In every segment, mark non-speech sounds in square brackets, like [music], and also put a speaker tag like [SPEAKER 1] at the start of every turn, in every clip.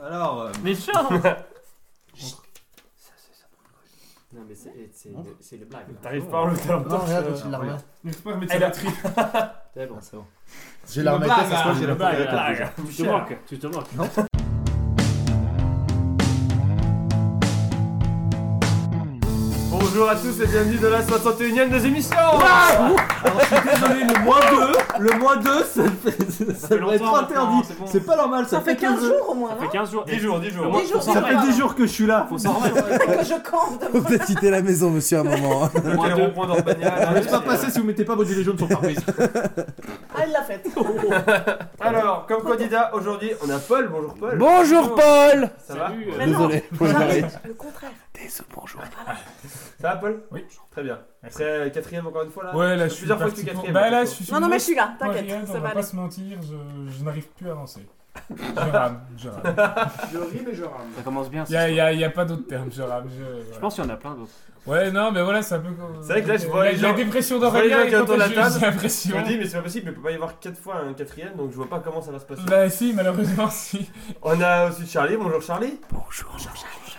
[SPEAKER 1] euh,
[SPEAKER 2] Méchant
[SPEAKER 3] Non, mais c'est- c'est
[SPEAKER 1] Montre.
[SPEAKER 3] une- c'est une blague. là.
[SPEAKER 4] T'arrives pas en le temps.
[SPEAKER 1] Non, regarde quand tu la remets.
[SPEAKER 4] L'expert
[SPEAKER 2] Elle
[SPEAKER 4] médecin
[SPEAKER 2] a-
[SPEAKER 4] la tripe.
[SPEAKER 3] C'est bon.
[SPEAKER 1] c'est bon. J'ai la
[SPEAKER 4] Une
[SPEAKER 1] remettais,
[SPEAKER 4] blague,
[SPEAKER 1] ça se voit,
[SPEAKER 4] là,
[SPEAKER 1] j'ai la
[SPEAKER 4] une blague,
[SPEAKER 1] remettais.
[SPEAKER 4] là.
[SPEAKER 2] bah, Tu te moques, tu te moques.
[SPEAKER 3] Bonjour à tous et bienvenue dans la 61ème des émissions
[SPEAKER 1] Alors, je suis désolé, le moins 2, le moins 2, ça, fait- ça devrait être
[SPEAKER 2] longtemps maintenant,
[SPEAKER 1] interdit.
[SPEAKER 2] c'est bon.
[SPEAKER 1] C'est pas normal, ça,
[SPEAKER 5] Ça fait 15 jours au moins, hein.
[SPEAKER 2] Ça fait
[SPEAKER 5] non
[SPEAKER 2] 15 jours.
[SPEAKER 4] 10 jours, 10 jours.
[SPEAKER 2] Moi,
[SPEAKER 5] Dix jours,
[SPEAKER 2] pour
[SPEAKER 5] c'est
[SPEAKER 1] Ça
[SPEAKER 2] ça,
[SPEAKER 5] pas
[SPEAKER 1] fait
[SPEAKER 5] grave.
[SPEAKER 1] 10 jours que je suis là.
[SPEAKER 2] Faut s'en remettre.
[SPEAKER 5] [laughs] que je campe
[SPEAKER 6] Faut peut-être quitter la maison, monsieur, à un moment. hein.
[SPEAKER 4] Quel
[SPEAKER 2] Moins deux.
[SPEAKER 4] rond-point dans le panier,
[SPEAKER 1] On
[SPEAKER 4] là,
[SPEAKER 1] laisse pas
[SPEAKER 4] c'est-
[SPEAKER 1] passer si vous mettez pas vos gilets jaunes sur le pare-brise.
[SPEAKER 5] Ah, il l'a faite.
[SPEAKER 3] Alors, comme candidat aujourd'hui, on a Paul. Bonjour Paul.
[SPEAKER 6] Bonjour Paul
[SPEAKER 3] Ça va
[SPEAKER 2] Salut, euh,
[SPEAKER 5] Mais non,
[SPEAKER 6] [laughs] Désolé, faut que j'arrête.
[SPEAKER 5] j'arrête. Le contraire.
[SPEAKER 6] Désolé, bonjour.
[SPEAKER 3] Ça va Paul
[SPEAKER 4] Oui.
[SPEAKER 3] Très bien. C'est euh, quatrième encore une fois là
[SPEAKER 4] Ouais,
[SPEAKER 3] Ça
[SPEAKER 4] là,
[SPEAKER 3] fait
[SPEAKER 4] je suis
[SPEAKER 3] plusieurs fois que tu
[SPEAKER 4] parti pour-
[SPEAKER 3] quatrième. hein,
[SPEAKER 4] Bah,
[SPEAKER 3] là,
[SPEAKER 4] là, je
[SPEAKER 3] je
[SPEAKER 4] suis.
[SPEAKER 5] Non, non, mais je suis là,
[SPEAKER 4] Moi,
[SPEAKER 5] t'inquiète,
[SPEAKER 4] Ariane,
[SPEAKER 5] ça
[SPEAKER 4] on
[SPEAKER 5] va
[SPEAKER 4] va
[SPEAKER 5] aller.
[SPEAKER 4] pas se mentir, je, je n'arrive plus à avancer. Je rame, je rame.
[SPEAKER 1] ris, mais je rame.
[SPEAKER 2] Ça commence bien.
[SPEAKER 4] Il y a,
[SPEAKER 2] ça.
[SPEAKER 4] y a- y a pas d'autre terme, je rame. Je, voilà.
[SPEAKER 2] Je pense qu'il y en a plein d'autres.
[SPEAKER 4] Ouais, non, mais voilà, c'est un peu comme. euh,
[SPEAKER 3] C'est vrai que là, je vois
[SPEAKER 4] la,
[SPEAKER 3] les
[SPEAKER 4] la
[SPEAKER 3] gens-
[SPEAKER 4] dépression
[SPEAKER 3] je vois les gens
[SPEAKER 4] d'Aurélien
[SPEAKER 3] qui
[SPEAKER 4] est
[SPEAKER 3] entourent la
[SPEAKER 4] contagieuse,
[SPEAKER 3] table.
[SPEAKER 4] j'ai
[SPEAKER 3] me
[SPEAKER 4] l'impression.
[SPEAKER 3] dis, mais c'est pas possible, il peut pas y avoir quatre fois un quatrième, donc je vois pas comment ça va se passer.
[SPEAKER 4] Bah, si, malheureusement, [laughs] si.
[SPEAKER 3] On a aussi Charlie. Bonjour Charlie.
[SPEAKER 6] Bonjour.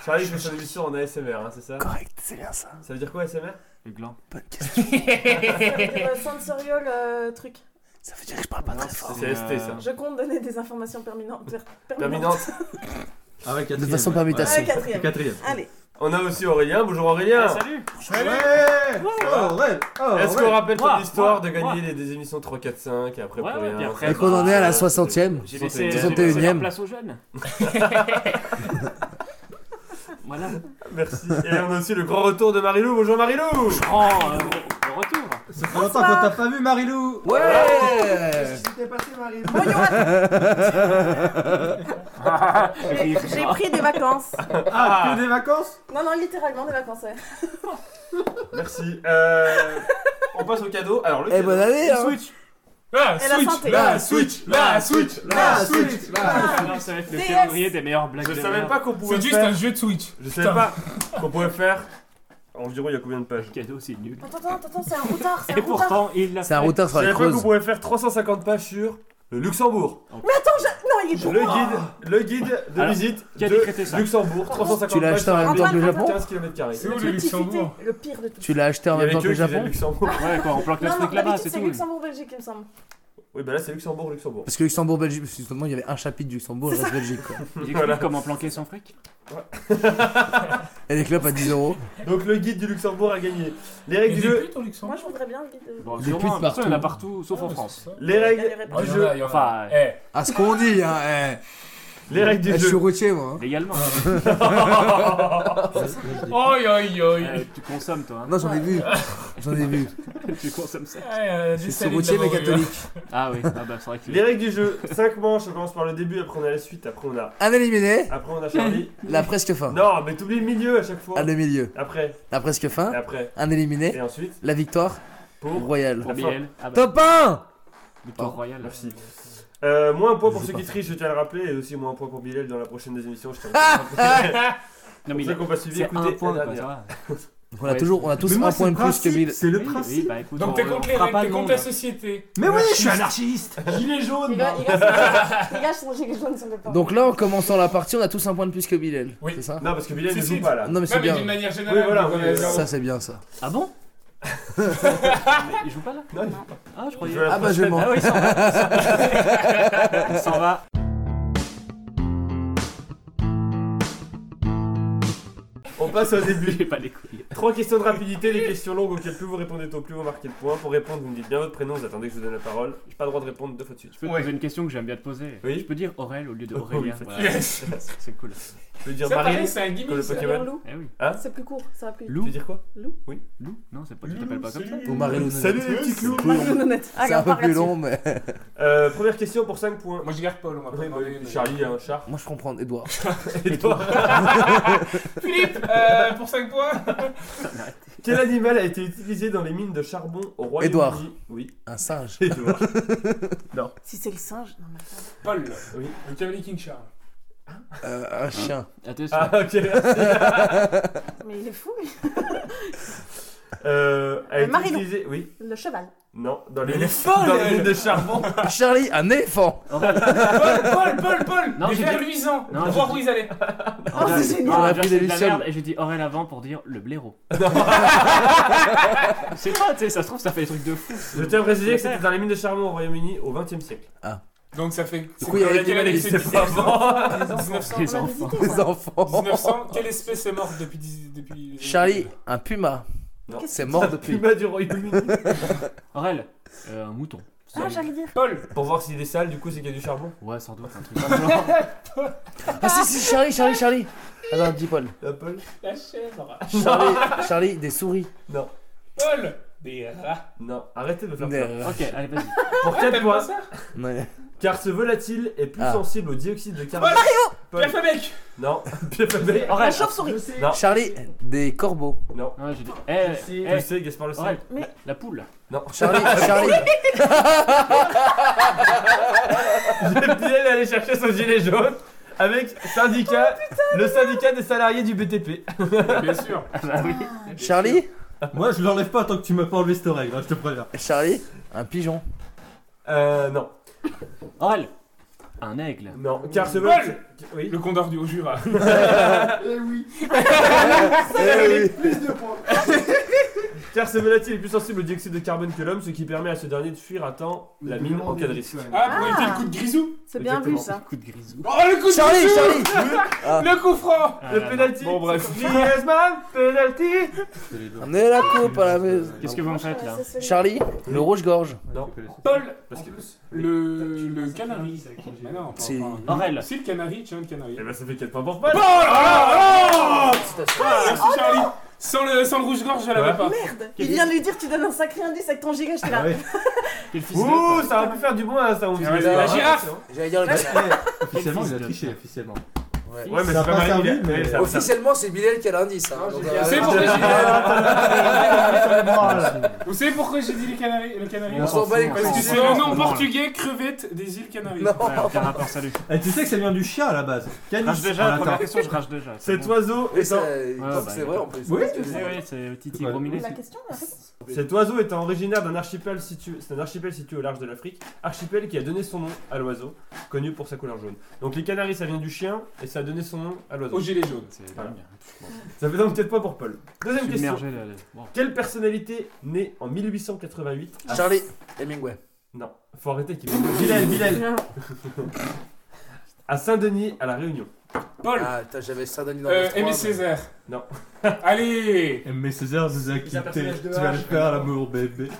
[SPEAKER 3] Charlie, je fais son émission en ASMR, hein, c'est ça
[SPEAKER 6] Correct, c'est bien ça.
[SPEAKER 3] Ça veut dire quoi ASMR
[SPEAKER 2] Les glands.
[SPEAKER 6] Bonne question.
[SPEAKER 5] Le sensorial euh, truc.
[SPEAKER 6] Ça veut dire que je parle pas
[SPEAKER 2] Non,
[SPEAKER 6] très fort.
[SPEAKER 3] C'est ST,
[SPEAKER 2] Ah,
[SPEAKER 3] ça.
[SPEAKER 5] Je compte donner des informations permanentes. per- permanentes.
[SPEAKER 3] Permanente.
[SPEAKER 1] Ah ouais, quatrième.
[SPEAKER 6] De façon permutation.
[SPEAKER 5] Ouais, Ah, quatrième.
[SPEAKER 1] Quatrième.
[SPEAKER 5] Allez,
[SPEAKER 3] On a aussi Aurélien. Bonjour Aurélien.
[SPEAKER 2] Eh, salut
[SPEAKER 4] Salut
[SPEAKER 1] Oh, ouais Oh,
[SPEAKER 3] Est-ce
[SPEAKER 1] ouais.
[SPEAKER 3] qu'on rappelle ton
[SPEAKER 2] Moi,
[SPEAKER 3] histoire
[SPEAKER 2] moi,
[SPEAKER 3] de gagner
[SPEAKER 2] moi.
[SPEAKER 3] les des émissions 3, 4, 5 et après
[SPEAKER 2] Ouais,
[SPEAKER 3] plus
[SPEAKER 2] ouais, puis
[SPEAKER 3] rien
[SPEAKER 2] après,
[SPEAKER 6] Et qu'on en est à la 60ème.
[SPEAKER 2] J'ai laissé,
[SPEAKER 3] 61e.
[SPEAKER 2] j'ai laissé la place aux jeunes. voilà. [laughs]
[SPEAKER 3] Merci. Et on a aussi le grand retour de Marilou. Bonjour Marilou
[SPEAKER 2] Prends euh, le retour.
[SPEAKER 1] Ça fait longtemps qu'on t'a pas vu, Marilou
[SPEAKER 6] Ouais
[SPEAKER 1] qui s'était passé, Marilou
[SPEAKER 5] voyons à-
[SPEAKER 2] Il est
[SPEAKER 5] J'ai
[SPEAKER 2] fort.
[SPEAKER 5] pris des vacances.
[SPEAKER 1] Ah, que des vacances
[SPEAKER 5] Non, non, littéralement des vacances. ouais.
[SPEAKER 3] Merci. Euh, on passe au cadeau. Alors le
[SPEAKER 6] Eh,
[SPEAKER 3] cadeau.
[SPEAKER 6] bonne année, hein
[SPEAKER 2] Switch.
[SPEAKER 4] La
[SPEAKER 5] Et la
[SPEAKER 4] Ah, Switch
[SPEAKER 5] santé.
[SPEAKER 4] La Switch La Switch La Switch
[SPEAKER 1] là
[SPEAKER 2] Ah, non, ça va être le
[SPEAKER 5] DS.
[SPEAKER 2] calendrier des meilleures blagues
[SPEAKER 3] Je
[SPEAKER 2] de
[SPEAKER 3] savais
[SPEAKER 2] merde.
[SPEAKER 3] pas qu'on pouvait
[SPEAKER 4] C'est juste
[SPEAKER 3] faire.
[SPEAKER 4] un jeu de Switch.
[SPEAKER 3] Je savais pas qu'on pouvait faire. Environ, il y a combien de pages
[SPEAKER 2] Le cadeau, c'est nul.
[SPEAKER 5] Attends, attends, attends, c'est un routard, c'est
[SPEAKER 2] Et
[SPEAKER 5] un routard.
[SPEAKER 2] pourtant, il l'a
[SPEAKER 6] C'est un
[SPEAKER 2] fait.
[SPEAKER 6] routard
[SPEAKER 3] Je
[SPEAKER 6] sur les
[SPEAKER 3] savais pas qu'on
[SPEAKER 6] creuses.
[SPEAKER 3] pouvait faire 350 pages sur le Luxembourg.
[SPEAKER 5] Non, il est
[SPEAKER 3] Le
[SPEAKER 5] pour moi.
[SPEAKER 3] guide, le guide de
[SPEAKER 2] Oh. Alors,
[SPEAKER 3] visite
[SPEAKER 2] qui a décrété
[SPEAKER 3] de
[SPEAKER 2] ça
[SPEAKER 3] Luxembourg. 350
[SPEAKER 6] Tu l'as
[SPEAKER 3] pages
[SPEAKER 6] acheté
[SPEAKER 3] sur
[SPEAKER 6] en
[SPEAKER 3] un
[SPEAKER 6] même temps que le Japon
[SPEAKER 3] 15 km.
[SPEAKER 4] C'est où le
[SPEAKER 5] Le petit
[SPEAKER 4] Luxembourg
[SPEAKER 5] fité, le pire de tout.
[SPEAKER 6] Tu l'as acheté en
[SPEAKER 3] Il y
[SPEAKER 6] même
[SPEAKER 3] avait
[SPEAKER 6] temps
[SPEAKER 3] que
[SPEAKER 6] que le
[SPEAKER 3] qui faisaient
[SPEAKER 6] Japon
[SPEAKER 3] Luxembourg. [laughs]
[SPEAKER 2] Ouais, quoi, on planque le
[SPEAKER 5] Non, non,
[SPEAKER 2] truc là-bas,
[SPEAKER 5] d'habitude,
[SPEAKER 2] c'est
[SPEAKER 5] c'est
[SPEAKER 2] tout.
[SPEAKER 5] Luxembourg-Belgique, il me semble.
[SPEAKER 3] Oui, bah là c'est Luxembourg, Luxembourg.
[SPEAKER 6] Parce que Luxembourg-Belgique, justement, il y avait un chapitre du Luxembourg et le reste Belgique, quoi.
[SPEAKER 2] Il
[SPEAKER 3] Voilà.
[SPEAKER 2] explique comment planquer son fric.
[SPEAKER 6] Et les clopes à 10 euros.
[SPEAKER 3] Donc le guide du Luxembourg a gagné. Les
[SPEAKER 4] Il
[SPEAKER 3] règles
[SPEAKER 4] y
[SPEAKER 3] du
[SPEAKER 4] a des
[SPEAKER 3] jeu.
[SPEAKER 4] putes au
[SPEAKER 5] Moi,
[SPEAKER 4] Luxembourg
[SPEAKER 5] je voudrais bien le guide.
[SPEAKER 2] Bon,
[SPEAKER 6] Des
[SPEAKER 2] sûrement,
[SPEAKER 6] putes partout.
[SPEAKER 2] il y en a partout, sauf en
[SPEAKER 4] Ah,
[SPEAKER 2] France.
[SPEAKER 4] c'est ça.
[SPEAKER 3] Les
[SPEAKER 5] Il y a
[SPEAKER 3] règles
[SPEAKER 5] les réponses.
[SPEAKER 4] Oh,
[SPEAKER 3] du
[SPEAKER 4] il y en
[SPEAKER 3] jeu.
[SPEAKER 4] a, il y en a.
[SPEAKER 2] Enfin,
[SPEAKER 4] Eh,
[SPEAKER 6] À Ah, ce qu'on dit, hein.
[SPEAKER 3] Les règles du
[SPEAKER 6] eh. Eh, Je suis
[SPEAKER 3] jeu.
[SPEAKER 6] routier, moi. hein.
[SPEAKER 2] légalement.
[SPEAKER 4] Oi, oi, oi.
[SPEAKER 2] Euh, tu consommes, toi.
[SPEAKER 6] Non, j'en ai vu. J'en ai vu.
[SPEAKER 2] Hein. [laughs] tu consommes ça.
[SPEAKER 6] Je suis routier, mais catholique.
[SPEAKER 2] Ah oui, ah bah, c'est vrai que
[SPEAKER 3] Les règles du jeu. 5 manches, on commence par le début, après on a la suite, après on a.
[SPEAKER 6] Un éliminé,
[SPEAKER 3] Après on a Charlie.
[SPEAKER 6] la presque fin.
[SPEAKER 3] Non, mais t'oublies le milieu à chaque fois.
[SPEAKER 6] Un le milieu,
[SPEAKER 3] Après,
[SPEAKER 6] la presque
[SPEAKER 3] et
[SPEAKER 6] fin.
[SPEAKER 3] après,
[SPEAKER 6] Un éliminé,
[SPEAKER 3] et ensuite,
[SPEAKER 6] la victoire
[SPEAKER 3] pour.
[SPEAKER 6] royale.
[SPEAKER 2] Pour
[SPEAKER 3] Enfin.
[SPEAKER 2] BL. Ah bah,
[SPEAKER 6] Top 1
[SPEAKER 2] victoire
[SPEAKER 6] Oh,
[SPEAKER 2] royale.
[SPEAKER 3] Merci. Euh, moins un point
[SPEAKER 6] Je
[SPEAKER 3] pour
[SPEAKER 6] sais
[SPEAKER 3] ceux
[SPEAKER 6] pas.
[SPEAKER 3] qui trichent, je tiens à le rappeler, et aussi moins un point pour Bilal dans la prochaine des émissions. Je tiens à
[SPEAKER 6] Ah
[SPEAKER 3] le rappeler.
[SPEAKER 2] Non, mais
[SPEAKER 3] C'est pour ça
[SPEAKER 2] il
[SPEAKER 3] qu'on va suivre,
[SPEAKER 2] Ah, C'est un
[SPEAKER 3] écoutez
[SPEAKER 2] point,
[SPEAKER 3] la
[SPEAKER 2] quoi, ça
[SPEAKER 3] dernière.
[SPEAKER 2] va.
[SPEAKER 6] On a
[SPEAKER 2] Ouais.
[SPEAKER 6] toujours, on a tous un point de plus que Bill.
[SPEAKER 1] C'est le
[SPEAKER 2] Oui,
[SPEAKER 1] principe
[SPEAKER 2] oui, bah écoute, on-
[SPEAKER 4] Donc t'es
[SPEAKER 2] on
[SPEAKER 4] contre les
[SPEAKER 2] fera
[SPEAKER 4] règles,
[SPEAKER 2] pas
[SPEAKER 4] t'es
[SPEAKER 2] le
[SPEAKER 4] contre
[SPEAKER 2] monde.
[SPEAKER 4] la société.
[SPEAKER 1] Mais oui, je suis
[SPEAKER 4] Anarchiste.
[SPEAKER 1] anarchiste Gilet
[SPEAKER 5] Les
[SPEAKER 1] jaune
[SPEAKER 5] gars, les gars, sont- les gars, sont gilets jaunes sur le port.
[SPEAKER 6] Donc là, en commençant la partie, on a tous un point de plus que Bill.
[SPEAKER 4] Oui.
[SPEAKER 6] C'est ça Ah,
[SPEAKER 3] Non, parce que Bilal
[SPEAKER 4] Si,
[SPEAKER 3] ne joue
[SPEAKER 4] si.
[SPEAKER 3] pas là.
[SPEAKER 6] Non, mais
[SPEAKER 4] Non,
[SPEAKER 6] c'est
[SPEAKER 4] Ah, mais
[SPEAKER 6] bien.
[SPEAKER 4] d'une manière générale.
[SPEAKER 3] Oui, voilà,
[SPEAKER 4] donc on
[SPEAKER 3] oui,
[SPEAKER 4] est zéro.
[SPEAKER 6] Ça, c'est bien ça.
[SPEAKER 2] Ah [laughs] bon Mais Il joue pas là
[SPEAKER 3] Non, il joue
[SPEAKER 2] Ah, je
[SPEAKER 3] Je
[SPEAKER 2] croyais.
[SPEAKER 3] vais la
[SPEAKER 6] Ah bah, je
[SPEAKER 3] prochaine.
[SPEAKER 6] mens.
[SPEAKER 2] Ah oui, il s'en va. Il s'en va.
[SPEAKER 3] On passe au
[SPEAKER 2] [laughs] Il
[SPEAKER 3] début.
[SPEAKER 2] est pas les couilles.
[SPEAKER 3] Trois questions de rapidité, des questions longues auxquelles plus vous répondez tôt, plus vous marquez de points. Pour répondre, vous me dites bien votre prénom, vous attendez que je vous donne la parole. J'ai pas le droit de répondre deux fois de suite.
[SPEAKER 2] Je peux te poser une question que j'aime bien te poser.
[SPEAKER 3] Oui.
[SPEAKER 2] Je peux dire Aurel au lieu de
[SPEAKER 3] Oh,
[SPEAKER 2] Aurélien.
[SPEAKER 3] oui.
[SPEAKER 2] Voilà.
[SPEAKER 4] Yes.
[SPEAKER 2] C'est cool.
[SPEAKER 3] Je peux dire
[SPEAKER 4] C'est pareil,
[SPEAKER 3] Marie,
[SPEAKER 4] c'est un
[SPEAKER 3] comme
[SPEAKER 4] gimmick.
[SPEAKER 3] le
[SPEAKER 4] ça.
[SPEAKER 5] C'est
[SPEAKER 3] Pokémon.
[SPEAKER 5] loup.
[SPEAKER 2] Eh oui.
[SPEAKER 5] C'est plus court, ça va plus vite.
[SPEAKER 3] Tu
[SPEAKER 2] Lou
[SPEAKER 3] veux dire quoi
[SPEAKER 2] Lou Non, c'est pas, tu t'appelles pas comme ça.
[SPEAKER 6] Ou Marie
[SPEAKER 3] Salut les petits clous
[SPEAKER 5] Marie Honnête. Ah,
[SPEAKER 6] C'est un
[SPEAKER 5] regarde,
[SPEAKER 6] peu
[SPEAKER 5] on
[SPEAKER 6] plus
[SPEAKER 5] parle
[SPEAKER 6] long, mais.
[SPEAKER 3] Euh, Première question pour 5 points.
[SPEAKER 4] Moi je garde Paul, on m'a pas
[SPEAKER 3] Oui, bah,
[SPEAKER 4] demandé, mais-
[SPEAKER 3] Charlie, un char.
[SPEAKER 6] Moi, je prends prendre Edouard.
[SPEAKER 3] Et toi
[SPEAKER 4] Philippe, euh, pour 5 points
[SPEAKER 3] Quel animal a été utilisé dans les mines de charbon au Royaume-Uni
[SPEAKER 6] Édouard.
[SPEAKER 3] Oui,
[SPEAKER 6] Un singe.
[SPEAKER 3] Edouard.
[SPEAKER 5] là-dessus. Si c'est le singe, non mais attends.
[SPEAKER 4] Paul,
[SPEAKER 3] Oui.
[SPEAKER 4] le cavalier King Charles.
[SPEAKER 6] Euh, un chien.
[SPEAKER 2] Attention.
[SPEAKER 3] Ah, ok, merci.
[SPEAKER 5] Mais il est fou, lui.
[SPEAKER 3] Euh, a été
[SPEAKER 5] Marilou.
[SPEAKER 3] Euh, utilisé... Oui,
[SPEAKER 5] Le cheval.
[SPEAKER 3] Non, dans les
[SPEAKER 7] Mais elle est
[SPEAKER 3] lignes
[SPEAKER 7] folle,
[SPEAKER 3] dans les
[SPEAKER 7] elle.
[SPEAKER 3] lignes de charbon.
[SPEAKER 6] Charlie, un éléphant
[SPEAKER 4] Paul, Paul, Paul, Paul
[SPEAKER 2] Non,
[SPEAKER 4] Les
[SPEAKER 2] j'ai
[SPEAKER 4] vers
[SPEAKER 2] dit-
[SPEAKER 4] luisants
[SPEAKER 2] Non,
[SPEAKER 4] Pour
[SPEAKER 2] j'ai
[SPEAKER 4] voir
[SPEAKER 2] dit-
[SPEAKER 4] où ils allaient
[SPEAKER 8] Oh,
[SPEAKER 2] Orel-
[SPEAKER 8] c'est génial.
[SPEAKER 2] Orel,
[SPEAKER 6] On
[SPEAKER 2] Ah,
[SPEAKER 6] a
[SPEAKER 2] j'ai
[SPEAKER 6] pris
[SPEAKER 2] acheté
[SPEAKER 6] des
[SPEAKER 2] de la
[SPEAKER 6] lucioles.
[SPEAKER 2] merde Et j'ai dit Aurel avant pour dire le [laughs] blaireau. Je sais pas, tu sais, ça se trouve, ça fait des trucs de fou.
[SPEAKER 3] Je tiens à préciser que c'était dans les mines de charbon au Royaume-Uni au 20 siècle.
[SPEAKER 4] Donc ça fait. c'est
[SPEAKER 6] coup, il y
[SPEAKER 4] dans
[SPEAKER 6] avait
[SPEAKER 4] laquelle
[SPEAKER 6] des-
[SPEAKER 4] elle est-
[SPEAKER 6] c'est
[SPEAKER 4] c'est
[SPEAKER 3] pas
[SPEAKER 4] 1900,
[SPEAKER 3] avant.
[SPEAKER 4] 1900.
[SPEAKER 2] Les
[SPEAKER 8] On a
[SPEAKER 2] enfants.
[SPEAKER 8] visité,
[SPEAKER 6] Les
[SPEAKER 8] ça.
[SPEAKER 6] enfants
[SPEAKER 4] [laughs] 1900, quelle espèce est morte depuis. dix- depuis...
[SPEAKER 6] Charlie, un puma,
[SPEAKER 3] Non.
[SPEAKER 6] c'est mort depuis.
[SPEAKER 3] Puma du Royaume-Uni.
[SPEAKER 2] Aurel, euh, un mouton.
[SPEAKER 8] Ah, j'allais dire.
[SPEAKER 4] Paul
[SPEAKER 3] [laughs] Pour voir s'il est sale, du coup, c'est qu'il y a du charbon.
[SPEAKER 2] Ouais, sans doute, un truc comme ça.
[SPEAKER 6] Ah si, si, Charlie, Charlie, Charlie Alors,
[SPEAKER 3] [laughs]
[SPEAKER 6] dis Paul.
[SPEAKER 3] Apple.
[SPEAKER 4] La chèvre
[SPEAKER 6] Charlie, Charlie, des souris.
[SPEAKER 4] Paul Des rats Ah,
[SPEAKER 3] Non, arrêtez de faire
[SPEAKER 6] Des
[SPEAKER 3] ça.
[SPEAKER 6] rats.
[SPEAKER 2] Ok, allez, vas-y.
[SPEAKER 3] Pour
[SPEAKER 4] T'aimes
[SPEAKER 3] 4
[SPEAKER 4] pas
[SPEAKER 3] points,
[SPEAKER 4] ça
[SPEAKER 6] Ouais.
[SPEAKER 3] car ce volatile est plus
[SPEAKER 6] Ah.
[SPEAKER 3] sensible au dioxyde de carbone. Paul.
[SPEAKER 4] Pierre Fabec
[SPEAKER 3] Non, [laughs] Pierre Fabre.
[SPEAKER 8] La
[SPEAKER 2] Aurel,
[SPEAKER 8] chauve-souris.
[SPEAKER 3] Non,
[SPEAKER 6] Charlie, des corbeaux.
[SPEAKER 3] non.
[SPEAKER 2] Ouais, j'ai dit.
[SPEAKER 3] Tu
[SPEAKER 2] Eh,
[SPEAKER 3] sais,
[SPEAKER 2] eh,
[SPEAKER 3] tu sais, Gaspard Le Sel.
[SPEAKER 2] Aurel,
[SPEAKER 8] Mais-
[SPEAKER 2] la poule.
[SPEAKER 3] Non,
[SPEAKER 6] Charlie, Charlie,
[SPEAKER 3] J'aime bien aller chercher son gilet jaune avec syndicat, le syndicat des salariés du BTP.
[SPEAKER 4] Bien sûr
[SPEAKER 6] Charlie,
[SPEAKER 9] Moi, je l'enlève pas tant que tu m'as pas enlevé cette règle, hein, je te préviens.
[SPEAKER 6] Charlie, un pigeon.
[SPEAKER 3] Euh, non,
[SPEAKER 2] Aurel, un aigle.
[SPEAKER 3] non, car ce
[SPEAKER 4] Paul
[SPEAKER 3] vol- Oui.
[SPEAKER 4] Le condor du Haut-Jura
[SPEAKER 3] Eh [laughs] Car ce volatile est plus sensible au dioxyde de carbone que l'homme, ce qui permet à ce dernier de fuir à temps la mine en cas de risque.
[SPEAKER 4] Ah, pour éviter le coup de grisou
[SPEAKER 8] C'est bien vu,
[SPEAKER 3] Exactement.
[SPEAKER 8] ça.
[SPEAKER 2] Coup de grisou.
[SPEAKER 4] Oh, le coup de
[SPEAKER 6] Charlie,
[SPEAKER 4] grisou
[SPEAKER 6] Charlie,
[SPEAKER 4] Le coup franc
[SPEAKER 2] Ah là
[SPEAKER 3] le
[SPEAKER 2] là.
[SPEAKER 3] penalty.
[SPEAKER 4] Bon, bref.
[SPEAKER 3] Griezmann, penalty.
[SPEAKER 6] amenez la coupe à la maison.
[SPEAKER 2] Qu'est-ce que vous en faites là
[SPEAKER 8] Ouais, c'est celui-
[SPEAKER 6] Charlie, le rouge-gorge.
[SPEAKER 4] Paul Ah,
[SPEAKER 3] Parce que-
[SPEAKER 4] Le, Euh, le canari Mais non, pas-
[SPEAKER 6] C'est-
[SPEAKER 4] pas-
[SPEAKER 2] Aurel,
[SPEAKER 4] Si le canari, tiens le canari.
[SPEAKER 3] Eh ben ça fait 4 points pour Paul. Ah,
[SPEAKER 4] Oh là là Ah, Merci Charlie Sans le, sans le rouge-gorge, je l'avais
[SPEAKER 3] Ouais.
[SPEAKER 4] pas.
[SPEAKER 8] Merde Il vient de lui dire tu donnes un sacré indice avec ton giga,
[SPEAKER 9] Ah
[SPEAKER 2] Ah
[SPEAKER 8] j'étais là.
[SPEAKER 2] quel fils
[SPEAKER 3] Ouh,
[SPEAKER 2] de.
[SPEAKER 3] ça aurait pu faire du bon hein, ça. On
[SPEAKER 4] Ah ouais,
[SPEAKER 3] disait.
[SPEAKER 4] la girafe.
[SPEAKER 6] J'allais
[SPEAKER 3] Ah,
[SPEAKER 6] dire le
[SPEAKER 9] Officiellement, il a triché, officiellement.
[SPEAKER 3] Ouais, mais
[SPEAKER 9] Ça
[SPEAKER 3] c'est
[SPEAKER 9] a
[SPEAKER 3] pas
[SPEAKER 9] pas
[SPEAKER 3] mal.
[SPEAKER 9] servi,
[SPEAKER 3] il a-
[SPEAKER 9] mais-
[SPEAKER 3] ouais, ça-
[SPEAKER 6] Officiellement, c'est Bilal qui a l'indice. hein. Donc, euh,
[SPEAKER 4] C'est pour
[SPEAKER 6] voilà.
[SPEAKER 4] les
[SPEAKER 9] Voilà.
[SPEAKER 4] Vous savez pourquoi j'ai dit les canaries le canari
[SPEAKER 6] On s'en bat les couilles.
[SPEAKER 4] Parce que c'est le nom portugais crevette des îles Canaries.
[SPEAKER 6] Non.
[SPEAKER 2] Ouais, aucun rapport, salut.
[SPEAKER 9] Et eh, tu sais que ça vient du chien à la base.
[SPEAKER 2] Rage
[SPEAKER 9] Canis.
[SPEAKER 2] déjà,
[SPEAKER 9] Ah,
[SPEAKER 2] première
[SPEAKER 9] attends.
[SPEAKER 2] question, je rage déjà. c'est
[SPEAKER 3] Cet
[SPEAKER 2] bon.
[SPEAKER 3] oiseau
[SPEAKER 6] Et ça,
[SPEAKER 3] étant
[SPEAKER 2] bah,
[SPEAKER 6] c'est
[SPEAKER 2] il-
[SPEAKER 6] vrai en plus.
[SPEAKER 9] Oui,
[SPEAKER 2] Oui, oui, c'est Titi
[SPEAKER 9] Ouais.
[SPEAKER 2] Gros Minet.
[SPEAKER 8] La question, en fait
[SPEAKER 3] Cet oiseau étant originaire d'un archipel situé, c'est un archipel situé au large de l'Afrique, archipel qui a donné son nom à l'oiseau, connu pour sa couleur jaune. Donc les Canaries, ça vient du chien, et ça a donné son nom à l'oiseau.
[SPEAKER 4] Au gilet jaune.
[SPEAKER 2] C'est
[SPEAKER 3] Voilà.
[SPEAKER 2] dingue.
[SPEAKER 3] Ça fait donc peut-être pas pour Paul. Deuxième question.
[SPEAKER 2] Submergé là. là. Bon.
[SPEAKER 3] Quelle personnalité née en 1888 a-
[SPEAKER 6] Charlie, Hemingway.
[SPEAKER 3] Non, faut arrêter qu'il Bilal, Bilal. À Saint-Denis, à La Réunion.
[SPEAKER 4] Paul
[SPEAKER 6] Ah, putain, j'avais ça donné dans
[SPEAKER 4] euh,
[SPEAKER 6] les
[SPEAKER 4] Aimé
[SPEAKER 6] trois,
[SPEAKER 4] Césaire.
[SPEAKER 3] Non.
[SPEAKER 4] [laughs] Allez
[SPEAKER 9] Eh, Mais César nous a quittés.
[SPEAKER 4] personnage
[SPEAKER 9] Tu
[SPEAKER 4] de
[SPEAKER 9] vas le
[SPEAKER 4] H.
[SPEAKER 9] faire l'amour, bébé.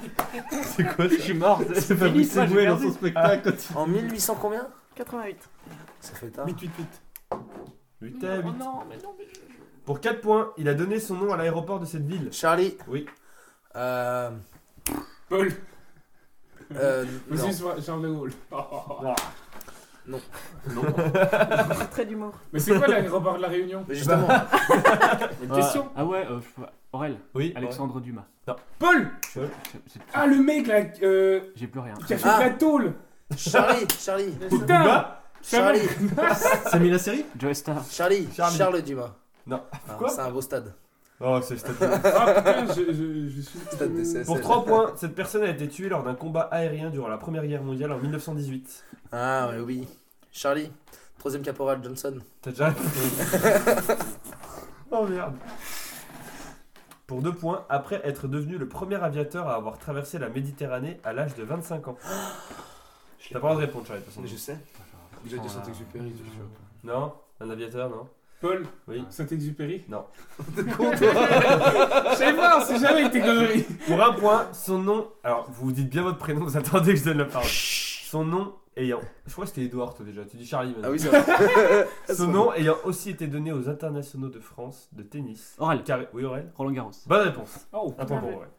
[SPEAKER 9] C'est quoi
[SPEAKER 4] [laughs]
[SPEAKER 2] Je suis mort.
[SPEAKER 3] [laughs]
[SPEAKER 9] C'est
[SPEAKER 2] fini,
[SPEAKER 9] Fabrice
[SPEAKER 2] ça, j'ai
[SPEAKER 9] Eboué dans
[SPEAKER 2] perdu.
[SPEAKER 9] son spectacle quand il-
[SPEAKER 6] mais- En 1800 combien
[SPEAKER 8] 88.
[SPEAKER 6] Ça fait tard.
[SPEAKER 4] 888.
[SPEAKER 3] Putain,
[SPEAKER 2] Oh
[SPEAKER 3] oui.
[SPEAKER 2] non, mais non, mais.
[SPEAKER 3] Pour 4 points, il a donné son nom à l'aéroport de cette ville.
[SPEAKER 6] Charlie.
[SPEAKER 3] Oui.
[SPEAKER 6] Euh.
[SPEAKER 4] Paul.
[SPEAKER 6] Euh. non.
[SPEAKER 4] Vas-y, Charles de Gaulle. Oh.
[SPEAKER 8] Très d'humour.
[SPEAKER 4] [laughs] Mais c'est quoi l'aéroport de la Réunion
[SPEAKER 6] Mais justement.
[SPEAKER 4] Une question.
[SPEAKER 2] Ah ouais, euh, je peux pas. Aurel,
[SPEAKER 3] Oui,
[SPEAKER 2] Alexandre Dumas.
[SPEAKER 4] Paul
[SPEAKER 2] C'est- c'est-
[SPEAKER 4] Ah, le mec là, euh,
[SPEAKER 2] J'ai plus rien.
[SPEAKER 4] qui a fait
[SPEAKER 6] Ah.
[SPEAKER 4] de la tôle
[SPEAKER 6] Charlie, Charlie,
[SPEAKER 4] Putain
[SPEAKER 6] Charlie,
[SPEAKER 9] Ça mis la série
[SPEAKER 2] Joe Star.
[SPEAKER 6] Charlie,
[SPEAKER 3] Charlie.
[SPEAKER 6] Charles Dumas.
[SPEAKER 3] Non.
[SPEAKER 6] Ah,
[SPEAKER 3] Quoi
[SPEAKER 6] c'est un beau stade.
[SPEAKER 3] Oh, c'est
[SPEAKER 2] [laughs]
[SPEAKER 3] statué.
[SPEAKER 4] Ah putain, je, je,
[SPEAKER 6] [laughs]
[SPEAKER 4] je suis.
[SPEAKER 6] Stade de CS.
[SPEAKER 3] Pour 3 points, cette personne a été tuée lors d'un combat aérien durant la Première Guerre mondiale en 1918.
[SPEAKER 6] Ah, mais oui. Charlie, troisième caporal Johnson.
[SPEAKER 3] T'as déjà
[SPEAKER 2] [laughs]
[SPEAKER 3] Oh merde. Pour 2 points, après être devenu le premier aviateur à avoir traversé la Méditerranée à l'âge de 25
[SPEAKER 2] [gasps]
[SPEAKER 3] ans. T'as pas le droit de répondre, Charlie, de toute façon.
[SPEAKER 6] sais.
[SPEAKER 2] Il a dit Saint-Exupéry, je suis sûr.
[SPEAKER 3] Non Un aviateur, non
[SPEAKER 4] Paul
[SPEAKER 3] Oui.
[SPEAKER 4] Saint-Exupéry [laughs]
[SPEAKER 3] Non.
[SPEAKER 4] Je sais pas, c'est jamais avec tes conneries
[SPEAKER 3] Pour un point, son nom. Alors, vous dites bien votre prénom, vous attendez que je donne la parole. Son nom ayant. Je crois que c'était Edouard, toi déjà. Tu dis Charlie maintenant.
[SPEAKER 6] Ah oui, c'est vrai.
[SPEAKER 3] Son nom ayant aussi été donné aux internationaux de France de tennis.
[SPEAKER 2] Aurel,
[SPEAKER 3] Car... Oui, Aurel
[SPEAKER 2] Roland Garros.
[SPEAKER 3] Bonne réponse.
[SPEAKER 4] Oh.
[SPEAKER 3] Un point pour Aurel.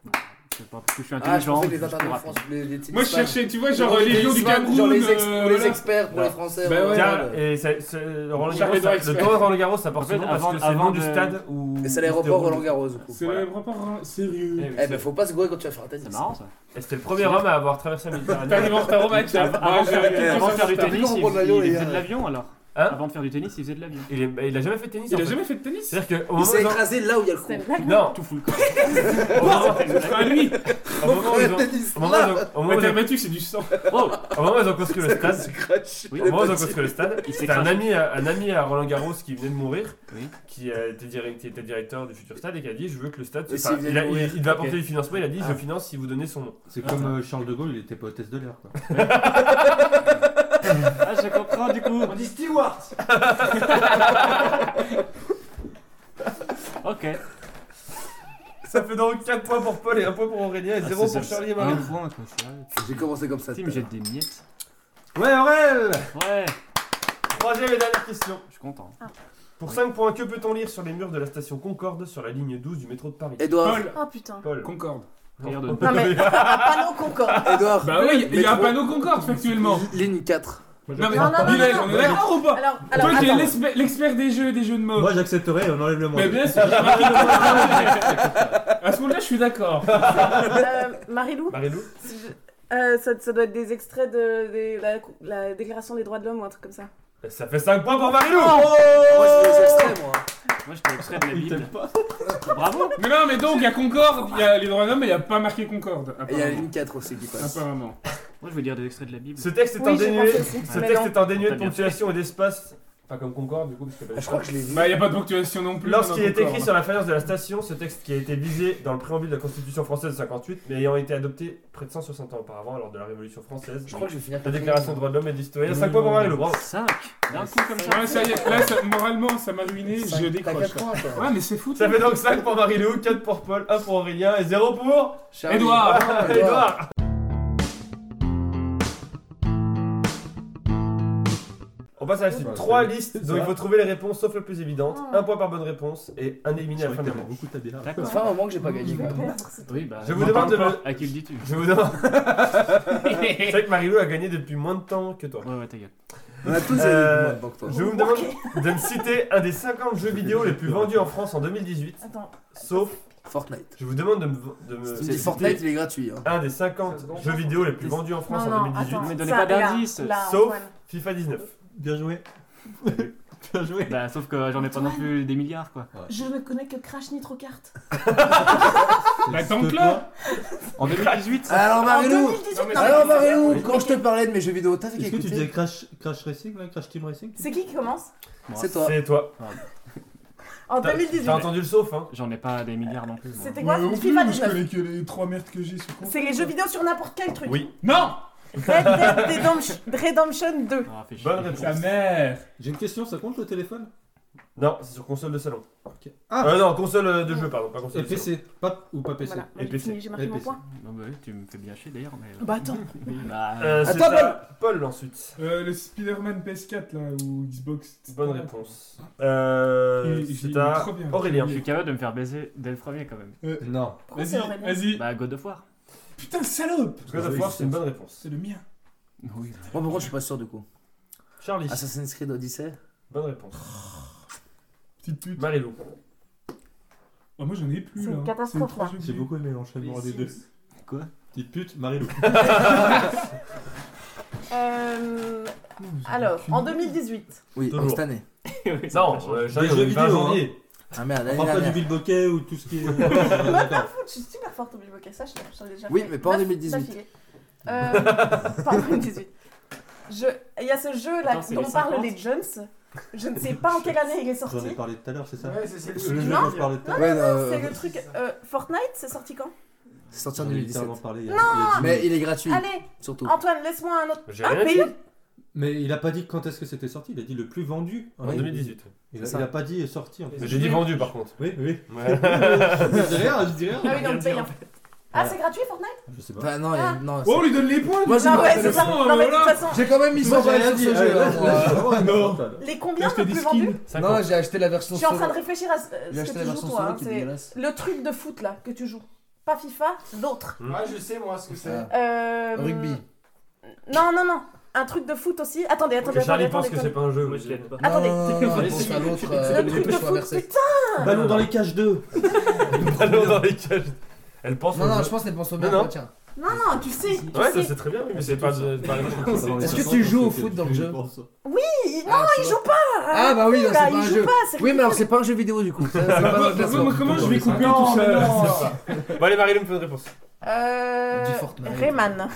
[SPEAKER 2] C'est pas parce que je suis
[SPEAKER 6] Ah, je
[SPEAKER 2] intelligent.
[SPEAKER 6] pensais
[SPEAKER 2] je
[SPEAKER 6] que les
[SPEAKER 2] suis
[SPEAKER 6] internautes
[SPEAKER 2] rapide.
[SPEAKER 6] français, les, les tennisman-
[SPEAKER 4] Moi je cherchais, tu vois, genre
[SPEAKER 6] les
[SPEAKER 4] les lions du
[SPEAKER 6] tennisman,
[SPEAKER 4] Cameroun
[SPEAKER 6] Genre les, ex-
[SPEAKER 4] euh,
[SPEAKER 6] pour les
[SPEAKER 4] voilà.
[SPEAKER 6] experts, pour
[SPEAKER 3] Bah
[SPEAKER 6] les français. euh,
[SPEAKER 4] ouais.
[SPEAKER 6] voilà.
[SPEAKER 3] Car, et ça- ce- Roland Garros,
[SPEAKER 4] Charles
[SPEAKER 3] ça-
[SPEAKER 4] Edouard
[SPEAKER 3] le tournoi Roland Garros, ça porte
[SPEAKER 2] En
[SPEAKER 3] son
[SPEAKER 2] fait,
[SPEAKER 3] nom
[SPEAKER 2] avant-
[SPEAKER 3] parce que c'est le nom
[SPEAKER 2] avant
[SPEAKER 3] du
[SPEAKER 2] de-
[SPEAKER 3] stade où.
[SPEAKER 6] Et
[SPEAKER 3] où
[SPEAKER 6] c'est
[SPEAKER 3] se
[SPEAKER 6] l'aéroport
[SPEAKER 3] déroule.
[SPEAKER 6] Roland Garros. du coup.
[SPEAKER 4] C'est
[SPEAKER 3] Voilà.
[SPEAKER 4] l'aéroport hein, sérieux.
[SPEAKER 6] Eh ben faut pas se gourer quand tu vas faire un tennis.
[SPEAKER 2] C'est marrant ça.
[SPEAKER 3] Et c'était le premier homme à avoir traversé la Méditerranée.
[SPEAKER 4] T'arrives en retard au match là.
[SPEAKER 2] Avant
[SPEAKER 4] Ah, Ouais, j'ai-
[SPEAKER 2] avant de faire du
[SPEAKER 4] j'ai-
[SPEAKER 2] tennis,
[SPEAKER 6] Avant de
[SPEAKER 2] il
[SPEAKER 6] prendre l'avion,
[SPEAKER 2] il
[SPEAKER 6] les
[SPEAKER 2] faisait
[SPEAKER 6] gars.
[SPEAKER 2] de l'avion alors.
[SPEAKER 3] Hein
[SPEAKER 2] Avant de faire du tennis, il faisait de l'avion.
[SPEAKER 3] Il, est- bah, il a jamais fait de tennis. en
[SPEAKER 4] Il a
[SPEAKER 3] fait.
[SPEAKER 4] jamais fait de tennis
[SPEAKER 3] C'est-à-dire que au
[SPEAKER 6] Il
[SPEAKER 3] moment
[SPEAKER 6] s'est
[SPEAKER 3] où ils ont-
[SPEAKER 6] écrasé là où il y a le coup.
[SPEAKER 5] C'est une blague.
[SPEAKER 3] Non,
[SPEAKER 2] Tout fout le corps.
[SPEAKER 3] au moment-
[SPEAKER 4] À lui
[SPEAKER 2] Ah,
[SPEAKER 3] au moment où ils ont-
[SPEAKER 6] tennis,
[SPEAKER 3] au moment où ils ont- au moment
[SPEAKER 4] Ouais,
[SPEAKER 3] où ils
[SPEAKER 4] t'as
[SPEAKER 3] ont-
[SPEAKER 4] battu que c'est du sang.
[SPEAKER 3] Oh, au moment où ils ont construit le stade,
[SPEAKER 6] Crutch.
[SPEAKER 2] Oui,
[SPEAKER 3] Au moment où ils ont construit le stade,
[SPEAKER 2] Il
[SPEAKER 3] c'était un
[SPEAKER 2] s'écrase.
[SPEAKER 3] ami, à- un ami à Roland Garros qui venait de mourir,
[SPEAKER 2] Oui.
[SPEAKER 3] qui, euh, était direct- qui était directeur du futur stade et qui a dit Je veux que le stade.
[SPEAKER 6] Et
[SPEAKER 3] enfin,
[SPEAKER 6] s'il venait
[SPEAKER 3] il, a-
[SPEAKER 6] de
[SPEAKER 3] il-
[SPEAKER 6] mourir,
[SPEAKER 3] il devait
[SPEAKER 6] ok.
[SPEAKER 3] apporter du financement, il a dit
[SPEAKER 6] Ah.
[SPEAKER 3] Je finance si vous donnez son nom.
[SPEAKER 1] C'est comme euh, Charles de Gaulle, il était pas hôtesse de l'air. quoi.
[SPEAKER 2] Ah, je comprends du coup.
[SPEAKER 6] On dit Stewart.
[SPEAKER 2] Ok.
[SPEAKER 3] Ça fait donc 4 points pour Paul et 1 point pour Aurélien
[SPEAKER 1] Ah,
[SPEAKER 3] et 0 pour Charlie et Marie.
[SPEAKER 1] Même point, quoi, c'est vrai.
[SPEAKER 6] J'ai commencé comme ça.
[SPEAKER 2] Tim
[SPEAKER 6] tout à
[SPEAKER 2] jette
[SPEAKER 6] l'heure.
[SPEAKER 2] des miettes.
[SPEAKER 1] Ouais, Aurel
[SPEAKER 2] Ouais,
[SPEAKER 3] Troisième et dernière question.
[SPEAKER 2] je suis content.
[SPEAKER 3] Pour 5 points, que peut-on lire sur les murs de la station Concorde sur la ligne 12 du métro de Paris
[SPEAKER 6] Edouard,
[SPEAKER 5] Ah putain.
[SPEAKER 3] Paul.
[SPEAKER 4] Concorde.
[SPEAKER 2] Regarde.
[SPEAKER 5] Non mais,
[SPEAKER 3] [laughs]
[SPEAKER 5] un panneau concorde.
[SPEAKER 6] Edouard.
[SPEAKER 4] Bah oui, il y a un
[SPEAKER 6] Métro.
[SPEAKER 4] panneau Concorde factuellement.
[SPEAKER 6] Ligne 4.
[SPEAKER 4] Non mais
[SPEAKER 5] Non, non, non,
[SPEAKER 4] Bilal,
[SPEAKER 5] non,
[SPEAKER 4] on
[SPEAKER 5] non.
[SPEAKER 4] est d'accord ou pas
[SPEAKER 5] Alors,
[SPEAKER 2] Ah,
[SPEAKER 5] alors,
[SPEAKER 4] Toi qui es
[SPEAKER 5] attends.
[SPEAKER 4] l'expert- l'expert des jeux et des jeux de mots.
[SPEAKER 1] Moi j'accepterai, on enlève le moins.
[SPEAKER 4] Mais bien sûr, j'ai marqué le point. À ce moment-là, je suis d'accord.
[SPEAKER 5] Euh, Marie-Lou,
[SPEAKER 2] Bah.
[SPEAKER 3] Marie-Lou
[SPEAKER 5] si je- euh, ça, ça doit être des extraits de, des- la, la Déclaration des droits de l'homme ou un truc comme ça.
[SPEAKER 3] Ça fait 5 points pour Oh Marie-Lou
[SPEAKER 1] Oh
[SPEAKER 6] Moi, je fais les extraits, moi.
[SPEAKER 2] Moi, je t'ai extrait de la Bible.
[SPEAKER 1] pas.
[SPEAKER 2] Bravo.
[SPEAKER 4] Mais non, mais donc, il y a Concorde, il y a les droits de l'homme, mais il n'y a pas marqué Concorde.
[SPEAKER 6] Et il y a la
[SPEAKER 4] Apparemment.
[SPEAKER 6] ligne 4 aussi qui passe.
[SPEAKER 4] Apparemment.
[SPEAKER 2] Moi, je veux dire des extraits de la Bible.
[SPEAKER 3] Ce texte étant
[SPEAKER 5] Oui, j'ai
[SPEAKER 3] dénué,
[SPEAKER 5] pensé aussi.
[SPEAKER 3] ce
[SPEAKER 5] Mais
[SPEAKER 3] texte
[SPEAKER 5] non.
[SPEAKER 3] étant dénué de
[SPEAKER 2] T'as bien
[SPEAKER 3] ponctuation et d'espace. Pas comme Concorde du coup, parce que pas
[SPEAKER 6] Je crois que je l'ai vu.
[SPEAKER 4] Bah, il n'y a pas de ponctuation non plus.
[SPEAKER 3] Lorsqu'il
[SPEAKER 4] dans
[SPEAKER 3] est écrit
[SPEAKER 4] Concorde.
[SPEAKER 3] sur la faïence de la station, ce texte qui a été visé dans le préambule de la Constitution française de 58, mais ayant été adopté près de 160 ans auparavant lors de la Révolution française,
[SPEAKER 6] Je crois que je vais finir
[SPEAKER 3] la
[SPEAKER 6] par-
[SPEAKER 3] Déclaration des droits de l'homme et des citoyens,
[SPEAKER 2] Mmh.
[SPEAKER 3] 5 points pour Marie-Lou, bravo.
[SPEAKER 2] 5 D'un coup comme ça.
[SPEAKER 4] Ouais, ça y est, là, ça- moralement, ça m'a ruiné, je
[SPEAKER 6] Cinq- T'as
[SPEAKER 4] décroche.
[SPEAKER 6] 4 points, quoi.
[SPEAKER 4] Ouais, mais c'est fou.
[SPEAKER 3] Ça fait donc 5 pour Marie-Lou, 4 pour Paul, 1 pour Aurélien et 0 pour
[SPEAKER 6] Charlie.
[SPEAKER 4] Edouard.
[SPEAKER 6] Ah, Edouard.
[SPEAKER 3] Edouard. On passe à la suite.
[SPEAKER 1] Bah,
[SPEAKER 3] 3
[SPEAKER 1] c'est-
[SPEAKER 3] listes
[SPEAKER 1] c'est
[SPEAKER 3] dont il
[SPEAKER 1] ça.
[SPEAKER 3] faut trouver les réponses sauf la plus évidente.
[SPEAKER 6] Oh.
[SPEAKER 5] Ah.
[SPEAKER 3] 1 point par bonne réponse et 1 éliminé à la fin de la manche.
[SPEAKER 1] beaucoup ta bière.
[SPEAKER 6] Ça
[SPEAKER 2] D'accord.
[SPEAKER 6] fait un moment que j'ai pas gagné, quand même.
[SPEAKER 2] Oui, bah,
[SPEAKER 3] Je vous
[SPEAKER 2] m'en
[SPEAKER 3] demande
[SPEAKER 2] parle
[SPEAKER 3] de
[SPEAKER 2] pas. À qui le dis-tu
[SPEAKER 3] Je vous
[SPEAKER 5] [laughs]
[SPEAKER 3] demande. C'est vrai que Marilou a gagné depuis moins de temps que toi.
[SPEAKER 2] Ouais, ouais, ta gueule.
[SPEAKER 6] On a tous gagné
[SPEAKER 3] Euh,
[SPEAKER 6] moins de banque, toi.
[SPEAKER 3] Je vous demande de me citer un des 50 jeux vidéo les plus vendus en France en 2018,
[SPEAKER 5] Attends.
[SPEAKER 3] sauf.
[SPEAKER 6] Fortnite.
[SPEAKER 3] Je vous demande de me, de me
[SPEAKER 1] euh,
[SPEAKER 6] Tu me
[SPEAKER 3] citer
[SPEAKER 6] dis Fortnite, il est gratuit. hein.
[SPEAKER 3] un des 50 jeux vidéo les plus vendus en France
[SPEAKER 5] non,
[SPEAKER 3] en
[SPEAKER 5] non,
[SPEAKER 3] 2018,
[SPEAKER 5] attends.
[SPEAKER 2] Mais donnez
[SPEAKER 5] ça,
[SPEAKER 2] pas
[SPEAKER 5] là,
[SPEAKER 2] d'indice.
[SPEAKER 5] là,
[SPEAKER 3] Sauf-
[SPEAKER 5] Antoine.
[SPEAKER 3] FIFA 19.
[SPEAKER 1] Bien joué. Bien joué.
[SPEAKER 2] Bah, sauf que j'en ai pas non plus des milliards, quoi.
[SPEAKER 5] Je ne connais que Crash Nitro Kart.
[SPEAKER 4] Bah,
[SPEAKER 1] C'est
[SPEAKER 4] tant que
[SPEAKER 1] toi.
[SPEAKER 4] là.
[SPEAKER 2] En 2018
[SPEAKER 6] Alors,
[SPEAKER 5] En
[SPEAKER 6] Marilou.
[SPEAKER 5] 2018, non,
[SPEAKER 6] Alors,
[SPEAKER 5] mais-
[SPEAKER 6] Marilou, quand je te parlais de mes jeux vidéo, t'avais
[SPEAKER 1] Est-ce que tu
[SPEAKER 6] écouté
[SPEAKER 1] disais Crash, Crash Racing, là, Crash Team Racing
[SPEAKER 5] C'est qui qui commence
[SPEAKER 6] C'est toi.
[SPEAKER 3] C'est toi.
[SPEAKER 5] En
[SPEAKER 3] T'as-
[SPEAKER 5] 2018.
[SPEAKER 3] T'as entendu le sauf, hein
[SPEAKER 2] J'en ai pas des milliards non plus. moi.
[SPEAKER 5] C'était quoi
[SPEAKER 10] Ouais, non plus,
[SPEAKER 5] FIFA
[SPEAKER 10] moi, je
[SPEAKER 5] 19.
[SPEAKER 10] connais que les trois merdes que j'ai sur compte.
[SPEAKER 5] C'est les jeux vidéo sur n'importe quel truc.
[SPEAKER 3] Oui.
[SPEAKER 4] Non
[SPEAKER 5] Red Dead Redemption- Redemption 2.
[SPEAKER 2] Ah, fais chier.
[SPEAKER 3] Bonne réponse.
[SPEAKER 4] Sa mère
[SPEAKER 1] J'ai une question, ça compte le téléphone
[SPEAKER 3] Non, c'est sur console de salon.
[SPEAKER 1] Ok.
[SPEAKER 3] Ah
[SPEAKER 1] Ah.
[SPEAKER 3] non, console euh, de jeu, pardon, pas console
[SPEAKER 1] Et
[SPEAKER 3] de salon.
[SPEAKER 1] PC pas, Ou pas PC
[SPEAKER 5] Voilà,
[SPEAKER 3] Et PC.
[SPEAKER 5] j'ai marqué mon
[SPEAKER 1] PC.
[SPEAKER 5] point.
[SPEAKER 2] Non, bah, oui, tu me fais bien chier d'ailleurs. Mais...
[SPEAKER 5] Bah attends.
[SPEAKER 2] Oui, bah,
[SPEAKER 3] Euh, c'est
[SPEAKER 6] Attends,
[SPEAKER 3] à Paul ensuite.
[SPEAKER 4] Euh, Le Spider-Man PS4 là, ou Xbox. c'est
[SPEAKER 3] Bonne
[SPEAKER 4] pas mal.
[SPEAKER 3] réponse. Euh,
[SPEAKER 4] Il- il- il
[SPEAKER 3] c'est
[SPEAKER 4] est
[SPEAKER 3] à
[SPEAKER 4] trop bien.
[SPEAKER 3] Aurélien.
[SPEAKER 2] Je suis capable de me faire baiser dès le premier quand même.
[SPEAKER 1] Non.
[SPEAKER 5] Pourquoi
[SPEAKER 4] Vas-y,
[SPEAKER 5] c'est Aurélien
[SPEAKER 4] vas-y.
[SPEAKER 2] Bah, God of War.
[SPEAKER 4] Putain, salope
[SPEAKER 3] Parce que God of War, c'est une bonne réponse.
[SPEAKER 4] C'est le mien.
[SPEAKER 2] Oui.
[SPEAKER 6] Moi, par contre, je suis pas sûr du coup.
[SPEAKER 3] Charlie,
[SPEAKER 6] Assassin's Creed Odyssey.
[SPEAKER 3] bonne réponse.
[SPEAKER 4] Petite pute.
[SPEAKER 3] Marilou.
[SPEAKER 4] Ah, moi, j'en ai plus
[SPEAKER 5] C'est
[SPEAKER 4] là.
[SPEAKER 5] une catastrophe,
[SPEAKER 4] trois
[SPEAKER 5] là.
[SPEAKER 4] jeux
[SPEAKER 1] J'ai
[SPEAKER 4] vidéo.
[SPEAKER 1] beaucoup aimé l'enchaînement des deux.
[SPEAKER 2] Quoi
[SPEAKER 1] Petite pute, Marie-Lou.
[SPEAKER 5] Euh, alors, en 2018.
[SPEAKER 6] Oui,
[SPEAKER 1] Toujours.
[SPEAKER 6] cette année.
[SPEAKER 2] [laughs] Oui, ça
[SPEAKER 3] Non,
[SPEAKER 2] change.
[SPEAKER 3] euh,
[SPEAKER 1] Des jeux
[SPEAKER 3] Charlie, on est
[SPEAKER 1] vidéo,
[SPEAKER 3] en
[SPEAKER 1] hein.
[SPEAKER 3] janvier.
[SPEAKER 6] Ah merde, l'année
[SPEAKER 1] On parle pas du
[SPEAKER 6] dernière.
[SPEAKER 1] Bill Bokeh ou tout ce qui est. D'accord.
[SPEAKER 5] Oh, Je suis super forte au Bilboquet, ça, je l'ai- j'en ai déjà
[SPEAKER 6] Oui,
[SPEAKER 5] fait
[SPEAKER 6] mais pas en
[SPEAKER 5] neuf
[SPEAKER 6] 2018.
[SPEAKER 5] d'affilée. Euh, [laughs] pas en 2018. Je... Il y a ce jeu là
[SPEAKER 2] Attends, c'est
[SPEAKER 5] dont
[SPEAKER 2] les
[SPEAKER 5] parlent
[SPEAKER 2] 50.
[SPEAKER 5] les Jones. Je ne sais pas en quelle année il est
[SPEAKER 1] J'en ai
[SPEAKER 5] sorti.
[SPEAKER 1] parlé tout à l'heure, hein. c'est ça
[SPEAKER 10] Ouais, c'est
[SPEAKER 1] Le
[SPEAKER 3] Euh,
[SPEAKER 10] celle-ci.
[SPEAKER 1] jeu
[SPEAKER 5] Non.
[SPEAKER 1] dont je parlais tout à l'heure.
[SPEAKER 6] Ouais,
[SPEAKER 5] C'est
[SPEAKER 6] euh,
[SPEAKER 5] le truc. euh, Fortnite, Ah, c'est sorti quand
[SPEAKER 6] c'est sorti en
[SPEAKER 1] J'en ai
[SPEAKER 6] 2017.
[SPEAKER 1] Ah, littéralement parlé il y a- il y a dix
[SPEAKER 6] Ah, Mais
[SPEAKER 1] minutes.
[SPEAKER 6] il est gratuit,
[SPEAKER 5] Allez, Ah.
[SPEAKER 6] surtout.
[SPEAKER 5] Antoine, laisse-moi un autre.
[SPEAKER 3] J'ai
[SPEAKER 5] Un
[SPEAKER 3] rien dit.
[SPEAKER 5] pays
[SPEAKER 1] Mais il a pas dit quand est-ce que c'était sorti, il a dit le plus vendu
[SPEAKER 3] En 2018.
[SPEAKER 1] Il
[SPEAKER 6] C'est
[SPEAKER 1] a,
[SPEAKER 6] ça.
[SPEAKER 1] il a pas dit sorti en fait.
[SPEAKER 3] Mais J'ai dit vendu par contre.
[SPEAKER 1] Oui, oui.
[SPEAKER 3] Ouais.
[SPEAKER 1] je dis rien, je dis rien.
[SPEAKER 5] Ah oui, dans le pays en fait. Ah, c'est gratuit Fortnite
[SPEAKER 1] Je sais pas.
[SPEAKER 6] Bah non, il y
[SPEAKER 5] Ah.
[SPEAKER 6] a- non.
[SPEAKER 4] Oh, on lui donne les points
[SPEAKER 6] Moi,
[SPEAKER 4] du
[SPEAKER 6] j'ai-
[SPEAKER 4] coup.
[SPEAKER 5] Non, ouais, c'est ça.
[SPEAKER 4] Bon,
[SPEAKER 5] Non, mais de toute
[SPEAKER 4] voilà.
[SPEAKER 5] façon,
[SPEAKER 6] J'ai quand même mis
[SPEAKER 1] Moi,
[SPEAKER 6] 100
[SPEAKER 1] j'ai rien
[SPEAKER 6] balles
[SPEAKER 1] dit. Ah,
[SPEAKER 6] sur ce
[SPEAKER 1] allez,
[SPEAKER 6] jeu.
[SPEAKER 1] là, là,
[SPEAKER 6] hein.
[SPEAKER 1] je-
[SPEAKER 4] Non.
[SPEAKER 5] les
[SPEAKER 4] J'ai
[SPEAKER 5] combien
[SPEAKER 4] acheté
[SPEAKER 5] le
[SPEAKER 4] des
[SPEAKER 5] plus
[SPEAKER 4] skins.
[SPEAKER 5] vendu
[SPEAKER 3] Cinq
[SPEAKER 6] Non,
[SPEAKER 3] ans.
[SPEAKER 6] j'ai acheté la version
[SPEAKER 5] Je suis en train
[SPEAKER 6] solo.
[SPEAKER 5] de réfléchir à ce euh,
[SPEAKER 6] J'ai
[SPEAKER 5] ce
[SPEAKER 6] acheté
[SPEAKER 5] que
[SPEAKER 6] la
[SPEAKER 5] tu joues
[SPEAKER 6] version
[SPEAKER 5] toi.
[SPEAKER 6] solo
[SPEAKER 5] hein,
[SPEAKER 6] qui est
[SPEAKER 5] c'est
[SPEAKER 6] dégueulasse.
[SPEAKER 5] le truc de foot là que tu joues. Pas FIFA, d'autres.
[SPEAKER 3] Hmm.
[SPEAKER 10] Ah, je sais, moi, ce que c'est.
[SPEAKER 6] Ah,
[SPEAKER 5] Euh,
[SPEAKER 6] Rugby.
[SPEAKER 5] Non, non, non. Un truc de foot aussi. Attendez, attendez, attendez.
[SPEAKER 3] Charlie pense
[SPEAKER 5] attendez,
[SPEAKER 3] que c'est
[SPEAKER 5] attendez.
[SPEAKER 3] pas un jeu.
[SPEAKER 2] Moi, je l'aime
[SPEAKER 3] [laughs]
[SPEAKER 2] pas.
[SPEAKER 5] Attendez.
[SPEAKER 6] Non, non, non, je pense à l'autre, euh,
[SPEAKER 5] Le truc de
[SPEAKER 6] dépêche-toi,
[SPEAKER 5] foot,
[SPEAKER 6] Versailles.
[SPEAKER 5] putain
[SPEAKER 1] Ballon dans les cages 2.
[SPEAKER 3] Ballon dans les cages. Elle pense
[SPEAKER 6] Non,
[SPEAKER 3] au
[SPEAKER 6] non,
[SPEAKER 3] jeu.
[SPEAKER 6] je pense qu'elle pense au
[SPEAKER 3] Non,
[SPEAKER 6] bien.
[SPEAKER 3] non.
[SPEAKER 6] Tiens.
[SPEAKER 5] Non, non, tu sais. tu
[SPEAKER 3] Ouais, ça
[SPEAKER 5] sais.
[SPEAKER 3] c'est très bien, mais c'est pas. de- pas de-
[SPEAKER 6] Est-ce que tu joues au foot dans le jeu
[SPEAKER 5] Il- Non,
[SPEAKER 6] Ah, tu
[SPEAKER 5] il
[SPEAKER 6] vois.
[SPEAKER 5] joue pas.
[SPEAKER 6] Ah bah oui, non,
[SPEAKER 5] là,
[SPEAKER 6] c'est pas
[SPEAKER 5] il
[SPEAKER 6] un
[SPEAKER 5] joue
[SPEAKER 6] jeu.
[SPEAKER 5] pas. c'est
[SPEAKER 6] Oui, mais alors
[SPEAKER 5] ridicule.
[SPEAKER 6] c'est pas un jeu vidéo du coup. Ça, c'est pas dans le
[SPEAKER 11] Moi,
[SPEAKER 6] classement.
[SPEAKER 11] moi, Comment je vais couper
[SPEAKER 4] Non,
[SPEAKER 11] tout
[SPEAKER 4] mais non.
[SPEAKER 11] ça
[SPEAKER 3] Bon, allez, Marie, me fais une réponse.
[SPEAKER 6] Du
[SPEAKER 5] Euh.
[SPEAKER 6] Fortnite.
[SPEAKER 5] Rayman.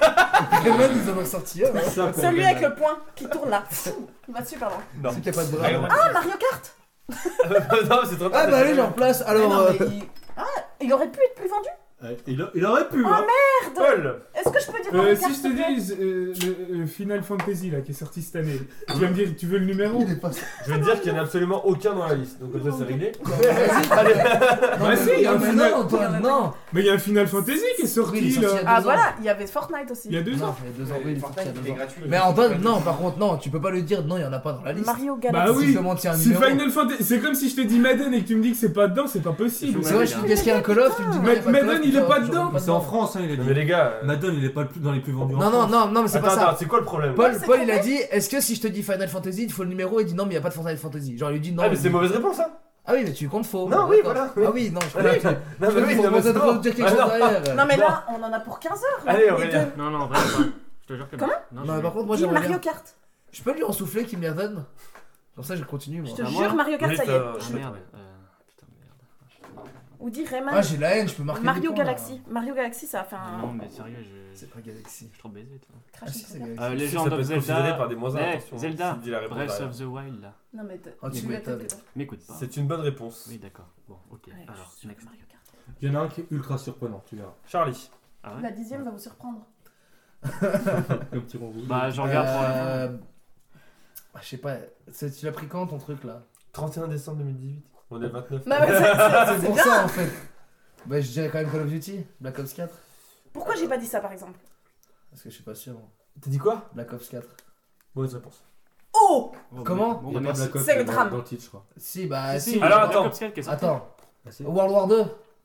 [SPEAKER 6] Rayman nous en a sorti un. hein.
[SPEAKER 5] Celui avec le point qui tourne là. Fou, Il va dessus, pardon.
[SPEAKER 3] [laughs] Non.
[SPEAKER 6] C'est qu'il n'y a pas de bras.
[SPEAKER 3] Allez,
[SPEAKER 6] moi.
[SPEAKER 3] Marie.
[SPEAKER 5] Ah, Mario Kart
[SPEAKER 3] non, c'est trop
[SPEAKER 6] Ah bah allez, j'en place. Alors,
[SPEAKER 5] Ah, non,
[SPEAKER 6] euh,
[SPEAKER 5] mais il... Ah, il aurait pu être plus vendu
[SPEAKER 1] Euh, il, a- il aurait pu,
[SPEAKER 5] Oh,
[SPEAKER 1] hein.
[SPEAKER 5] Merde
[SPEAKER 3] Paul
[SPEAKER 5] Est-ce que je peux dire
[SPEAKER 4] Euh,
[SPEAKER 5] Mario
[SPEAKER 4] si
[SPEAKER 5] Kart
[SPEAKER 4] je te dis euh, le, le Final Fantasy là qui est sorti cette année, tu vas me dire tu veux le numéro
[SPEAKER 12] Il est pas
[SPEAKER 3] Je vais te dire qu'il n'y en a absolument aucun dans la liste, donc comme ça c'est réglé.
[SPEAKER 6] Vas-y. Non,
[SPEAKER 4] Bah
[SPEAKER 6] mais-
[SPEAKER 4] si, il y a un
[SPEAKER 6] mais
[SPEAKER 4] final.
[SPEAKER 6] non, Antoine, non.
[SPEAKER 4] Mais il y a un Final Fantasy qui est
[SPEAKER 6] Oui, il
[SPEAKER 4] sorti euh,
[SPEAKER 6] est sorti il
[SPEAKER 4] là.
[SPEAKER 6] y a deux
[SPEAKER 5] Ah
[SPEAKER 6] ans.
[SPEAKER 5] voilà, il y avait Fortnite aussi.
[SPEAKER 4] Il y a deux
[SPEAKER 6] Non,
[SPEAKER 4] ans.
[SPEAKER 6] il y a deux ans, oui, il est sorti il y a deux ans.
[SPEAKER 2] gratuit.
[SPEAKER 6] Mais Antoine, non, par contre, non, tu peux pas lui dire non, il n'y en a pas dans la liste.
[SPEAKER 5] Mario
[SPEAKER 4] Bah
[SPEAKER 5] Galaxy.
[SPEAKER 6] Si
[SPEAKER 4] oui.
[SPEAKER 6] je te montre, il y a un
[SPEAKER 4] Si
[SPEAKER 6] numéro.
[SPEAKER 4] Final Fantasy, c'est comme si je te dis Madden et que tu me dis que c'est pas dedans, c'est pas possible.
[SPEAKER 6] C'est vrai, je te dis qu'est-ce qu'il y a un Call of, tu me dis non, il y a pas de Call
[SPEAKER 4] Madden,
[SPEAKER 6] of,
[SPEAKER 4] il est
[SPEAKER 6] tu
[SPEAKER 4] pas
[SPEAKER 6] dis,
[SPEAKER 4] dedans.
[SPEAKER 6] pas
[SPEAKER 1] C'est en France, hein, il a
[SPEAKER 3] Non,
[SPEAKER 1] dit.
[SPEAKER 3] mais les gars. euh,
[SPEAKER 1] Madden, il est pas le plus- dans les plus vendus en
[SPEAKER 6] Non, non,
[SPEAKER 1] France.
[SPEAKER 6] non, non, mais c'est
[SPEAKER 3] Attends,
[SPEAKER 6] pas ça.
[SPEAKER 3] attends, c'est quoi le problème
[SPEAKER 6] Paul,
[SPEAKER 5] c'est
[SPEAKER 6] Paul,
[SPEAKER 5] quoi,
[SPEAKER 6] il a
[SPEAKER 5] ouais
[SPEAKER 6] dit est-ce que si je te dis Final Fantasy, il faut le numéro Il dit non, mais il n'y a pas de Final Fantasy. Genre, il lui dit non.
[SPEAKER 3] Ah, mais
[SPEAKER 6] il
[SPEAKER 3] c'est
[SPEAKER 6] dit-
[SPEAKER 3] mauvaise réponse, hein
[SPEAKER 6] Ah oui, mais tu comptes faux.
[SPEAKER 3] Non, oui,
[SPEAKER 6] D'accord.
[SPEAKER 3] voilà.
[SPEAKER 6] Ah oui, non, je comprends.
[SPEAKER 3] [laughs] Oui.
[SPEAKER 6] tu-
[SPEAKER 3] Non,
[SPEAKER 6] tu
[SPEAKER 3] non,
[SPEAKER 6] comprends pas,
[SPEAKER 3] c'est
[SPEAKER 6] t'as
[SPEAKER 3] bon.
[SPEAKER 6] trop dire quelque
[SPEAKER 3] Ah,
[SPEAKER 6] chose
[SPEAKER 3] non.
[SPEAKER 6] derrière.
[SPEAKER 5] Non mais
[SPEAKER 3] Bon.
[SPEAKER 5] là, on en a pour 15 heures. là,
[SPEAKER 3] Allez,
[SPEAKER 5] les
[SPEAKER 3] Aurélien.
[SPEAKER 5] deux.
[SPEAKER 2] Non, non, en vrai, pas. Je te jure que
[SPEAKER 5] Comment
[SPEAKER 2] non.
[SPEAKER 6] Non, mais Bah, par contre, moi
[SPEAKER 5] Dis
[SPEAKER 6] j'aimerais
[SPEAKER 5] Mario
[SPEAKER 6] bien.
[SPEAKER 5] Kart.
[SPEAKER 6] Je peux lui en souffler qu'il me la donne Comme ça, je continue, moi.
[SPEAKER 5] Je te
[SPEAKER 2] Ah, moi
[SPEAKER 5] jure, Mario Kart,
[SPEAKER 3] Oui,
[SPEAKER 5] ça y
[SPEAKER 3] t'as-
[SPEAKER 5] est.
[SPEAKER 2] Ah merde. Euh, putain, merde.
[SPEAKER 5] Ou dis Rayman.
[SPEAKER 6] Ah, j'ai la haine, je peux marquer. des
[SPEAKER 5] Mario
[SPEAKER 6] points,
[SPEAKER 5] Galaxy. Mario Galaxy, ça a fait
[SPEAKER 6] Ah.
[SPEAKER 5] un
[SPEAKER 2] Non, mais sérieux, je.
[SPEAKER 6] là. C'est
[SPEAKER 2] Je
[SPEAKER 6] pas Galaxy.
[SPEAKER 2] suis trop baisé, toi.
[SPEAKER 6] Ah,
[SPEAKER 5] crash.
[SPEAKER 6] si, c'est Galaxy.
[SPEAKER 2] Euh,
[SPEAKER 3] Je sais que
[SPEAKER 2] Legend
[SPEAKER 3] ça peut
[SPEAKER 2] of
[SPEAKER 3] être considéré
[SPEAKER 2] Zelda.
[SPEAKER 3] par des moins un,
[SPEAKER 2] Eh,
[SPEAKER 3] attention, hein,
[SPEAKER 2] Zelda.
[SPEAKER 3] si tu dis la réponse
[SPEAKER 2] Breath
[SPEAKER 3] derrière.
[SPEAKER 2] of the Wild, là.
[SPEAKER 5] Non mais t-
[SPEAKER 6] Ah, tu
[SPEAKER 5] tu l'as
[SPEAKER 6] m'étonnes.
[SPEAKER 5] peut-être.
[SPEAKER 2] M'écoute pas.
[SPEAKER 3] C'est une bonne réponse.
[SPEAKER 2] Oui, d'accord. Bon, ok.
[SPEAKER 5] Ouais, je
[SPEAKER 2] Alors,
[SPEAKER 5] suis sûre que
[SPEAKER 2] next.
[SPEAKER 5] Mario Kart.
[SPEAKER 1] Il y en a un qui est ultra surprenant, tu verras.
[SPEAKER 3] Charlie.
[SPEAKER 2] Ah ouais
[SPEAKER 5] La dixième va
[SPEAKER 6] [laughs]
[SPEAKER 5] vous surprendre.
[SPEAKER 1] Le petit rond rouge.
[SPEAKER 2] Bah, je regarde pour la fin.
[SPEAKER 6] Euh, ah, Je sais pas, c'est- tu l'as pris quand ton truc là
[SPEAKER 3] 31 décembre 2018. On est le 29.
[SPEAKER 5] Non, mais [laughs] c'est- c'est-
[SPEAKER 6] Bah, C'est pour ça en fait Bah je dirais quand même Call of Duty, Black Ops 4
[SPEAKER 5] Pourquoi j'ai pas dit ça par exemple
[SPEAKER 6] Parce que je suis pas sûr, hein.
[SPEAKER 3] T'as dit quoi
[SPEAKER 6] Black Ops 4
[SPEAKER 3] Mauvaise réponse.
[SPEAKER 5] Oh
[SPEAKER 2] Bon,
[SPEAKER 6] Comment
[SPEAKER 2] bon,
[SPEAKER 1] euh, Il y
[SPEAKER 2] bah,
[SPEAKER 1] en a
[SPEAKER 2] merci.
[SPEAKER 1] Black Ops
[SPEAKER 5] C'est le
[SPEAKER 1] dans-
[SPEAKER 5] drame.
[SPEAKER 1] euh, dans le titre, je crois.
[SPEAKER 6] Si bah si,
[SPEAKER 3] Alors,
[SPEAKER 2] Black
[SPEAKER 3] attends.
[SPEAKER 2] Ops 4 qui est sorti.
[SPEAKER 6] Attends,
[SPEAKER 1] Ah, c'est-
[SPEAKER 6] World War 2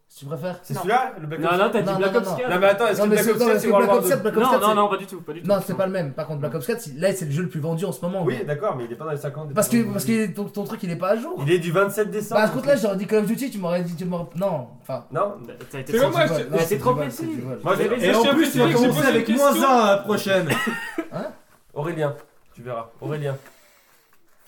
[SPEAKER 6] si tu préfères
[SPEAKER 3] C'est
[SPEAKER 5] Non.
[SPEAKER 3] celui-là Le Black
[SPEAKER 2] Non,
[SPEAKER 3] Ops
[SPEAKER 2] non, t'as dit
[SPEAKER 6] Non, non,
[SPEAKER 2] Black
[SPEAKER 6] non,
[SPEAKER 2] Ops
[SPEAKER 6] non.
[SPEAKER 2] 4.
[SPEAKER 3] Non, mais attends, est-ce que
[SPEAKER 6] Non mais
[SPEAKER 3] Black
[SPEAKER 6] c'est
[SPEAKER 3] Ops
[SPEAKER 6] non,
[SPEAKER 3] 4
[SPEAKER 6] parce
[SPEAKER 3] c'est
[SPEAKER 6] que Black
[SPEAKER 3] World War
[SPEAKER 6] Ops
[SPEAKER 3] 2
[SPEAKER 6] 4, Black Ops
[SPEAKER 2] Non,
[SPEAKER 6] 4
[SPEAKER 2] non,
[SPEAKER 6] c'est-
[SPEAKER 2] non, pas du tout. Pas du tout.
[SPEAKER 6] Non c'est pas le même, par contre Black Ops 4 il- là c'est le jeu le plus vendu en ce moment
[SPEAKER 3] Oui,
[SPEAKER 6] gros.
[SPEAKER 3] d'accord, mais il est pas dans les 50.
[SPEAKER 6] Parce que, parce que ton, ton truc il est pas à jour
[SPEAKER 3] Il est du 27 décembre.
[SPEAKER 6] Bah par contre là j'aurais dit Call of Duty, tu m'aurais dit... Tu m'aurais... Non, enfin...
[SPEAKER 3] Non
[SPEAKER 2] T'as été
[SPEAKER 4] C'est
[SPEAKER 2] sorti.
[SPEAKER 4] comme moi,
[SPEAKER 6] du
[SPEAKER 4] je-
[SPEAKER 6] vol. Non,
[SPEAKER 2] mais c'est
[SPEAKER 6] du
[SPEAKER 2] trop
[SPEAKER 6] vol,
[SPEAKER 2] petit.
[SPEAKER 6] c'est du vol.
[SPEAKER 3] Moi, j'ai-
[SPEAKER 1] Et en
[SPEAKER 4] Je
[SPEAKER 1] plus,
[SPEAKER 4] sais
[SPEAKER 1] il va
[SPEAKER 4] que j'ai
[SPEAKER 1] commencer
[SPEAKER 4] posé
[SPEAKER 1] avec
[SPEAKER 4] une
[SPEAKER 1] moins 1
[SPEAKER 4] question.
[SPEAKER 1] à la prochaine.
[SPEAKER 3] Aurélien. Tu verras. Aurélien.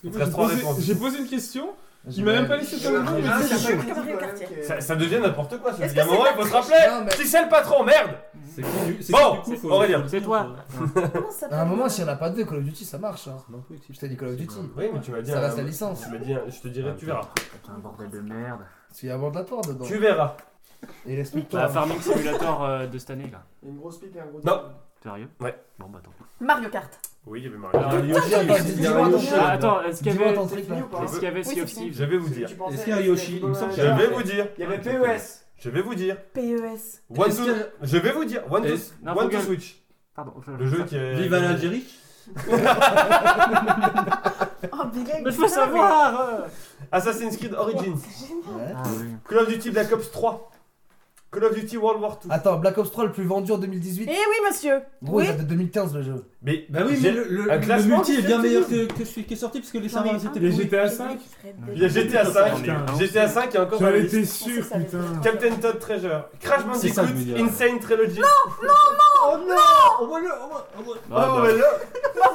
[SPEAKER 4] J'ai
[SPEAKER 3] reste trois
[SPEAKER 4] posé-
[SPEAKER 3] réponses.
[SPEAKER 4] J'ai posé une question,
[SPEAKER 6] J'ai
[SPEAKER 4] il m'a
[SPEAKER 6] la
[SPEAKER 4] même pas
[SPEAKER 6] haine.
[SPEAKER 4] laissé faire le nom, mais
[SPEAKER 5] Je
[SPEAKER 4] c'est
[SPEAKER 5] te
[SPEAKER 4] chiant.
[SPEAKER 5] jure que Mario Kart. y est.
[SPEAKER 3] Ça, ça devient n'importe quoi, ce
[SPEAKER 5] Est-ce
[SPEAKER 3] petit
[SPEAKER 5] que c'est
[SPEAKER 3] moment, il
[SPEAKER 5] pas
[SPEAKER 3] faut se rappeler
[SPEAKER 6] Non, mais-
[SPEAKER 3] Si c'est le patron, merde
[SPEAKER 1] C'est qui, c'est
[SPEAKER 3] Bon,
[SPEAKER 1] qui, du coup, faut-
[SPEAKER 3] Aurélien.
[SPEAKER 2] C'est toi.
[SPEAKER 5] Comment ça
[SPEAKER 6] À un
[SPEAKER 5] s'appelle
[SPEAKER 6] moment, s'il n'y en a pas deux, Call of Duty, ça marche. hein.
[SPEAKER 1] Non, faut expliquer.
[SPEAKER 6] Je t'ai dit Call of Duty.
[SPEAKER 3] Oui, mais tu m'as dit.
[SPEAKER 6] Ça
[SPEAKER 3] un-
[SPEAKER 6] reste la licence.
[SPEAKER 3] Tu m'as dit, un- je te
[SPEAKER 1] Ah,
[SPEAKER 3] dirai, tu verras.
[SPEAKER 2] C'est un bordel de merde.
[SPEAKER 6] Parce qu'il y a un la porte dedans.
[SPEAKER 3] Tu verras.
[SPEAKER 6] Et l'explique-toi.
[SPEAKER 2] La Farming Simulator euh, de cette année, là.
[SPEAKER 12] une grosse pipe et un gros.
[SPEAKER 3] Non.
[SPEAKER 2] Sérieux
[SPEAKER 3] Ouais.
[SPEAKER 2] Bon, bah, tant pis.
[SPEAKER 5] Mario Kart.
[SPEAKER 3] Oui, il y avait Mario.
[SPEAKER 2] Alors,
[SPEAKER 1] Yoshi,
[SPEAKER 6] Dis-moi
[SPEAKER 1] attends,
[SPEAKER 6] ton-
[SPEAKER 1] dis-
[SPEAKER 6] dis-moi ton truc.
[SPEAKER 2] Ah, attends, est-ce qu'il y
[SPEAKER 6] Dis-moi
[SPEAKER 2] avait.
[SPEAKER 6] ton truc là.
[SPEAKER 3] Est-ce
[SPEAKER 2] Est-ce qu'il y avait
[SPEAKER 5] Oui,
[SPEAKER 2] Sea of
[SPEAKER 5] c'est fini.
[SPEAKER 2] Thieves
[SPEAKER 3] Je vais vous dire.
[SPEAKER 1] Est-ce qu'il y a Yoshi Il me semble
[SPEAKER 3] Je
[SPEAKER 1] qu'il y a-
[SPEAKER 3] vais vous dire.
[SPEAKER 12] Il y avait
[SPEAKER 4] E
[SPEAKER 6] E
[SPEAKER 12] PES.
[SPEAKER 3] Je vais vous dire.
[SPEAKER 5] PES. Est-ce
[SPEAKER 3] One
[SPEAKER 1] Est-ce
[SPEAKER 3] to...
[SPEAKER 1] que-
[SPEAKER 3] Je vais vous dire. One,
[SPEAKER 1] Est-ce-
[SPEAKER 3] to...
[SPEAKER 2] Non,
[SPEAKER 3] One
[SPEAKER 2] faut
[SPEAKER 3] to
[SPEAKER 2] que-
[SPEAKER 3] Switch.
[SPEAKER 2] Pardon.
[SPEAKER 3] Le jeu qui est.
[SPEAKER 1] Vive à l'Algérie.
[SPEAKER 5] Oh, Billy.
[SPEAKER 2] Mais je veux savoir euh.
[SPEAKER 3] Assassin's Creed Origins.
[SPEAKER 6] Ouais.
[SPEAKER 2] Ah oui.
[SPEAKER 3] Call of Duty Black Ops 3. Call of Duty World War 2.
[SPEAKER 6] Attends, Black Ops 3 le plus vendu en
[SPEAKER 5] Eh
[SPEAKER 6] 2018.
[SPEAKER 5] oui, monsieur.
[SPEAKER 6] Gros, il
[SPEAKER 5] Oui.
[SPEAKER 6] date de 2015 le jeu.
[SPEAKER 3] Mais
[SPEAKER 1] Bah oui,
[SPEAKER 3] J'ai-
[SPEAKER 1] mais le, le-
[SPEAKER 3] un
[SPEAKER 1] le
[SPEAKER 3] classement,
[SPEAKER 1] multi est
[SPEAKER 3] c'est
[SPEAKER 1] bien
[SPEAKER 3] ce
[SPEAKER 1] meilleur
[SPEAKER 3] que
[SPEAKER 1] que, que celui qui est sorti parce que les
[SPEAKER 5] Non, mais-
[SPEAKER 1] serveurs ils étaient
[SPEAKER 5] ah,
[SPEAKER 4] Les
[SPEAKER 1] plus.
[SPEAKER 4] GTA
[SPEAKER 5] oui,
[SPEAKER 4] cinq.
[SPEAKER 5] Fred
[SPEAKER 3] il y a GTA 5.
[SPEAKER 4] Putain.
[SPEAKER 3] GTA 5 est encore dans la
[SPEAKER 4] J'en
[SPEAKER 3] liste.
[SPEAKER 4] étais sûr,
[SPEAKER 5] ça, ça
[SPEAKER 4] putain.
[SPEAKER 3] Captain Todd Treasure. Crash
[SPEAKER 1] C'est
[SPEAKER 3] Bandicoot.
[SPEAKER 1] ça que je veux dire.
[SPEAKER 3] Insane Trilogy.
[SPEAKER 1] Oh non On voit le. on voit- on voit-
[SPEAKER 2] Ah, bah.
[SPEAKER 3] Oh, mais là-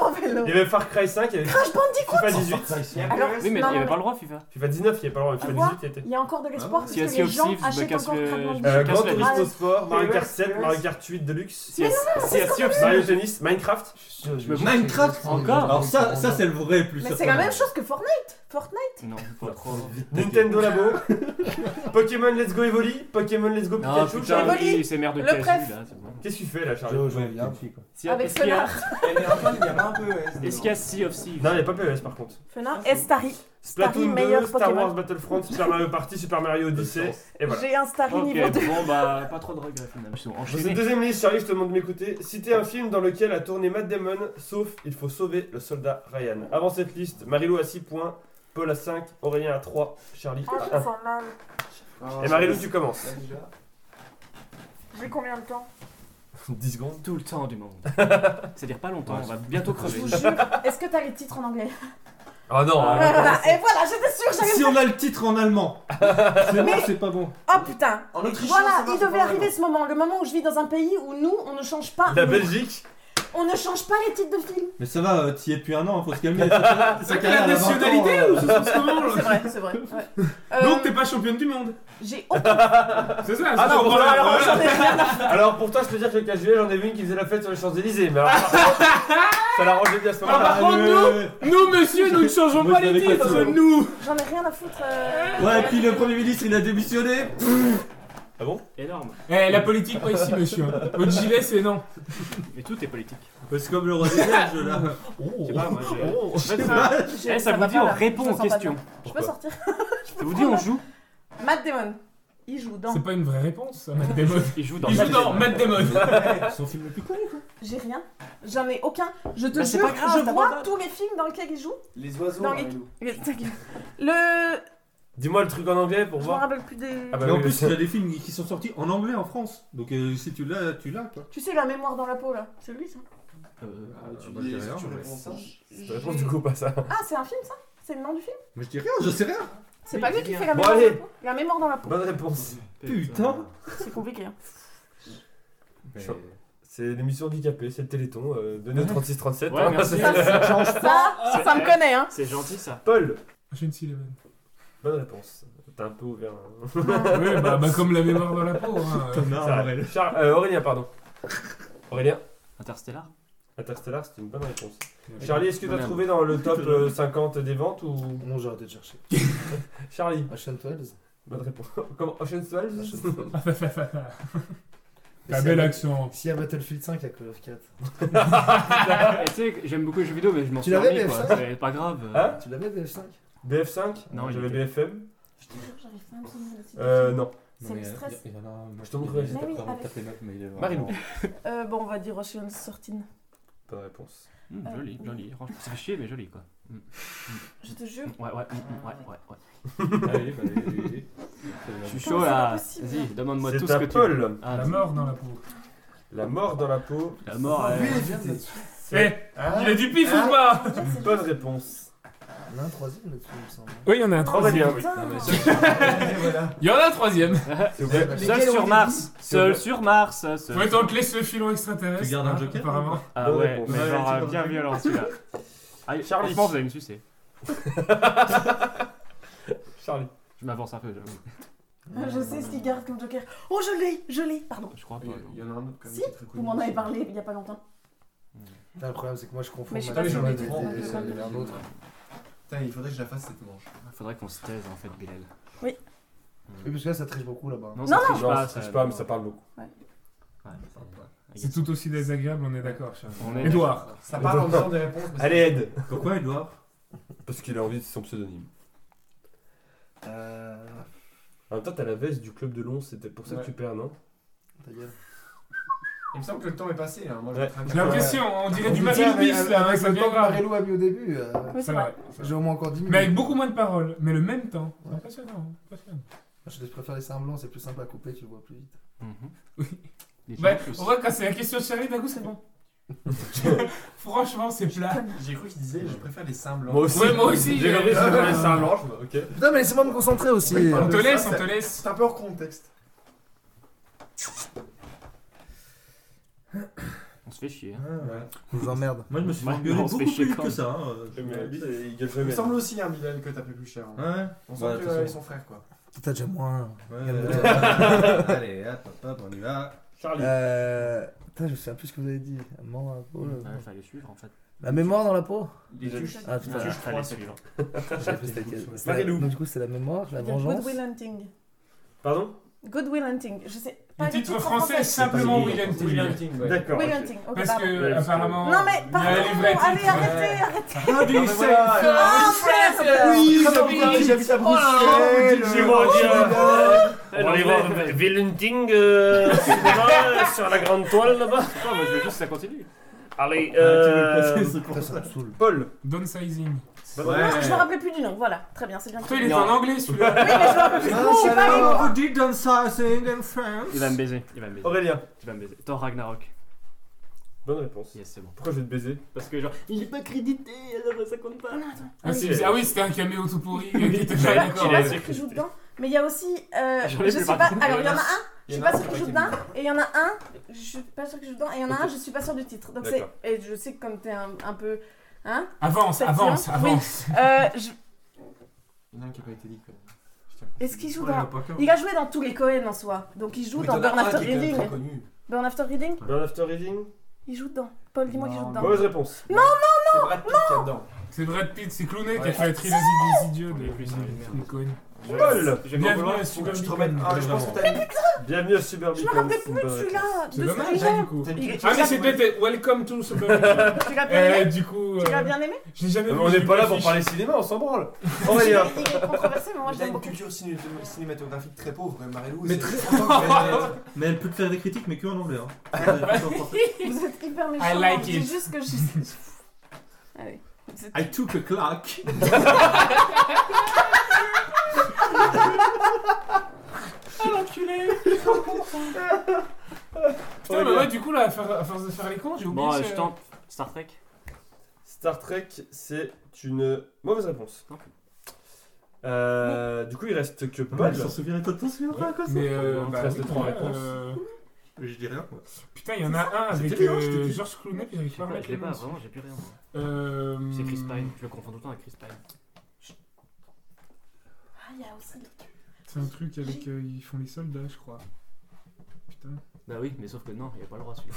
[SPEAKER 5] Oh, mon vélo.
[SPEAKER 3] Il y avait Far Cry 5. Il y avait
[SPEAKER 5] Crash Bandicoot.
[SPEAKER 3] FIFA 18.
[SPEAKER 5] Alors,
[SPEAKER 2] Oui, mais il
[SPEAKER 5] non,
[SPEAKER 2] n'y avait
[SPEAKER 5] non,
[SPEAKER 2] pas le droit, FIFA.
[SPEAKER 3] FIFA 19, il n'y avait pas le droit. mais
[SPEAKER 5] Tu
[SPEAKER 3] FIFA
[SPEAKER 5] vois
[SPEAKER 3] 18, il y était.
[SPEAKER 5] Il y a encore de l'espoir parce
[SPEAKER 2] Si
[SPEAKER 5] que
[SPEAKER 2] il y a Sea
[SPEAKER 5] les
[SPEAKER 2] of
[SPEAKER 5] gens
[SPEAKER 2] Thieves, je me
[SPEAKER 5] achètent
[SPEAKER 2] casse
[SPEAKER 5] encore Crash
[SPEAKER 2] le.
[SPEAKER 5] Bandicoot.
[SPEAKER 3] Ah Euh,
[SPEAKER 5] Ah,
[SPEAKER 2] Je
[SPEAKER 3] Grand
[SPEAKER 2] casse la
[SPEAKER 5] Tourisme.
[SPEAKER 2] liste.
[SPEAKER 3] Turismo Sport, Mario
[SPEAKER 12] PES,
[SPEAKER 3] Kart 7,
[SPEAKER 12] PES.
[SPEAKER 3] Mario Kart 8 Deluxe,
[SPEAKER 2] Si il y a- si il y a Sea of
[SPEAKER 3] Mario
[SPEAKER 2] Thieves.
[SPEAKER 3] Tennis, Minecraft.
[SPEAKER 1] Minecraft
[SPEAKER 2] Encore
[SPEAKER 1] Alors ça, ça c'est le vrai plus.
[SPEAKER 5] Mais c'est la même chose que Fortnite. Fortnite.
[SPEAKER 2] Non, pas trop.
[SPEAKER 3] Nintendo Labo,
[SPEAKER 5] [laughs]
[SPEAKER 3] Pokémon Let's Go Evoli, Pokémon Let's Go
[SPEAKER 2] Non,
[SPEAKER 3] Pikachu.
[SPEAKER 2] putain,
[SPEAKER 5] Charlie.
[SPEAKER 2] oui, c'est merde de
[SPEAKER 5] Le
[SPEAKER 2] casu,
[SPEAKER 5] pref.
[SPEAKER 2] là, c'est bon.
[SPEAKER 3] Qu'est-ce que tu fais là, Charlie
[SPEAKER 6] Jeu,
[SPEAKER 1] Ouais,
[SPEAKER 6] bien.
[SPEAKER 1] bien.
[SPEAKER 2] Si, est-ce
[SPEAKER 5] Avec
[SPEAKER 2] qu'il y a-
[SPEAKER 5] Sonar.
[SPEAKER 12] Mais Antoine, il y avait un PES.
[SPEAKER 2] Est-ce qu'il y a Sea of Thieves
[SPEAKER 3] Non, il n'y a pas PES par contre.
[SPEAKER 5] Fenin, Estari. Starry,
[SPEAKER 3] Splatoon 2,
[SPEAKER 5] meilleur
[SPEAKER 3] Star
[SPEAKER 5] Pokémon.
[SPEAKER 3] Wars Battlefront, Super Mario Party, Super Mario Odyssey, et voilà.
[SPEAKER 5] J'ai un Starry niveau 2.
[SPEAKER 2] Ok, bon bah, pas trop de regrets finalement. Ils sont
[SPEAKER 3] Dans cette
[SPEAKER 2] enchaînés.
[SPEAKER 3] deuxième liste, Charlie, je te demande de m'écouter. Citer un film dans lequel a tourné Matt Damon, sauf Il faut sauver le soldat Ryan. Avant cette liste, Marilou à 6 points, Paul à 5, Aurélien à 3, Charlie
[SPEAKER 5] Ah,
[SPEAKER 3] à
[SPEAKER 5] je sens mal.
[SPEAKER 3] 1. Et Marilou, tu commences.
[SPEAKER 5] J'ai combien de temps
[SPEAKER 3] 10 secondes.
[SPEAKER 2] Tout le temps du monde. C'est-à-dire pas longtemps, on va bientôt
[SPEAKER 5] Je
[SPEAKER 2] crever.
[SPEAKER 5] vous jure. Est-ce que t'as les titres en anglais
[SPEAKER 3] Oh non,
[SPEAKER 2] Ah,
[SPEAKER 5] Bah, Voilà, Et voilà, j'étais sûre, j'avais
[SPEAKER 1] Si on a le titre en allemand, C'est bon, c'est pas bon.
[SPEAKER 5] Oh putain
[SPEAKER 13] En Autriche, ça
[SPEAKER 5] Voilà,
[SPEAKER 13] va,
[SPEAKER 5] il
[SPEAKER 13] c'est
[SPEAKER 5] devait
[SPEAKER 13] pas
[SPEAKER 5] arriver ce moment, le moment où je vis dans un pays où nous, on ne change pas.
[SPEAKER 3] La
[SPEAKER 5] nous.
[SPEAKER 3] Belgique
[SPEAKER 5] On ne change pas les titres de films.
[SPEAKER 1] Mais ça va, euh, t'y es depuis un an, faut se calmer. C'est
[SPEAKER 4] C'est la
[SPEAKER 1] euh.
[SPEAKER 4] nationalité ou c'est ce moment
[SPEAKER 5] C'est
[SPEAKER 4] là
[SPEAKER 5] vrai, c'est vrai. ouais. Euh,
[SPEAKER 4] Donc t'es pas championne du monde.
[SPEAKER 5] J'ai aucun.
[SPEAKER 4] C'est ça.
[SPEAKER 3] Ah
[SPEAKER 4] c'est
[SPEAKER 3] non,
[SPEAKER 4] pour
[SPEAKER 3] bon,
[SPEAKER 4] ça.
[SPEAKER 3] alors,
[SPEAKER 4] Voilà.
[SPEAKER 3] j'en ai rien à- [laughs] Alors pour toi, je peux dire que le 15 juillet, j'en ai vu une qui faisait la fête sur les Champs-Élysées, mais alors. ça l'a rangé bien à ce
[SPEAKER 4] Ah,
[SPEAKER 3] moment-là. Euh,
[SPEAKER 4] par contre, [laughs] Nous, monsieur, nous ne changeons
[SPEAKER 1] Moi,
[SPEAKER 4] pas
[SPEAKER 1] je
[SPEAKER 4] les
[SPEAKER 1] l'avais pas
[SPEAKER 4] titres,
[SPEAKER 1] dit.
[SPEAKER 4] nous.
[SPEAKER 5] J'en ai rien à foutre. euh.
[SPEAKER 1] Ouais, et puis le Premier ministre, il a démissionné.
[SPEAKER 2] Énorme.
[SPEAKER 4] Eh, la politique, pas ici, monsieur. Votre gilet, c'est non.
[SPEAKER 2] Mais tout est politique.
[SPEAKER 1] C'est comme le roi des Belges, là.
[SPEAKER 2] Je sais pas, moi, j'ai-
[SPEAKER 5] Oh,
[SPEAKER 2] En fait,
[SPEAKER 5] Je-
[SPEAKER 2] ça, eh, ça vous
[SPEAKER 5] va
[SPEAKER 2] dit,
[SPEAKER 5] pas,
[SPEAKER 2] on
[SPEAKER 5] là.
[SPEAKER 2] répond
[SPEAKER 5] Je me
[SPEAKER 2] aux
[SPEAKER 5] sens pas
[SPEAKER 2] questions.
[SPEAKER 5] bien. Je peux sortir.
[SPEAKER 2] Ça vous dit, on joue
[SPEAKER 5] Matt Damon. Il joue dans.
[SPEAKER 4] C'est pas une vraie réponse, ça, Matt [laughs] Damon.
[SPEAKER 2] Il joue dans
[SPEAKER 4] Il joue
[SPEAKER 2] Matt
[SPEAKER 4] dans
[SPEAKER 2] Damon.
[SPEAKER 4] Matt Damon.
[SPEAKER 1] Son film le plus connu.
[SPEAKER 5] J'ai rien. J'en ai aucun. Je te
[SPEAKER 6] Bah, c'est
[SPEAKER 5] jure,
[SPEAKER 6] pas grave,
[SPEAKER 5] je vois
[SPEAKER 6] t'abandonnes.
[SPEAKER 5] tous les films dans lesquels il joue.
[SPEAKER 13] [laughs] Les oiseaux.
[SPEAKER 5] Dans
[SPEAKER 13] hein,
[SPEAKER 5] les-
[SPEAKER 13] les loups.
[SPEAKER 5] Mais ta gueule. Le.
[SPEAKER 3] Dis-moi le truc en anglais pour
[SPEAKER 5] Je me
[SPEAKER 3] voir.
[SPEAKER 5] rappelle plus des.
[SPEAKER 3] Ah bah
[SPEAKER 1] Mais en
[SPEAKER 3] oui,
[SPEAKER 1] plus,
[SPEAKER 3] oui.
[SPEAKER 1] il y a des films qui sont sortis en anglais en France. Donc euh, si tu l'as, tu l'as, quoi.
[SPEAKER 5] Tu sais, la mémoire dans la peau là. C'est lui ça.
[SPEAKER 2] Euh,
[SPEAKER 1] Ah,
[SPEAKER 13] Tu
[SPEAKER 1] bah,
[SPEAKER 13] dis,
[SPEAKER 1] je dis
[SPEAKER 13] est-ce
[SPEAKER 1] rien,
[SPEAKER 13] que tu
[SPEAKER 1] mais-
[SPEAKER 13] réponds ça
[SPEAKER 3] Je te réponds du coup pas ça.
[SPEAKER 5] Ah, c'est un film ça C'est le nom du film
[SPEAKER 1] Mais je dis rien, je sais rien.
[SPEAKER 5] C'est
[SPEAKER 2] Oui,
[SPEAKER 5] pas
[SPEAKER 2] dis
[SPEAKER 5] lui qui
[SPEAKER 2] bien.
[SPEAKER 5] fait la
[SPEAKER 3] Bon,
[SPEAKER 5] mémoire dans la
[SPEAKER 3] allez.
[SPEAKER 5] peau La mémoire dans la peau.
[SPEAKER 3] Bonne réponse.
[SPEAKER 1] Putain.
[SPEAKER 5] C'est compliqué. hein.
[SPEAKER 3] Chaud. C'est l'émission handicapée, c'est le Téléthon, euh, de 36 37
[SPEAKER 2] Ouais,
[SPEAKER 3] [laughs]
[SPEAKER 2] merci.
[SPEAKER 5] Ça, ça me connaît hein.
[SPEAKER 2] C'est gentil ça.
[SPEAKER 3] Paul,
[SPEAKER 4] Ocean's Eleven.
[SPEAKER 3] bonne réponse. T'as un peu ouvert. hein.
[SPEAKER 4] Ouais, bah, bah, comme la mémoire dans la
[SPEAKER 3] [laughs]
[SPEAKER 4] peau. hein.
[SPEAKER 3] Ça va. Char- euh, Aurélien, pardon. Aurélien,
[SPEAKER 2] Interstellar
[SPEAKER 3] Interstellar, c'est une bonne réponse.
[SPEAKER 4] Ouais.
[SPEAKER 3] Charlie, est-ce que t'as
[SPEAKER 2] Merde.
[SPEAKER 3] trouvé dans le top euh, 50 des ventes ou.
[SPEAKER 6] Non, j'ai arrêté de chercher.
[SPEAKER 3] Charlie,
[SPEAKER 6] Ocean 12
[SPEAKER 3] bonne [laughs] réponse. Comme Ocean's 12 [laughs]
[SPEAKER 4] T'as bel accent.
[SPEAKER 6] S'il y a Battlefield 5, il y a Call of 4.
[SPEAKER 2] Et Tu sais, que j'aime beaucoup les jeux vidéo, mais je m'en
[SPEAKER 6] Tu
[SPEAKER 2] suis
[SPEAKER 6] l'avais,
[SPEAKER 2] remis,
[SPEAKER 6] BF5?
[SPEAKER 2] quoi. C'est pas grave.
[SPEAKER 3] Hein
[SPEAKER 6] Tu l'avais, BF5
[SPEAKER 3] BF5
[SPEAKER 2] Non, il
[SPEAKER 3] j'avais
[SPEAKER 2] était-
[SPEAKER 3] BFM.
[SPEAKER 5] Je te jure, j'arrive pas à me souvenir de ce
[SPEAKER 3] Euh,
[SPEAKER 5] film.
[SPEAKER 3] non.
[SPEAKER 5] C'est le stress.
[SPEAKER 1] Moi,
[SPEAKER 3] Je te montrerai juste
[SPEAKER 5] Mais oui, avec-
[SPEAKER 3] Marilou.
[SPEAKER 1] Ah
[SPEAKER 5] Euh, bon, on va dire Ocean's Sortine.
[SPEAKER 3] Bonne réponse.
[SPEAKER 2] Hum, joli, joli. Franchement, ça fait chier, mais joli quoi.
[SPEAKER 5] Je te jure.
[SPEAKER 2] Ouais, ouais, hum, hum, ouais, ouais, ouais.
[SPEAKER 1] Allez, bah, allez, allez.
[SPEAKER 2] Je suis
[SPEAKER 5] Comment
[SPEAKER 2] chaud
[SPEAKER 5] c'est
[SPEAKER 2] là.
[SPEAKER 5] possible
[SPEAKER 2] Vas-y, demande-moi tout
[SPEAKER 3] C'est
[SPEAKER 2] ce
[SPEAKER 3] à
[SPEAKER 2] que tu veux.
[SPEAKER 3] Paul.
[SPEAKER 2] Ah,
[SPEAKER 4] La mort dans la peau.
[SPEAKER 3] La mort dans la peau.
[SPEAKER 2] La mort,
[SPEAKER 6] Lui,
[SPEAKER 2] euh,
[SPEAKER 6] il vient de là-dessus.
[SPEAKER 4] Eh, il a du pif ou pas
[SPEAKER 3] Bonne réponse.
[SPEAKER 6] Il y en a un troisième là-dessus, il me semble.
[SPEAKER 4] Oui, il y en a un
[SPEAKER 3] Aurélien.
[SPEAKER 4] troisième.
[SPEAKER 5] Putain.
[SPEAKER 4] Il y en a un troisième.
[SPEAKER 3] S'il vous plaît.
[SPEAKER 2] Seul sur Mars Seul sur Mars seul-
[SPEAKER 4] Ouais, on te laisse le filon extraterrestre.
[SPEAKER 1] Tu gardes un
[SPEAKER 4] hein,
[SPEAKER 1] joker,
[SPEAKER 4] Apparemment.
[SPEAKER 2] Ah
[SPEAKER 3] Bonne
[SPEAKER 2] ouais,
[SPEAKER 3] réponse.
[SPEAKER 2] mais
[SPEAKER 1] Ouais,
[SPEAKER 2] genre
[SPEAKER 1] ouais,
[SPEAKER 2] euh,
[SPEAKER 1] c'est
[SPEAKER 2] bien
[SPEAKER 1] bon.
[SPEAKER 2] violent celui-là. Ah,
[SPEAKER 3] Charlie.
[SPEAKER 2] Franchement, vous allez me sucer.
[SPEAKER 3] Charlie.
[SPEAKER 2] Je m'avance un peu, j'avoue.
[SPEAKER 5] Ah, Je sais ce qu'il garde comme joker. Oh, je l'ai, je l'ai, pardon.
[SPEAKER 2] Je crois pas. non.
[SPEAKER 1] Il y en a un autre quand même
[SPEAKER 5] Si,
[SPEAKER 1] qui est très
[SPEAKER 5] Vous
[SPEAKER 1] connu.
[SPEAKER 5] m'en avez parlé il y a pas longtemps.
[SPEAKER 6] Putain, le problème, c'est que moi, je confonds.
[SPEAKER 5] Mais je sais
[SPEAKER 6] ma
[SPEAKER 5] pas si
[SPEAKER 6] mémoire
[SPEAKER 5] on est
[SPEAKER 6] et des-
[SPEAKER 5] trop-
[SPEAKER 6] des- des- des- un autre.
[SPEAKER 13] Putain, il faudrait que je la fasse cette manche.
[SPEAKER 2] Faudrait qu'on se taise en fait, Bilal.
[SPEAKER 6] Oui, parce que là, ça triche beaucoup là-bas.
[SPEAKER 2] Non, ça triche
[SPEAKER 3] Non,
[SPEAKER 2] pas.
[SPEAKER 3] ça triche pas, mais ça parle beaucoup.
[SPEAKER 2] Ouais,
[SPEAKER 4] C'est tout aussi désagréable, on est d'accord, Charles.
[SPEAKER 2] On est-
[SPEAKER 4] Edouard.
[SPEAKER 13] Ça parle en faisant des réponses. mais
[SPEAKER 3] Allez, Ed.
[SPEAKER 1] Pourquoi Edouard
[SPEAKER 3] Parce qu'il a envie de son pseudonyme.
[SPEAKER 6] Euh.
[SPEAKER 3] En même temps, t'as la veste du club de Lons, c'était pour ça que
[SPEAKER 13] Ouais.
[SPEAKER 3] tu perds, non
[SPEAKER 6] Ta gueule.
[SPEAKER 13] Il me semble que le temps est passé. Hein. Moi, je
[SPEAKER 3] Ouais.
[SPEAKER 13] craque.
[SPEAKER 4] J'ai l'impression, on dirait du
[SPEAKER 6] Mais
[SPEAKER 4] Marie
[SPEAKER 6] tiens, mais
[SPEAKER 4] Bis
[SPEAKER 1] euh,
[SPEAKER 4] là, hein,
[SPEAKER 6] avec
[SPEAKER 4] ça
[SPEAKER 6] le
[SPEAKER 4] vient
[SPEAKER 6] temps que
[SPEAKER 4] grave.
[SPEAKER 6] Marilou a mis au début, euh,
[SPEAKER 5] Oui,
[SPEAKER 4] C'est vrai.
[SPEAKER 6] j'ai au moins encore 10 minutes.
[SPEAKER 4] Mais avec beaucoup moins de paroles, mais le même temps.
[SPEAKER 6] Ouais.
[SPEAKER 4] Impressionnant, impressionnant.
[SPEAKER 6] Je préfère les seins blancs, c'est plus simple à couper, tu le vois plus vite.
[SPEAKER 2] Mhm.
[SPEAKER 4] Oui.
[SPEAKER 2] [laughs] Les
[SPEAKER 4] Ouais,
[SPEAKER 2] gens, tous.
[SPEAKER 4] on voit Bah, quand c'est la question de Charlie, d'un coup c'est bon. Franchement, c'est plat.
[SPEAKER 13] J'ai cru qu'il disait je préfère les simples.
[SPEAKER 3] aussi.
[SPEAKER 4] Ouais, moi aussi.
[SPEAKER 3] J'ai regardé sur les seins blancs, je me- ok.
[SPEAKER 6] Putain, mais laissez-moi me concentrer aussi.
[SPEAKER 13] Oui,
[SPEAKER 4] On
[SPEAKER 13] pardon.
[SPEAKER 4] te
[SPEAKER 13] Ça,
[SPEAKER 4] laisse, on
[SPEAKER 13] ça-
[SPEAKER 4] te laisse.
[SPEAKER 13] C'est un peu hors contexte.
[SPEAKER 2] On se fait chier. hein.
[SPEAKER 13] Ah,
[SPEAKER 6] Je vous emmerde.
[SPEAKER 1] Moi, je me suis
[SPEAKER 2] Ouais,
[SPEAKER 1] fait engueuler
[SPEAKER 2] on se
[SPEAKER 1] beaucoup
[SPEAKER 2] fait
[SPEAKER 1] plus
[SPEAKER 2] chier
[SPEAKER 1] vite
[SPEAKER 2] quand
[SPEAKER 1] que
[SPEAKER 2] même.
[SPEAKER 1] ça. hein, euh, je-
[SPEAKER 3] Mais la bite,
[SPEAKER 1] Ouais.
[SPEAKER 3] il gueule
[SPEAKER 13] Il me
[SPEAKER 3] jamais.
[SPEAKER 13] semble aussi, hein, Bilal, que t'as pris plus cher. hein. On sent
[SPEAKER 1] Bah, de
[SPEAKER 13] que
[SPEAKER 1] toute
[SPEAKER 13] euh, ils
[SPEAKER 1] façon.
[SPEAKER 13] sont frères, quoi.
[SPEAKER 6] T'as déjà moins.
[SPEAKER 1] Ouais, ouais. [laughs] Allez, hop, hop, hop, on y va.
[SPEAKER 3] Charlie.
[SPEAKER 6] Euh. Putain, je sais plus ce que vous avez dit. La mort dans la peau. le-
[SPEAKER 2] Ouais, fallait suivre en fait.
[SPEAKER 6] La mémoire dans
[SPEAKER 1] [laughs]
[SPEAKER 6] la peau
[SPEAKER 13] Les juges.
[SPEAKER 6] Ah
[SPEAKER 2] Ouais,
[SPEAKER 6] putain,
[SPEAKER 2] fallait suivre.
[SPEAKER 6] j'ai plus laquelle. C'est la-
[SPEAKER 3] Marilou.
[SPEAKER 6] Donc, du coup, c'est la mémoire, la vengeance.
[SPEAKER 5] Goodwill Hunting.
[SPEAKER 3] Pardon
[SPEAKER 5] Goodwill Hunting. Je sais pas
[SPEAKER 4] Le
[SPEAKER 5] du
[SPEAKER 4] titre
[SPEAKER 5] tout
[SPEAKER 4] français, simplement
[SPEAKER 1] C'est
[SPEAKER 4] Will
[SPEAKER 1] pas
[SPEAKER 4] Hunting.
[SPEAKER 1] Will
[SPEAKER 3] D'accord.
[SPEAKER 5] Goodwill
[SPEAKER 3] ok.
[SPEAKER 5] Hunting. Ok,
[SPEAKER 4] Parce
[SPEAKER 5] pardon.
[SPEAKER 4] que,
[SPEAKER 3] parce que-
[SPEAKER 4] apparemment.
[SPEAKER 5] Non mais
[SPEAKER 4] il y a les
[SPEAKER 5] pardon,
[SPEAKER 4] vrais
[SPEAKER 5] allez
[SPEAKER 4] titres.
[SPEAKER 5] arrêtez, arrêtez.
[SPEAKER 1] Ah, du self
[SPEAKER 5] Ah, merde.
[SPEAKER 1] Oui,
[SPEAKER 4] Ah,
[SPEAKER 1] j'habite
[SPEAKER 4] oui.
[SPEAKER 1] à- j'habite
[SPEAKER 6] Oh
[SPEAKER 1] à Bruxelles.
[SPEAKER 3] J'ai vendu un- On va aller voir Villenting euh, au cinéma, euh, sur la grande toile là-bas.
[SPEAKER 2] Pourquoi Moi je veux juste que ça continue.
[SPEAKER 3] Allez,
[SPEAKER 1] Euh,
[SPEAKER 3] euh,
[SPEAKER 1] tu veux
[SPEAKER 6] Putain,
[SPEAKER 1] passer
[SPEAKER 6] ça me saoule.
[SPEAKER 3] Paul.
[SPEAKER 4] Downsizing.
[SPEAKER 3] Bonne
[SPEAKER 13] Ouais.
[SPEAKER 5] Non, je me rappelais plus du nom. Voilà, très bien, c'est bien.
[SPEAKER 4] Toi,
[SPEAKER 5] Oui,
[SPEAKER 4] il est en anglais celui-là.
[SPEAKER 5] mais je me rappelle plus. du nom, Je suis pas allée.
[SPEAKER 1] You did downsizing in France.
[SPEAKER 2] Il va me baiser. Oh. Il va me baiser.
[SPEAKER 3] Aurélien.
[SPEAKER 2] Il va me baiser. Thor Ragnarok.
[SPEAKER 3] Bonne réponse.
[SPEAKER 2] Yes, c'est bon.
[SPEAKER 3] Pourquoi je vais te baiser
[SPEAKER 2] Parce que genre, il est pas crédité, alors ça compte pas.
[SPEAKER 4] Ah, c'est
[SPEAKER 3] Ok.
[SPEAKER 4] bizarre. Ah oui, c'était un caméo tout pourri.
[SPEAKER 3] Oui,
[SPEAKER 4] qui était
[SPEAKER 3] je
[SPEAKER 4] pas
[SPEAKER 3] l'ai-
[SPEAKER 5] Voilà, Je
[SPEAKER 4] d'accord.
[SPEAKER 5] sais pas ce qu'il joue dedans. Mais il y a aussi. euh,
[SPEAKER 2] J'en ai
[SPEAKER 5] je
[SPEAKER 2] plus,
[SPEAKER 5] sais
[SPEAKER 2] par
[SPEAKER 5] pas.
[SPEAKER 2] contre.
[SPEAKER 5] Alors, il y en a un, je
[SPEAKER 6] Il y
[SPEAKER 5] suis
[SPEAKER 6] en a
[SPEAKER 5] pas
[SPEAKER 6] un
[SPEAKER 5] sûre
[SPEAKER 6] qui
[SPEAKER 5] que je joue
[SPEAKER 6] aurait été
[SPEAKER 5] dedans. Et il y en a un, je suis pas sûre que je joue dedans. Et il y en a un, je suis pas sûre du titre. Donc, c'est.
[SPEAKER 3] D'accord.
[SPEAKER 5] Et je sais que comme t'es un, un peu.
[SPEAKER 6] [laughs]
[SPEAKER 5] Hein
[SPEAKER 4] Avance,
[SPEAKER 5] Ça
[SPEAKER 4] avance,
[SPEAKER 5] tient
[SPEAKER 4] avance.
[SPEAKER 5] euh, je-
[SPEAKER 6] Il y en a un qui a pas été dit quand même.
[SPEAKER 5] Est-ce qu'il joue
[SPEAKER 6] Ouais,
[SPEAKER 5] dans.
[SPEAKER 6] pas comme-
[SPEAKER 5] Il a joué dans tous les Cohen en soi. Donc, il joue
[SPEAKER 6] Mais
[SPEAKER 5] dans
[SPEAKER 6] t'en as
[SPEAKER 5] Burn
[SPEAKER 6] un
[SPEAKER 5] After
[SPEAKER 6] qui est quand même très
[SPEAKER 5] Reading.
[SPEAKER 6] connu.
[SPEAKER 5] Burn After Reading
[SPEAKER 3] Burn After Reading
[SPEAKER 5] Il joue dedans. Paul, dis-moi qu'il joue
[SPEAKER 6] Non.
[SPEAKER 5] dedans.
[SPEAKER 3] Mauvaise réponse.
[SPEAKER 6] C'est Brad Pitt qui est dedans.
[SPEAKER 4] C'est Brad Pitt, c'est Clooney qui
[SPEAKER 6] Ouais.
[SPEAKER 4] a fait la trilogie des idiots de Lincoln.
[SPEAKER 3] Paul
[SPEAKER 2] J'aime bien
[SPEAKER 4] Bienvenue
[SPEAKER 2] vouloir.
[SPEAKER 4] à Super
[SPEAKER 6] Je te
[SPEAKER 4] Beacon.
[SPEAKER 6] remets- Ah, je pense que t'as mis.
[SPEAKER 3] Bienvenue à Super
[SPEAKER 5] Je me rappelais plus de celui-là.
[SPEAKER 6] euh, C'est
[SPEAKER 5] De
[SPEAKER 6] dommage,
[SPEAKER 5] celui-là.
[SPEAKER 6] [laughs] hein, du coup.
[SPEAKER 5] Il- tu
[SPEAKER 4] Ah, mais
[SPEAKER 5] l'as-
[SPEAKER 4] c'est peut-être Welcome to Super Beacon.
[SPEAKER 5] Tu l'as
[SPEAKER 6] Eh,
[SPEAKER 5] bien
[SPEAKER 4] Euh,
[SPEAKER 5] aimé
[SPEAKER 4] Du coup,
[SPEAKER 5] Tu l'as
[SPEAKER 4] euh,
[SPEAKER 5] bien aimé
[SPEAKER 4] j'ai jamais vu.
[SPEAKER 3] On
[SPEAKER 4] j'ai
[SPEAKER 3] n'est
[SPEAKER 4] vu
[SPEAKER 3] pas là pour
[SPEAKER 4] l'affiche.
[SPEAKER 3] parler cinéma, on s'en branle.
[SPEAKER 5] Il est
[SPEAKER 3] Aurélien.
[SPEAKER 5] il est controversé, mais moi je
[SPEAKER 6] Il a
[SPEAKER 5] l'aime
[SPEAKER 6] une
[SPEAKER 5] beaucoup.
[SPEAKER 6] culture ciné- cinématographique très pauvre, et Marilou.
[SPEAKER 1] Mais
[SPEAKER 6] c'est-
[SPEAKER 1] très- [laughs]
[SPEAKER 6] c'est longtemps que je l'ai-
[SPEAKER 1] Mais elle peut te faire des critiques, mais que en anglais. Hein.
[SPEAKER 5] Vous êtes hyper méchants.
[SPEAKER 4] I like
[SPEAKER 5] je
[SPEAKER 4] it.
[SPEAKER 5] dis
[SPEAKER 6] [laughs]
[SPEAKER 5] juste que je. Ah, Allez. Vous êtes-
[SPEAKER 1] I took a clack.
[SPEAKER 4] Putain, mais ouais, du coup, là, à faire- à force de faire les cons, j'ai oublié.
[SPEAKER 2] Bon, euh,
[SPEAKER 4] ce-
[SPEAKER 2] je tente Star Trek.
[SPEAKER 3] Star Trek, c'est une mauvaise réponse.
[SPEAKER 2] Non.
[SPEAKER 3] Euh, du coup, il reste que
[SPEAKER 1] Pas
[SPEAKER 3] Paul.
[SPEAKER 1] de s'en souviens, toi, t'en souviens pas quoi ça
[SPEAKER 4] Mais euh,
[SPEAKER 3] Il
[SPEAKER 4] bah,
[SPEAKER 3] reste
[SPEAKER 4] oui,
[SPEAKER 3] trois
[SPEAKER 4] ouais,
[SPEAKER 3] réponses.
[SPEAKER 4] euh,
[SPEAKER 1] Je dis rien. moi.
[SPEAKER 4] Putain, il y en a un avec
[SPEAKER 1] bien, je t'ai
[SPEAKER 4] euh,
[SPEAKER 1] dit.
[SPEAKER 4] George Clooney, puis j'arrive
[SPEAKER 2] Je
[SPEAKER 4] pas à
[SPEAKER 2] l'ai pas,
[SPEAKER 4] remettre
[SPEAKER 2] je l'ai
[SPEAKER 4] le
[SPEAKER 2] pas,
[SPEAKER 4] nom.
[SPEAKER 2] vraiment, j'ai plus rien. moi.
[SPEAKER 4] Euh,
[SPEAKER 2] C'est Chris Pine, je le confonds tout le temps avec Chris Pine.
[SPEAKER 5] Ah, il y a aussi.
[SPEAKER 4] C'est un truc avec. euh, ils font les soldats, je crois. Putain.
[SPEAKER 2] Bah oui, mais sauf que non, il a pas le droit celui-là.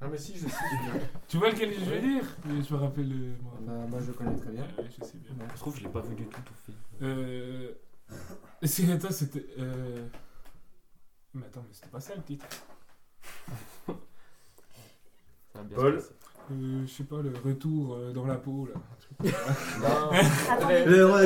[SPEAKER 6] Ah, mais si, je sais.
[SPEAKER 3] [laughs]
[SPEAKER 6] je viens.
[SPEAKER 4] Tu vois lequel je veux dire Mais Je me rappelle. euh, moi.
[SPEAKER 6] Bah, moi, je le connais très bien.
[SPEAKER 4] Euh, je sais bien.
[SPEAKER 2] Je trouve que je l'ai pas vu du tout tout film.
[SPEAKER 4] Euh. C'est. Attends, c'était. Euh. Mais attends, mais c'était pas ça le titre.
[SPEAKER 2] Ça va bien
[SPEAKER 3] Paul.
[SPEAKER 2] se passer.
[SPEAKER 4] Euh, je sais pas, le retour euh, dans la peau, là.
[SPEAKER 5] Attendez.
[SPEAKER 1] Le retour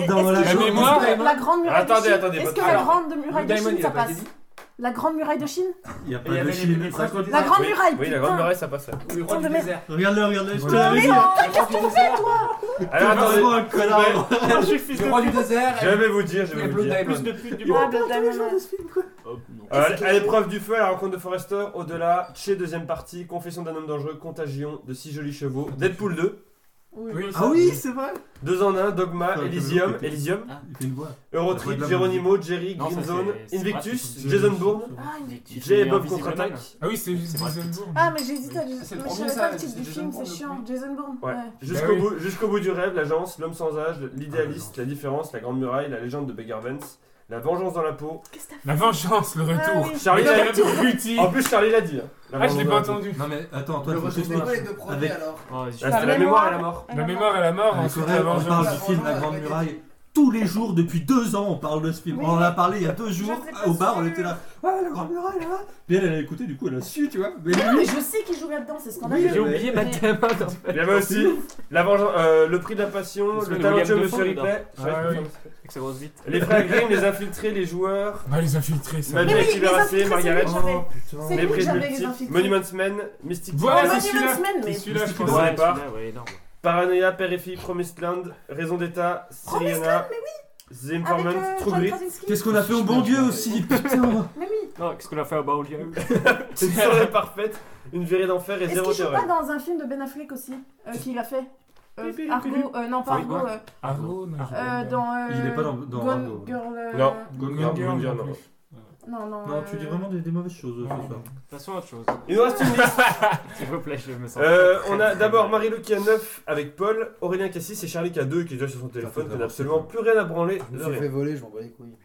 [SPEAKER 5] Est-ce
[SPEAKER 1] dans la
[SPEAKER 5] que-
[SPEAKER 4] La
[SPEAKER 1] chambre.
[SPEAKER 4] mémoire,
[SPEAKER 5] est-ce que la grande muraille
[SPEAKER 3] Attendez,
[SPEAKER 5] de Chine.
[SPEAKER 3] attendez,
[SPEAKER 5] Est-ce
[SPEAKER 3] parce-
[SPEAKER 5] que la
[SPEAKER 3] alors,
[SPEAKER 5] grande muraille de
[SPEAKER 2] Diamond,
[SPEAKER 5] Chine,
[SPEAKER 2] il
[SPEAKER 5] ça
[SPEAKER 2] a pas été
[SPEAKER 5] passe La grande muraille de Chine
[SPEAKER 1] Il n'y a
[SPEAKER 2] Et il y
[SPEAKER 1] pas de
[SPEAKER 2] avait les-
[SPEAKER 1] Chine.
[SPEAKER 2] les princes-
[SPEAKER 5] La grande
[SPEAKER 3] Oui,
[SPEAKER 5] muraille,
[SPEAKER 3] Oui, la grande
[SPEAKER 5] putain.
[SPEAKER 3] muraille, ça passe.
[SPEAKER 6] Le
[SPEAKER 5] roi du Attends, mais- désert.
[SPEAKER 1] Regarde-le, regarde-le, je te
[SPEAKER 5] Non,
[SPEAKER 1] l'avais
[SPEAKER 5] mais
[SPEAKER 1] dit.
[SPEAKER 5] non, t'as qu'à se tromper, toi
[SPEAKER 3] Alors, attendez.
[SPEAKER 1] Vraiment un connard.
[SPEAKER 6] Le roi du désert.
[SPEAKER 3] Je vais vous dire, je vais
[SPEAKER 6] Et
[SPEAKER 3] vous
[SPEAKER 6] Blue
[SPEAKER 3] dire.
[SPEAKER 6] Diamond.
[SPEAKER 5] Ah, Blood Diamond.
[SPEAKER 2] Hop, non.
[SPEAKER 3] Euh, à l'épreuve du feu, à la rencontre de Forrester, au-delà, chez deuxième partie, confession d'un homme dangereux, contagion, de six jolis chevaux, Deadpool 2,
[SPEAKER 6] Oui,
[SPEAKER 1] Ah oui, c'est vrai.
[SPEAKER 3] deux en un, Dogma,
[SPEAKER 1] Putain,
[SPEAKER 3] Elysium,
[SPEAKER 1] t'as vu,
[SPEAKER 3] Elysium,
[SPEAKER 1] Il fait une voix. Ouais,
[SPEAKER 3] Eurotrip,
[SPEAKER 1] de la
[SPEAKER 3] Geronimo, Jerry,
[SPEAKER 2] Non, ça,
[SPEAKER 3] Green
[SPEAKER 2] c'est-
[SPEAKER 3] Zone,
[SPEAKER 2] c'est
[SPEAKER 3] Invictus,
[SPEAKER 2] pas-
[SPEAKER 1] c'est-
[SPEAKER 3] Jason Bourne,
[SPEAKER 5] Ah, il-
[SPEAKER 3] Jay et Bob contre-attaque.
[SPEAKER 4] Ah oui, c'est
[SPEAKER 2] C'est Brad
[SPEAKER 4] Jason
[SPEAKER 2] Pitt.
[SPEAKER 4] Bourne.
[SPEAKER 5] Ah, mais j'hésite à. mais
[SPEAKER 6] C'est le
[SPEAKER 5] Je
[SPEAKER 6] premier,
[SPEAKER 5] savais pas
[SPEAKER 6] ça,
[SPEAKER 5] le titre
[SPEAKER 6] c'est
[SPEAKER 5] du
[SPEAKER 6] Jason
[SPEAKER 5] film,
[SPEAKER 6] Bourne,
[SPEAKER 5] c'est
[SPEAKER 6] le
[SPEAKER 5] chiant. Jason Bourne.
[SPEAKER 3] Ouais.
[SPEAKER 5] Ouais.
[SPEAKER 3] Jusqu'au
[SPEAKER 4] Bah oui. Ah,
[SPEAKER 3] bout, jusqu'au bout du rêve, l'agence, l'homme sans âge, l'idéaliste, la différence, la grande muraille, la légende de Beggar Vance, la vengeance dans la peau.
[SPEAKER 5] Qu'est-ce que t'as fait
[SPEAKER 4] La vengeance, le
[SPEAKER 5] Ah,
[SPEAKER 4] retour.
[SPEAKER 5] oui.
[SPEAKER 3] Charlie
[SPEAKER 4] Mais
[SPEAKER 3] l'a
[SPEAKER 4] quel abruti.
[SPEAKER 3] En plus, Charlie l'a dit. hein. La
[SPEAKER 4] Ah, je l'ai
[SPEAKER 3] vengeance
[SPEAKER 4] pas
[SPEAKER 3] dans la peau.
[SPEAKER 4] entendu.
[SPEAKER 1] Non mais attends, toi,
[SPEAKER 6] Le
[SPEAKER 1] tu
[SPEAKER 6] retour
[SPEAKER 1] réfléchis.
[SPEAKER 6] dans la de premier,
[SPEAKER 1] Avec-
[SPEAKER 6] alors.
[SPEAKER 2] Oh, vas-y, je-
[SPEAKER 3] Là, c'était la mémoire et la mort.
[SPEAKER 4] La mémoire à la mort,
[SPEAKER 1] Avec
[SPEAKER 4] ensuite la
[SPEAKER 1] Aurel, on
[SPEAKER 4] vengeance.
[SPEAKER 1] parle du film La Grande Muraille. Tous les jours, depuis deux ans, on parle de ce film.
[SPEAKER 5] Oui.
[SPEAKER 1] On en a parlé il y a deux
[SPEAKER 5] Je
[SPEAKER 1] jours.
[SPEAKER 5] sais pas
[SPEAKER 1] Au
[SPEAKER 5] si
[SPEAKER 1] bar,
[SPEAKER 5] j'ai
[SPEAKER 1] on
[SPEAKER 5] vu.
[SPEAKER 1] était là. Ouais, La Grande Muraille, là. Puis elle, elle a écouté, du coup, elle a su, tu vois. Mais
[SPEAKER 5] Non, mais je sais qu'il joue là-dedans, c'est
[SPEAKER 1] Oui,
[SPEAKER 5] scandaleux.
[SPEAKER 2] J'ai oublié ma
[SPEAKER 5] Mais-
[SPEAKER 2] thème.
[SPEAKER 3] Il y avait aussi la vengeance, euh, le prix de la passion,
[SPEAKER 2] Parce que
[SPEAKER 3] le
[SPEAKER 2] de
[SPEAKER 3] talentueux
[SPEAKER 2] William
[SPEAKER 3] Monsieur
[SPEAKER 2] Dafoe, dedans.
[SPEAKER 3] Ripley,
[SPEAKER 4] Ah,
[SPEAKER 3] Ouais,
[SPEAKER 4] oui.
[SPEAKER 3] ouais.
[SPEAKER 2] Avec sa grosse bite.
[SPEAKER 3] les frères Grimm, les infiltrés, les joueurs,
[SPEAKER 4] On va les infiltrer, ça.
[SPEAKER 3] la vie
[SPEAKER 5] Mais oui,
[SPEAKER 3] active
[SPEAKER 5] les
[SPEAKER 3] et
[SPEAKER 5] infiltrés,
[SPEAKER 3] racée,
[SPEAKER 5] c'est
[SPEAKER 3] Margaret,
[SPEAKER 5] lui que j'avais. C'est
[SPEAKER 3] les
[SPEAKER 5] lui que
[SPEAKER 3] prix
[SPEAKER 5] j'avais les
[SPEAKER 3] multiples,
[SPEAKER 5] infiltrés.
[SPEAKER 3] Monuments Men, Mystic
[SPEAKER 4] Voilà,
[SPEAKER 3] Force,
[SPEAKER 4] c'est
[SPEAKER 5] Monument
[SPEAKER 4] celui-là.
[SPEAKER 5] Man,
[SPEAKER 4] C'est
[SPEAKER 5] mais-
[SPEAKER 4] celui-là, je
[SPEAKER 1] Mystique
[SPEAKER 4] pense.
[SPEAKER 1] Force.
[SPEAKER 2] Ouais,
[SPEAKER 3] sais pas.
[SPEAKER 2] celui-là, ouais, énorme.
[SPEAKER 3] Paranoia, Père et Fille, Promised Land, Raison d'État,
[SPEAKER 5] Promised
[SPEAKER 3] Siriana, The
[SPEAKER 5] Avec
[SPEAKER 3] Informant,
[SPEAKER 5] euh,
[SPEAKER 3] True
[SPEAKER 5] John
[SPEAKER 3] Grit,
[SPEAKER 5] Krasinski.
[SPEAKER 1] Qu'est-ce qu'on a fait au bon Dieu aussi Putain
[SPEAKER 5] Mais oui.
[SPEAKER 2] Non, qu'est-ce qu'on a fait à Baolia
[SPEAKER 3] Une soirée parfaite, Une virée d'enfer et
[SPEAKER 5] Est-ce
[SPEAKER 3] zéro
[SPEAKER 5] qu'il joue pas
[SPEAKER 3] théorème.
[SPEAKER 5] dans un film de Ben Affleck aussi euh, Qu'il a fait Euh, Argo, euh, non pas
[SPEAKER 2] Forrest
[SPEAKER 5] Argo,
[SPEAKER 2] Gump.
[SPEAKER 5] euh,
[SPEAKER 4] Argo, non.
[SPEAKER 5] euh, dans. euh,
[SPEAKER 1] Il est pas dans- dans
[SPEAKER 5] Gone
[SPEAKER 1] Argo.
[SPEAKER 5] Girl, euh,
[SPEAKER 3] Non.
[SPEAKER 4] Gone
[SPEAKER 3] Non,
[SPEAKER 4] Girl,
[SPEAKER 3] Gone Girl,
[SPEAKER 4] non
[SPEAKER 3] non.
[SPEAKER 4] plus.
[SPEAKER 5] Non, non.
[SPEAKER 1] Non,
[SPEAKER 5] euh,
[SPEAKER 1] tu dis vraiment des, des mauvaises choses euh, ce soir.
[SPEAKER 2] Passons à autre chose.
[SPEAKER 3] Il nous reste une liste.
[SPEAKER 2] S'il vous
[SPEAKER 5] [laughs]
[SPEAKER 2] plaît, je me sens.
[SPEAKER 3] Euh,
[SPEAKER 2] très,
[SPEAKER 3] on
[SPEAKER 2] très
[SPEAKER 3] a
[SPEAKER 2] mal.
[SPEAKER 3] d'abord Marie-Lou qui a 9 avec Paul, Aurélien qui a 6 et Charlie qui a 2 qui est déjà sur son téléphone, qui n'a absolument plus rien à branler.
[SPEAKER 6] Je
[SPEAKER 3] de
[SPEAKER 6] me suis
[SPEAKER 3] rien.
[SPEAKER 6] fait voler, je m'en bats les couilles.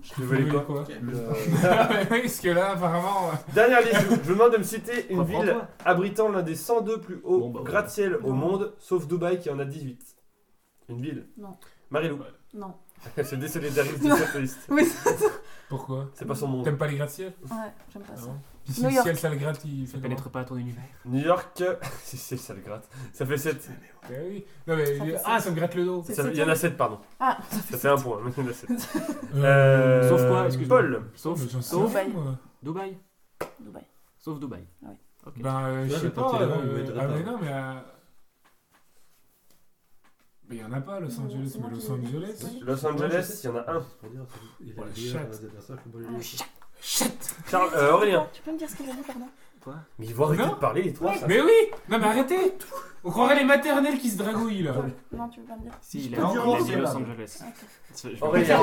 [SPEAKER 3] Tu veux les quoi
[SPEAKER 6] Le-
[SPEAKER 4] Parce que là, apparemment.
[SPEAKER 3] Dernière liste, je vous demande de me citer une
[SPEAKER 2] Reprends-toi.
[SPEAKER 3] ville abritant l'un des 102 plus hauts
[SPEAKER 2] Bon, bah, ouais.
[SPEAKER 3] gratte-ciel au
[SPEAKER 5] Non.
[SPEAKER 3] monde, sauf Dubaï qui en a 18. Une ville
[SPEAKER 5] Non.
[SPEAKER 2] Bah.
[SPEAKER 3] Marie-Lou,
[SPEAKER 5] euh, Non.
[SPEAKER 3] elle se désolidarise de
[SPEAKER 5] [laughs]
[SPEAKER 3] cette liste.
[SPEAKER 5] Oui,
[SPEAKER 4] Pourquoi
[SPEAKER 3] C'est pas son monde.
[SPEAKER 4] T'aimes pas les gratte-ciel
[SPEAKER 5] ouais, j'aime pas
[SPEAKER 4] Ah
[SPEAKER 5] ça.
[SPEAKER 4] bon Puis si
[SPEAKER 5] New
[SPEAKER 4] le
[SPEAKER 5] York.
[SPEAKER 4] ciel, ça le gratte, il fait
[SPEAKER 2] Ça
[SPEAKER 4] droit.
[SPEAKER 2] pénètre pas à ton univers.
[SPEAKER 3] New York, [laughs] si c'est ça le gratte. Ça fait 7.
[SPEAKER 4] Ah oui. Non, mais-
[SPEAKER 5] Ça fait
[SPEAKER 4] Ah, ça me gratte le dos.
[SPEAKER 5] C'est
[SPEAKER 3] Il y en a 7, pardon.
[SPEAKER 5] Ah,
[SPEAKER 3] Ça fait 1 point. [laughs] mais il y en a sept.
[SPEAKER 4] Euh,
[SPEAKER 2] Sauf quoi Excuse-moi.
[SPEAKER 3] Paul.
[SPEAKER 2] Sauf
[SPEAKER 4] mais j'en sais
[SPEAKER 2] sauf
[SPEAKER 4] rien,
[SPEAKER 5] Dubaï.
[SPEAKER 4] moi.
[SPEAKER 2] Dubaï.
[SPEAKER 5] Dubaï.
[SPEAKER 2] Sauf Dubaï.
[SPEAKER 5] Ah oui.
[SPEAKER 2] Ok.
[SPEAKER 4] Ben, euh, je
[SPEAKER 1] Ouais,
[SPEAKER 4] sais
[SPEAKER 1] la partie
[SPEAKER 4] pas.
[SPEAKER 1] d'avant, il
[SPEAKER 4] euh,
[SPEAKER 1] m'aiderait
[SPEAKER 4] Ah,
[SPEAKER 1] pas.
[SPEAKER 4] mais non, mais. euh, Mais y en a pas à Los
[SPEAKER 5] Non,
[SPEAKER 4] Angeles,
[SPEAKER 5] c'est
[SPEAKER 4] mais
[SPEAKER 5] moi
[SPEAKER 4] Los
[SPEAKER 5] qui l'ai dit.
[SPEAKER 4] Angeles.
[SPEAKER 5] Oui.
[SPEAKER 3] Los Angeles, il y en a un.
[SPEAKER 1] Pour dire, Il
[SPEAKER 4] Oh,
[SPEAKER 1] a
[SPEAKER 4] la
[SPEAKER 1] dit,
[SPEAKER 4] chatte.
[SPEAKER 1] euh, des personnes qui ont volé les-
[SPEAKER 4] Shit
[SPEAKER 3] Charles, euh, Aurélien.
[SPEAKER 5] Tu peux me dire ce qu'il a dit, pardon
[SPEAKER 2] quoi.
[SPEAKER 9] Mais ils vont arrêter
[SPEAKER 4] Non.
[SPEAKER 9] de parler, les trois. ça.
[SPEAKER 4] Mais oui Non mais arrêtez On croirait les maternelles qui se
[SPEAKER 5] [laughs]
[SPEAKER 4] dragouillent là
[SPEAKER 5] Non, tu veux pas me dire. Ah,
[SPEAKER 2] Si, il
[SPEAKER 14] peux
[SPEAKER 2] a,
[SPEAKER 14] dire
[SPEAKER 2] il a dit
[SPEAKER 14] Orléans.
[SPEAKER 2] Los Angeles. Je- je-
[SPEAKER 9] Aurélien.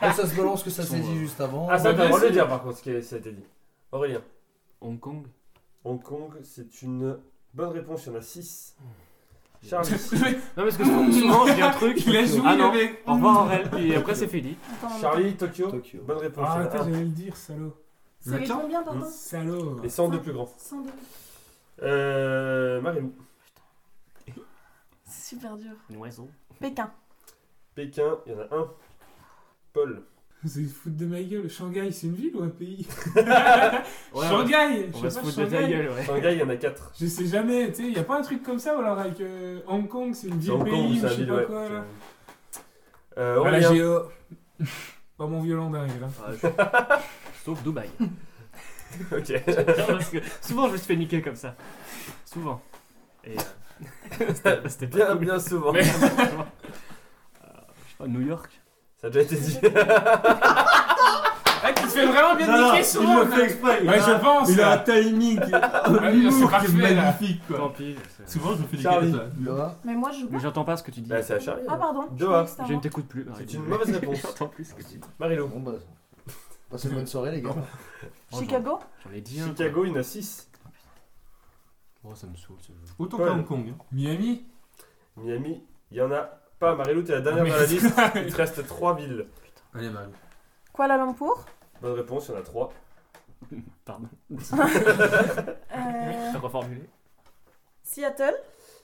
[SPEAKER 14] Ah, ça se balance que ça s'est dit juste avant.
[SPEAKER 3] Ah, ça, t'as le droit de
[SPEAKER 4] Bah,
[SPEAKER 3] le dire par contre, ce qui a ça a été dit. Aurélien.
[SPEAKER 2] Hong Kong
[SPEAKER 3] Hong Kong, c'est une bonne réponse, il y en a 6. [laughs] Charlie.
[SPEAKER 2] Non, parce que souvent, souvent, je dis un truc.
[SPEAKER 4] Il a joué
[SPEAKER 2] ah
[SPEAKER 4] le
[SPEAKER 2] non,
[SPEAKER 4] mec
[SPEAKER 2] au revoir Aurel, puis après c'est fini.
[SPEAKER 5] Attends, on
[SPEAKER 3] Charlie, Tokyo.
[SPEAKER 14] Tokyo.
[SPEAKER 3] Bonne réponse.
[SPEAKER 4] Ah,
[SPEAKER 3] il y en a
[SPEAKER 4] attends,
[SPEAKER 3] un.
[SPEAKER 4] j'allais le dire, salaud.
[SPEAKER 5] C'est les
[SPEAKER 4] Attends.
[SPEAKER 5] combien, pardon
[SPEAKER 4] Salaud.
[SPEAKER 3] Et 102 plus grand.
[SPEAKER 5] 102.
[SPEAKER 3] Euh. Marilou.
[SPEAKER 5] C'est super dur.
[SPEAKER 2] Un oiseau.
[SPEAKER 5] Pékin.
[SPEAKER 3] Pékin, il y en a un. Paul.
[SPEAKER 4] Vous allez vous foutre de ma gueule. Shanghai, c'est une ville ou un pays
[SPEAKER 2] Ouais, on va-
[SPEAKER 4] Shanghai
[SPEAKER 2] on
[SPEAKER 4] Je
[SPEAKER 2] va
[SPEAKER 4] sais
[SPEAKER 2] se
[SPEAKER 4] pas,
[SPEAKER 2] foutre de ta
[SPEAKER 4] Shanghai.
[SPEAKER 2] gueule, ouais.
[SPEAKER 3] Shanghai, il y en a 4.
[SPEAKER 4] Je sais jamais, tu sais, y a pas un truc comme ça ou alors avec euh, Hong Kong, c'est une ville,
[SPEAKER 3] Hong Kong,
[SPEAKER 4] pays,
[SPEAKER 3] c'est
[SPEAKER 4] ou
[SPEAKER 3] un
[SPEAKER 4] je sais
[SPEAKER 3] ville,
[SPEAKER 4] pas
[SPEAKER 3] ouais.
[SPEAKER 4] quoi là.
[SPEAKER 3] Euh,
[SPEAKER 4] Ah, la
[SPEAKER 3] Aurélien.
[SPEAKER 4] géo. [laughs] Pas mon violon d'arrive là.
[SPEAKER 2] Sauf Dubaï.
[SPEAKER 3] Ok. [laughs]
[SPEAKER 2] Non, parce que souvent, je me suis fait niquer comme ça. Souvent. Et.
[SPEAKER 3] [laughs]
[SPEAKER 2] euh, c'était- C'était
[SPEAKER 3] Bien,
[SPEAKER 2] pas cool.
[SPEAKER 3] bien souvent.
[SPEAKER 2] Mais- Euh, je sais pas, New York
[SPEAKER 3] Ça a déjà été [laughs] dit.
[SPEAKER 4] Ah, tu te fais vraiment bien
[SPEAKER 9] Non, non,
[SPEAKER 4] niquer
[SPEAKER 9] il
[SPEAKER 4] souvent
[SPEAKER 9] le fait exprès. il
[SPEAKER 4] Ouais,
[SPEAKER 9] a-
[SPEAKER 4] je pense.
[SPEAKER 9] Il a un
[SPEAKER 4] là.
[SPEAKER 9] timing qui
[SPEAKER 4] Ouais, bien, c'est
[SPEAKER 9] est
[SPEAKER 4] parfait, là.
[SPEAKER 9] magnifique,
[SPEAKER 2] Tant
[SPEAKER 9] quoi.
[SPEAKER 2] pis.
[SPEAKER 9] Souvent, je me fais des
[SPEAKER 3] Charlie.
[SPEAKER 9] gueules, ça.
[SPEAKER 14] Doha.
[SPEAKER 5] Mais moi, je joue
[SPEAKER 2] Mais
[SPEAKER 5] pas.
[SPEAKER 2] j'entends pas ce que tu dis.
[SPEAKER 3] Bah, c'est à Charlie.
[SPEAKER 5] Ah, pardon. je
[SPEAKER 3] Doha.
[SPEAKER 5] croyais que c'était à
[SPEAKER 2] Je ne
[SPEAKER 5] moi.
[SPEAKER 2] t'écoute plus.
[SPEAKER 3] C'est une
[SPEAKER 2] [laughs]
[SPEAKER 3] mauvaise réponse.
[SPEAKER 2] J'entends plus ce que tu dis.
[SPEAKER 3] Marilou.
[SPEAKER 14] Bon, bah. Passez une bonne soirée, les gars.
[SPEAKER 2] Oh,
[SPEAKER 5] Chicago
[SPEAKER 2] J'en ai dit un. quoi.
[SPEAKER 3] Chicago, il y en a 6.
[SPEAKER 2] Oh, ça me saoule ce jeu.
[SPEAKER 9] Autant
[SPEAKER 3] Paul.
[SPEAKER 9] qu'à Hong Kong. hein.
[SPEAKER 4] Miami
[SPEAKER 3] Miami, il y en a pas. Marilou,
[SPEAKER 2] Ah,
[SPEAKER 3] t'es la dernière
[SPEAKER 4] Mais-
[SPEAKER 3] dans la liste. Il te reste 3 villes.
[SPEAKER 1] Allez, Marie.
[SPEAKER 5] Kuala Lumpur
[SPEAKER 3] Bonne réponse, il y en a 3.
[SPEAKER 2] Pardon. [laughs]
[SPEAKER 5] euh,
[SPEAKER 2] Reformulé.
[SPEAKER 5] Seattle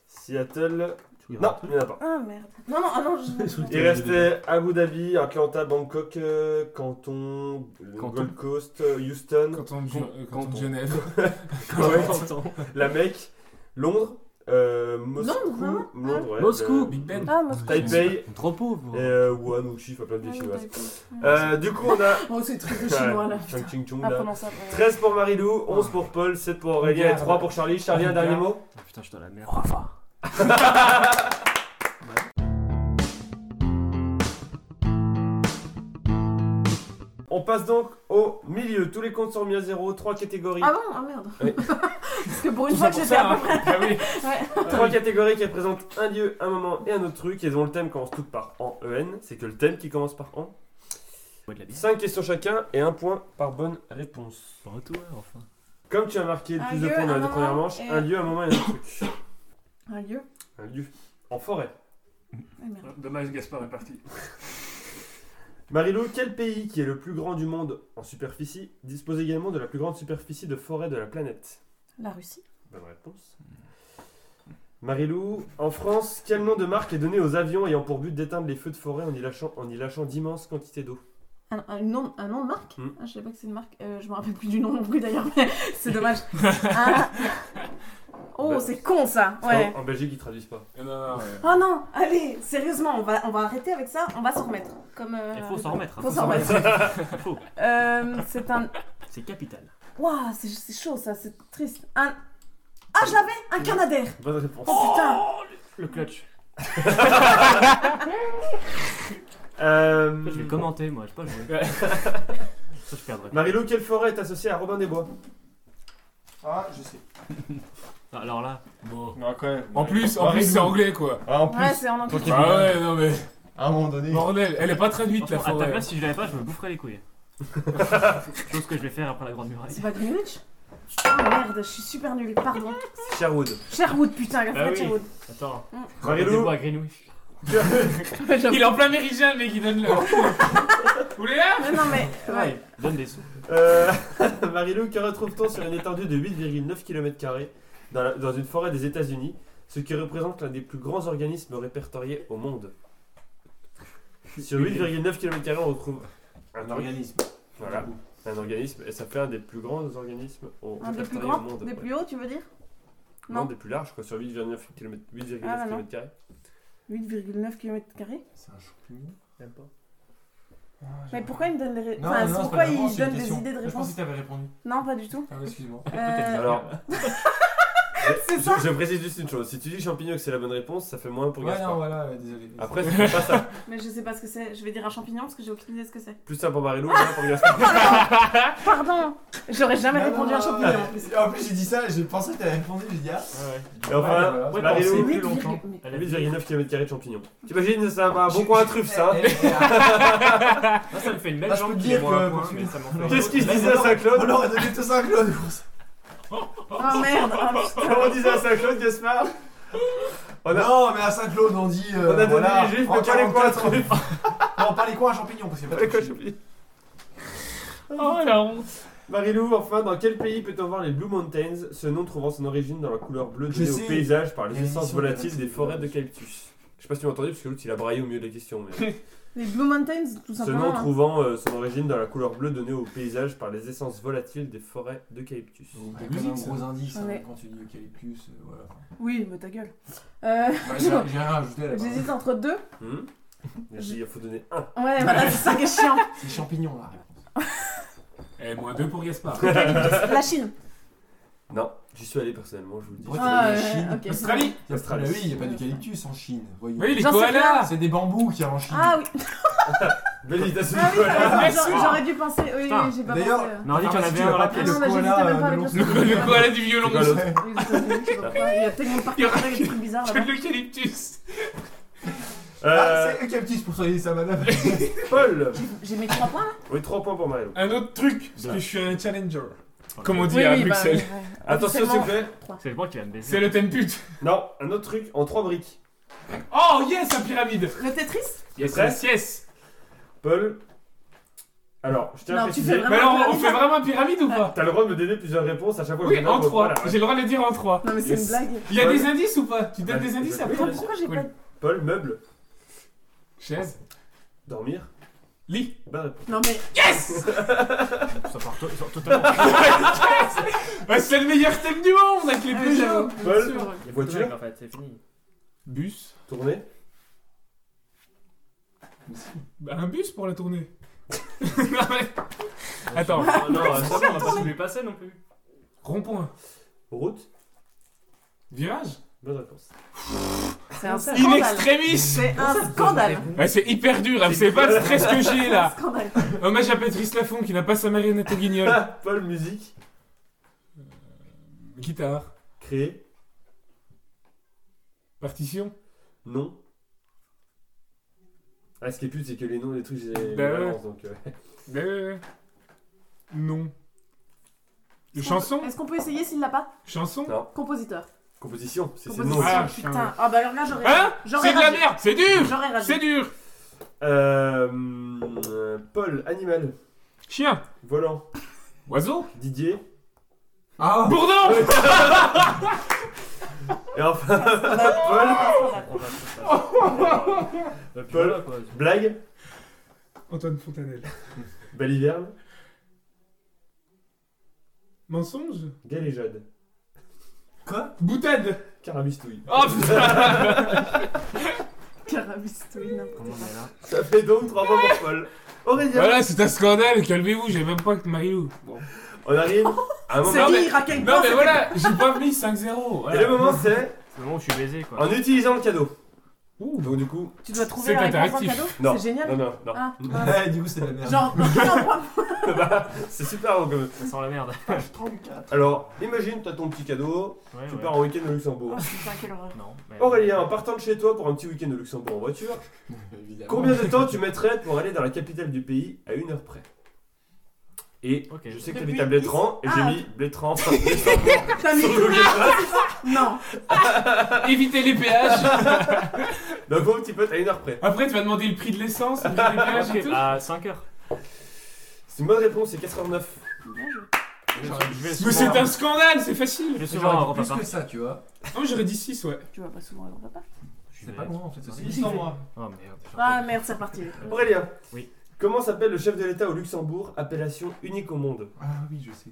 [SPEAKER 3] Seattle. Non, il n'y en a pas.
[SPEAKER 5] Ah, merde. Non, non, ah non, je...
[SPEAKER 3] Il restait Abu Dhabi, Atlanta, Bangkok, euh, Canton, euh,
[SPEAKER 2] Canton.
[SPEAKER 3] Gold Coast, euh, Houston,
[SPEAKER 4] Quand on euh,
[SPEAKER 2] Con-
[SPEAKER 4] quand on
[SPEAKER 9] [laughs]
[SPEAKER 2] canton.
[SPEAKER 4] Genève.
[SPEAKER 3] Ouais.
[SPEAKER 2] Canton.
[SPEAKER 3] la Mecque, Londres, euh, Moscou,
[SPEAKER 5] Londres, hein. vraiment
[SPEAKER 3] Londres, ouais,
[SPEAKER 2] Moscou.
[SPEAKER 4] Big Ben.
[SPEAKER 5] Ah, Moscou.
[SPEAKER 3] le- Taipei,
[SPEAKER 2] Trop pauvre.
[SPEAKER 3] et euh, Wuhan ou Chif, plein de villes
[SPEAKER 5] Ah,
[SPEAKER 3] chinoises.
[SPEAKER 5] d'accord.
[SPEAKER 3] Euh, du coup, on a
[SPEAKER 5] Oh, c'est très
[SPEAKER 3] Ouais,
[SPEAKER 5] [laughs] chinois, là.
[SPEAKER 3] Chang Ching Chung,
[SPEAKER 5] Ah,
[SPEAKER 3] là.
[SPEAKER 5] prononçable.
[SPEAKER 3] 13 pour Marilou, 11 pour Paul, 7 pour Aurélien et
[SPEAKER 4] Ah. Regarde.
[SPEAKER 3] 3 pour Charlie. Charlie, un
[SPEAKER 4] Regarde.
[SPEAKER 3] dernier mot
[SPEAKER 2] Ah, putain, je suis dans la merde.
[SPEAKER 6] Au revoir.
[SPEAKER 3] On passe donc au milieu. Tous les comptes sont mis à zéro, 3 catégories.
[SPEAKER 5] Ah bon Ah merde.
[SPEAKER 3] Oui.
[SPEAKER 5] [laughs] Parce que pour une
[SPEAKER 4] Tout
[SPEAKER 5] fois
[SPEAKER 4] ça
[SPEAKER 5] que
[SPEAKER 4] pour
[SPEAKER 5] j'étais à
[SPEAKER 4] ça,
[SPEAKER 5] peu
[SPEAKER 4] hein. Ah oui.
[SPEAKER 3] Trois catégories qui représentent un lieu, un moment et un autre truc, et dont le thème commence toutes par en EN, c'est que le thème qui commence par en.
[SPEAKER 2] Bois de la bière.
[SPEAKER 3] 5 questions chacun et un point par bonne réponse.
[SPEAKER 2] Bon retour, enfin.
[SPEAKER 3] Comme tu as marqué le
[SPEAKER 5] Un
[SPEAKER 3] plus de
[SPEAKER 5] lieu,
[SPEAKER 3] points dans
[SPEAKER 5] un
[SPEAKER 3] les deux
[SPEAKER 5] moment
[SPEAKER 3] premières manches,
[SPEAKER 5] et-
[SPEAKER 3] un lieu, un moment et un autre truc. [coughs]
[SPEAKER 5] Un lieu
[SPEAKER 3] Un lieu. En forêt.
[SPEAKER 5] Ah merde.
[SPEAKER 4] Dommage, Gaspard est parti.
[SPEAKER 3] Marilou, quel pays qui est le plus grand du monde en superficie dispose également de la plus grande superficie de forêt de la planète
[SPEAKER 5] La Russie
[SPEAKER 3] Bonne réponse. Marilou, en France, quel nom de marque est donné aux avions ayant pour but d'éteindre les feux de forêt en y lâchant, en y lâchant d'immenses quantités d'eau
[SPEAKER 5] un, un nom, un nom de marque
[SPEAKER 3] Hmm.
[SPEAKER 5] ah, Je sais pas que c'est une marque. Euh, je me rappelle plus du nom non plus d'ailleurs, mais [laughs] c'est dommage. Ah. Oh,
[SPEAKER 3] Bah,
[SPEAKER 5] c'est con ça
[SPEAKER 3] Parce
[SPEAKER 5] Ouais.
[SPEAKER 3] qu'en- En Belgique, ils traduisent pas.
[SPEAKER 4] Non, non, ouais.
[SPEAKER 5] Oh non Allez, sérieusement, on va, on va arrêter avec ça, on va s'en remettre. Comme, euh,
[SPEAKER 2] Il faut s'en remettre. hein.
[SPEAKER 5] Faut s'en remettre.
[SPEAKER 2] Faut.
[SPEAKER 5] [laughs] Euh, c'est un.
[SPEAKER 2] C'est capital.
[SPEAKER 5] Waouh, c'est- c'est chaud ça, c'est triste. Un. Ah, je l'avais Un Canadair
[SPEAKER 3] Bonne réponse.
[SPEAKER 5] Oh putain
[SPEAKER 2] Le clutch.
[SPEAKER 3] Euh,
[SPEAKER 2] Je vais commenter, moi, je sais pas jouer. Ça, je perdrai.
[SPEAKER 3] Marilou, quelle forêt est associée à Robin des Bois
[SPEAKER 14] Ah, je sais.
[SPEAKER 2] Alors là,
[SPEAKER 4] Bon.
[SPEAKER 14] Non, quand même.
[SPEAKER 4] En plus, en plus c'est anglais quoi.
[SPEAKER 14] Ah, en
[SPEAKER 5] Ouais,
[SPEAKER 14] plus.
[SPEAKER 5] c'est en anglais.
[SPEAKER 9] Ben.
[SPEAKER 4] Ah ouais,
[SPEAKER 9] [laughs]
[SPEAKER 4] non mais.
[SPEAKER 14] À un moment donné.
[SPEAKER 4] Bordel, elle est pas traduite la
[SPEAKER 2] franchement, à ta
[SPEAKER 4] forêt.
[SPEAKER 2] place, si je l'avais pas, je me boufferais les
[SPEAKER 4] [laughs]
[SPEAKER 2] couilles. Chose que je vais faire après la grande muraille.
[SPEAKER 5] C'est pas Greenwich Ah merde, je suis super nulle, pardon.
[SPEAKER 3] Sherwood.
[SPEAKER 5] Sherwood, putain, la
[SPEAKER 2] Bah
[SPEAKER 5] forêt de
[SPEAKER 2] oui.
[SPEAKER 5] Sherwood.
[SPEAKER 2] Attends.
[SPEAKER 5] Mm.
[SPEAKER 2] Rendez-vous à Greenwich.
[SPEAKER 4] Il est en plein méridien, mais qui donne le. Vous voulez là
[SPEAKER 5] Ouais, non Ah, mais. Ouais.
[SPEAKER 2] Donne des sous.
[SPEAKER 3] Euh, [laughs] Marilou, que retrouve-t-on sur une étendue de 8,9 km dans, la- dans une forêt des États-Unis, ce qui représente l'un des plus grands organismes répertoriés au monde
[SPEAKER 1] [laughs]
[SPEAKER 3] Sur 8,9 km, on retrouve un organisme. Voilà, un organisme, et ça fait un des plus grands organismes au,
[SPEAKER 5] Un des plus
[SPEAKER 3] répertoriés
[SPEAKER 5] grands
[SPEAKER 3] au monde.
[SPEAKER 5] Des
[SPEAKER 3] ouais.
[SPEAKER 5] plus hauts, tu veux dire
[SPEAKER 3] non.
[SPEAKER 5] Non.
[SPEAKER 3] des plus larges, quoi, sur 8,9 km. 8,9
[SPEAKER 5] Ah, bah non.
[SPEAKER 3] km.
[SPEAKER 5] 8,9 km.
[SPEAKER 1] C'est un champignon
[SPEAKER 14] Même pas.
[SPEAKER 5] Mais pourquoi il me donne les ré-
[SPEAKER 1] Non,
[SPEAKER 5] enfin,
[SPEAKER 1] non,
[SPEAKER 5] c'est
[SPEAKER 1] c'est
[SPEAKER 5] pourquoi
[SPEAKER 1] pas vraiment,
[SPEAKER 5] il
[SPEAKER 1] c'est une
[SPEAKER 5] donne des
[SPEAKER 1] question.
[SPEAKER 5] idées de
[SPEAKER 1] Je pensais
[SPEAKER 5] réponse
[SPEAKER 4] Ah,
[SPEAKER 1] que t'avais répondu.
[SPEAKER 5] [laughs] Non, pas du tout.
[SPEAKER 1] Ah, excuse-moi.
[SPEAKER 5] Euh,
[SPEAKER 3] Alors,
[SPEAKER 5] C'est
[SPEAKER 3] Je-
[SPEAKER 5] ça
[SPEAKER 3] Je précise juste une chose. Si tu dis champignon et que c'est la bonne réponse, ça fait moins pour
[SPEAKER 1] Ouais, non,
[SPEAKER 3] Gaspard.
[SPEAKER 1] voilà, euh, désolé.
[SPEAKER 3] Après, c'est pas ça.
[SPEAKER 5] Mais je sais pas ce que c'est. Je vais dire un champignon parce que j'ai aucune idée de ce que c'est.
[SPEAKER 3] Plus ça pour Marilou, moins pour Gaspard.
[SPEAKER 8] Pardon J'aurais jamais
[SPEAKER 14] Non,
[SPEAKER 8] répondu à un
[SPEAKER 14] non, non,
[SPEAKER 8] champignon.
[SPEAKER 1] Ah,
[SPEAKER 14] non, non. En plus, j'ai dit ça, j'ai pensé que t'avais répondu, j'ai dit ah.
[SPEAKER 3] Et enfin,
[SPEAKER 14] Ouais,
[SPEAKER 2] Ouais,
[SPEAKER 3] Marilou,
[SPEAKER 2] pensez plus longtemps. Elle a dit-
[SPEAKER 3] 8,9 km de champignon. T'imagines, ça va un bon coin à truffe ça. hein.
[SPEAKER 14] Eh, eh, ah.
[SPEAKER 2] Ah, ça me fait une belle
[SPEAKER 14] Ah, je peux
[SPEAKER 2] jambe
[SPEAKER 14] te
[SPEAKER 2] qui
[SPEAKER 14] dire
[SPEAKER 2] est moins un
[SPEAKER 14] que-
[SPEAKER 2] point, mais ça m'en fait un
[SPEAKER 3] Qu'est-ce
[SPEAKER 2] autre.
[SPEAKER 3] qu'il se disait à Saint-Claude
[SPEAKER 14] On aurait donné tout ça à Claude.
[SPEAKER 5] Oh merde oh,
[SPEAKER 3] Comment [laughs] on disait à Saint-Claude, Gaspard On a-
[SPEAKER 14] Non, mais à Saint-Claude, on dit. euh,
[SPEAKER 3] On a donné
[SPEAKER 14] voilà,
[SPEAKER 3] les juifs,
[SPEAKER 14] en
[SPEAKER 3] mais pas les coins à
[SPEAKER 14] 44,
[SPEAKER 3] truffe.
[SPEAKER 14] Non, pas les coins à champignons, parce qu'il y a pas de champignons.
[SPEAKER 2] Oh la honte
[SPEAKER 3] Marilou, enfin, dans quel pays peut-on voir les Blue Mountains, ce nom trouvant son origine dans la couleur bleue
[SPEAKER 14] Je
[SPEAKER 3] donnée au
[SPEAKER 14] sais.
[SPEAKER 3] paysage par
[SPEAKER 14] Il y
[SPEAKER 3] les
[SPEAKER 14] a une
[SPEAKER 3] essences
[SPEAKER 14] émission qui
[SPEAKER 3] volatiles
[SPEAKER 14] raconte
[SPEAKER 3] des
[SPEAKER 14] ça.
[SPEAKER 3] forêts d'eucalyptus Je sais pas si tu m'as entendu, parce que l'autre il a braillé au milieu de la question. Mais...
[SPEAKER 5] Les Blue Mountains, tout
[SPEAKER 3] ce
[SPEAKER 5] simplement.
[SPEAKER 3] nom
[SPEAKER 5] hein.
[SPEAKER 3] trouvant euh, son origine dans la couleur bleue donnée au paysage par les essences volatiles des forêts d'eucalyptus.
[SPEAKER 14] Donc,
[SPEAKER 4] La
[SPEAKER 14] quand même un
[SPEAKER 4] musique, ça.
[SPEAKER 14] gros indice hein,
[SPEAKER 5] Ouais.
[SPEAKER 14] quand tu dis eucalyptus, euh, voilà.
[SPEAKER 5] [laughs] Oui, mais ta gueule. Euh,
[SPEAKER 14] Bah, j'ai j'ai rien ajouté là.
[SPEAKER 5] J'hésite entre deux.
[SPEAKER 3] Hmm Mais
[SPEAKER 5] Je-
[SPEAKER 3] Il faut donner un.
[SPEAKER 5] Ouais, voilà, c'est ça qui est chiant.
[SPEAKER 14] C'est champignons là.
[SPEAKER 4] Eh, moins 2 pour Gaspard.
[SPEAKER 5] La Chine.
[SPEAKER 3] Non, j'y suis allé personnellement, je vous le dis.
[SPEAKER 14] Ouais,
[SPEAKER 5] Ah,
[SPEAKER 14] la
[SPEAKER 5] ouais,
[SPEAKER 14] Chine.
[SPEAKER 5] ok, c'est
[SPEAKER 4] Australie
[SPEAKER 14] Il y a pas-
[SPEAKER 3] Australie.
[SPEAKER 14] bah oui, il n'y a pas d'eucalyptus en Chine. voyons. Ah,
[SPEAKER 4] Oui, les
[SPEAKER 5] J'en sais
[SPEAKER 4] koalas
[SPEAKER 14] C'est des bambous qu'il y a en
[SPEAKER 5] bon.
[SPEAKER 14] Chine.
[SPEAKER 5] Ah oui,
[SPEAKER 3] Belle imitation
[SPEAKER 5] ah,
[SPEAKER 3] de
[SPEAKER 5] oui
[SPEAKER 3] [laughs]
[SPEAKER 5] t'as
[SPEAKER 3] Koala.
[SPEAKER 5] raison, j'aurais- j'aurais dû penser. Oui,
[SPEAKER 2] Putain.
[SPEAKER 5] oui j'ai pas pensé.
[SPEAKER 14] D'ailleurs,
[SPEAKER 5] euh.
[SPEAKER 2] Mais on dit qu'il y en
[SPEAKER 14] Ah, si
[SPEAKER 2] avait
[SPEAKER 14] tu
[SPEAKER 2] un dans
[SPEAKER 14] l'as
[SPEAKER 2] la
[SPEAKER 14] rappelé,
[SPEAKER 5] Ah
[SPEAKER 14] le
[SPEAKER 2] pièce.
[SPEAKER 5] non, mais j'hésitais
[SPEAKER 14] koala, euh, de
[SPEAKER 5] même pas avec le
[SPEAKER 14] l'Australie.
[SPEAKER 5] koala.
[SPEAKER 4] Le koala du violon
[SPEAKER 3] C'est
[SPEAKER 14] Ouais.
[SPEAKER 3] quoi,
[SPEAKER 5] Oui, les États-Unis, je sais pas pourquoi, Il y a tellement de partout avec des trucs bizarres
[SPEAKER 4] Que de
[SPEAKER 5] là-bas.
[SPEAKER 4] l'eucalyptus
[SPEAKER 14] Ah,
[SPEAKER 3] Euh,
[SPEAKER 14] c'est eucalyptus pour soigner sa madame.
[SPEAKER 3] Paul
[SPEAKER 5] J'ai mes trois points là
[SPEAKER 3] Oui, 3 points pour Mario.
[SPEAKER 4] Un autre truc, parce que je suis un challenger. Comme on dit
[SPEAKER 5] Oui,
[SPEAKER 4] à
[SPEAKER 5] oui, bah,
[SPEAKER 4] Bruxelles.
[SPEAKER 5] ouais, ouais.
[SPEAKER 3] Attention s'il vous plaît.
[SPEAKER 2] C'est le point qui va me
[SPEAKER 4] C'est
[SPEAKER 2] baiser.
[SPEAKER 4] le thème pute.
[SPEAKER 3] Non, un autre truc en 3 briques.
[SPEAKER 4] Oh yes, la pyramide
[SPEAKER 5] Le Tetris
[SPEAKER 4] Yes,
[SPEAKER 3] Prêt
[SPEAKER 4] yes, yes
[SPEAKER 3] Paul Alors, je tiens à
[SPEAKER 5] Non, tu fais
[SPEAKER 3] préciser.
[SPEAKER 5] vraiment.
[SPEAKER 4] Mais alors, on
[SPEAKER 5] pyramide, là
[SPEAKER 4] fait vraiment pyramide ou pas
[SPEAKER 3] T'as le droit de me donner plusieurs réponses à chaque fois que
[SPEAKER 4] Oui,
[SPEAKER 3] j'en ai
[SPEAKER 4] en
[SPEAKER 3] un pour-
[SPEAKER 4] 3.
[SPEAKER 3] voilà, ouais.
[SPEAKER 4] J'ai le droit de le dire en 3.
[SPEAKER 5] Non, mais c'est une
[SPEAKER 3] Yes.
[SPEAKER 5] blague.
[SPEAKER 4] Il y a
[SPEAKER 3] Ouais.
[SPEAKER 4] des indices ou pas Tu donnes
[SPEAKER 3] Ouais,
[SPEAKER 4] des indices
[SPEAKER 3] je-
[SPEAKER 4] après
[SPEAKER 3] oui, bien sûr.
[SPEAKER 5] Pourquoi j'ai
[SPEAKER 4] Cool.
[SPEAKER 5] pas.
[SPEAKER 3] Paul, meuble,
[SPEAKER 4] Chaise,
[SPEAKER 3] dormir.
[SPEAKER 4] lit.
[SPEAKER 3] Bonne réponse.
[SPEAKER 5] Non, mais.
[SPEAKER 2] Ça part to- ça- totalement.
[SPEAKER 4] Bah, c'est le meilleur thème du monde avec les
[SPEAKER 5] Ah,
[SPEAKER 4] Peugeot.
[SPEAKER 5] j'avoue.
[SPEAKER 3] Paul,
[SPEAKER 2] Il y a
[SPEAKER 3] Voiture.
[SPEAKER 2] plus de règles, en fait, c'est fini.
[SPEAKER 4] Bus.
[SPEAKER 3] tourner.
[SPEAKER 4] Bah, un bus pour la tournée. non, mais... Attends,
[SPEAKER 2] Non, non, euh, c'est bon, on va pas se lui passer non plus.
[SPEAKER 4] rond-point,
[SPEAKER 3] Route.
[SPEAKER 4] virage,
[SPEAKER 3] Bonne réponse.
[SPEAKER 5] C'est un
[SPEAKER 4] in
[SPEAKER 5] scandale.
[SPEAKER 4] extremis.
[SPEAKER 5] C'est un scandale.
[SPEAKER 4] Ouais, c'est hyper dur, hein, c'est pas le stress que j'ai là. Oh,
[SPEAKER 5] Scandale.
[SPEAKER 4] Hommage à Patrice Laffont qui n'a pas sa marionnette
[SPEAKER 3] [laughs]
[SPEAKER 4] au guignol.
[SPEAKER 3] Ah, Paul, musique,
[SPEAKER 4] Guitare,
[SPEAKER 3] créer,
[SPEAKER 4] partition.
[SPEAKER 3] nom. Ah, ce qui est pute, c'est que les noms des trucs, j'ai les
[SPEAKER 4] Bah ouais.
[SPEAKER 3] balances, donc. euh, [laughs]
[SPEAKER 4] Euh... Non. Chanson
[SPEAKER 5] Est-ce qu'on peut essayer s'il l'a pas
[SPEAKER 4] Chanson
[SPEAKER 5] Compositeur.
[SPEAKER 3] Composition, c'est c'est le nom.
[SPEAKER 5] Compositeur.
[SPEAKER 4] Ah,
[SPEAKER 5] putain. Ah bah alors là, j'aurais.
[SPEAKER 4] Hein
[SPEAKER 5] J'aurais
[SPEAKER 4] C'est de la
[SPEAKER 5] ragé.
[SPEAKER 4] merde, c'est dur
[SPEAKER 5] J'aurais ragé.
[SPEAKER 4] C'est dur
[SPEAKER 3] Euh, euh, Paul, animal,
[SPEAKER 4] Chien,
[SPEAKER 3] volant,
[SPEAKER 4] oiseau,
[SPEAKER 3] Didier.
[SPEAKER 14] Ah,
[SPEAKER 4] bourdon [laughs]
[SPEAKER 3] Et enfin,
[SPEAKER 2] On va se passer. Euh, puis voilà, quoi.
[SPEAKER 3] blague,
[SPEAKER 7] Antoine Fontanelle.
[SPEAKER 3] baliverne,
[SPEAKER 4] Mensonge
[SPEAKER 3] galéjade,
[SPEAKER 4] Boutade
[SPEAKER 3] carabistouille.
[SPEAKER 4] Oh putain
[SPEAKER 5] Carabistouille, n'importe quoi.
[SPEAKER 3] Ça fait donc 3 points pour Paul. Aurélien,
[SPEAKER 4] [laughs] Voilà, c'est un scandale, calmez-vous, j'ai même pas que Marilou. Bon.
[SPEAKER 3] on arrive à un moment.
[SPEAKER 5] C'est
[SPEAKER 4] Non, mais-
[SPEAKER 5] dit, racaille
[SPEAKER 4] Non
[SPEAKER 5] pas.
[SPEAKER 4] mais
[SPEAKER 5] c'est-
[SPEAKER 4] voilà, j'ai pas mis
[SPEAKER 3] Et [laughs]
[SPEAKER 4] 5-0.
[SPEAKER 3] le
[SPEAKER 4] voilà.
[SPEAKER 3] moment, c'est
[SPEAKER 2] C'est le moment où je suis baisé quoi.
[SPEAKER 3] en utilisant le cadeau.
[SPEAKER 4] Ouh.
[SPEAKER 3] Donc, du coup,
[SPEAKER 5] Tu dois trouver
[SPEAKER 4] C'est
[SPEAKER 5] la réponse en
[SPEAKER 4] interactif.
[SPEAKER 5] cadeau
[SPEAKER 3] non.
[SPEAKER 5] C'est génial.
[SPEAKER 3] Non, non, non. [laughs]
[SPEAKER 5] Ah, mince.
[SPEAKER 14] ouais, du coup, c'est de la merde.
[SPEAKER 5] Genre, non, moi,
[SPEAKER 3] C'est super long quand même.
[SPEAKER 2] Ça sent la merde.
[SPEAKER 3] Alors, imagine, t'as ton petit cadeau,
[SPEAKER 2] Ouais,
[SPEAKER 3] tu
[SPEAKER 2] ouais.
[SPEAKER 3] pars en week-end au Luxembourg.
[SPEAKER 5] Oh putain, quelle horreur.
[SPEAKER 2] Non. mais-
[SPEAKER 3] Aurélien, en partant de chez toi pour un petit week-end au Luxembourg en voiture,
[SPEAKER 14] Évidemment.
[SPEAKER 3] combien de temps tu mettrais pour aller dans la capitale du pays à une heure près Et
[SPEAKER 2] Ok.
[SPEAKER 3] je sais que
[SPEAKER 5] Depuis
[SPEAKER 3] t'habites à Blétran, et
[SPEAKER 5] Ah.
[SPEAKER 3] j'ai mis Blétran.
[SPEAKER 5] T'as mis
[SPEAKER 3] [laughs] Sur
[SPEAKER 5] tout
[SPEAKER 3] Google Maps.
[SPEAKER 5] Non.
[SPEAKER 4] Évitez les péages
[SPEAKER 3] Donc, gros, petit pote, à une heure près.
[SPEAKER 4] Après tu vas demander le prix de l'essence, le prix des péages et
[SPEAKER 2] Ok, Ah.
[SPEAKER 4] tout.
[SPEAKER 2] À 5 heures.
[SPEAKER 3] C'est une bonne réponse, c'est 89.
[SPEAKER 2] Je vais
[SPEAKER 4] Mais
[SPEAKER 2] souvent-
[SPEAKER 4] c'est un scandale, c'est facile
[SPEAKER 2] Je vais souvent à
[SPEAKER 14] J'aurais dit
[SPEAKER 2] Europa
[SPEAKER 14] plus
[SPEAKER 2] Park.
[SPEAKER 14] que ça, tu vois.
[SPEAKER 4] Non mais j'aurais dit 6 ouais.
[SPEAKER 5] Tu vas pas souvent à Europa Park
[SPEAKER 2] Je
[SPEAKER 14] C'est
[SPEAKER 2] vais-
[SPEAKER 14] pas loin en fait.
[SPEAKER 2] c'est-
[SPEAKER 14] C'est
[SPEAKER 2] c'est-
[SPEAKER 14] juste en moi.
[SPEAKER 2] Oh merde. j'ai
[SPEAKER 5] Ah
[SPEAKER 2] encore-
[SPEAKER 5] merde, c'est reparti.
[SPEAKER 3] Aurélien.
[SPEAKER 2] Oui.
[SPEAKER 3] Comment s'appelle le chef de l'État au Luxembourg, appellation unique au monde
[SPEAKER 14] Ah oui, je sais.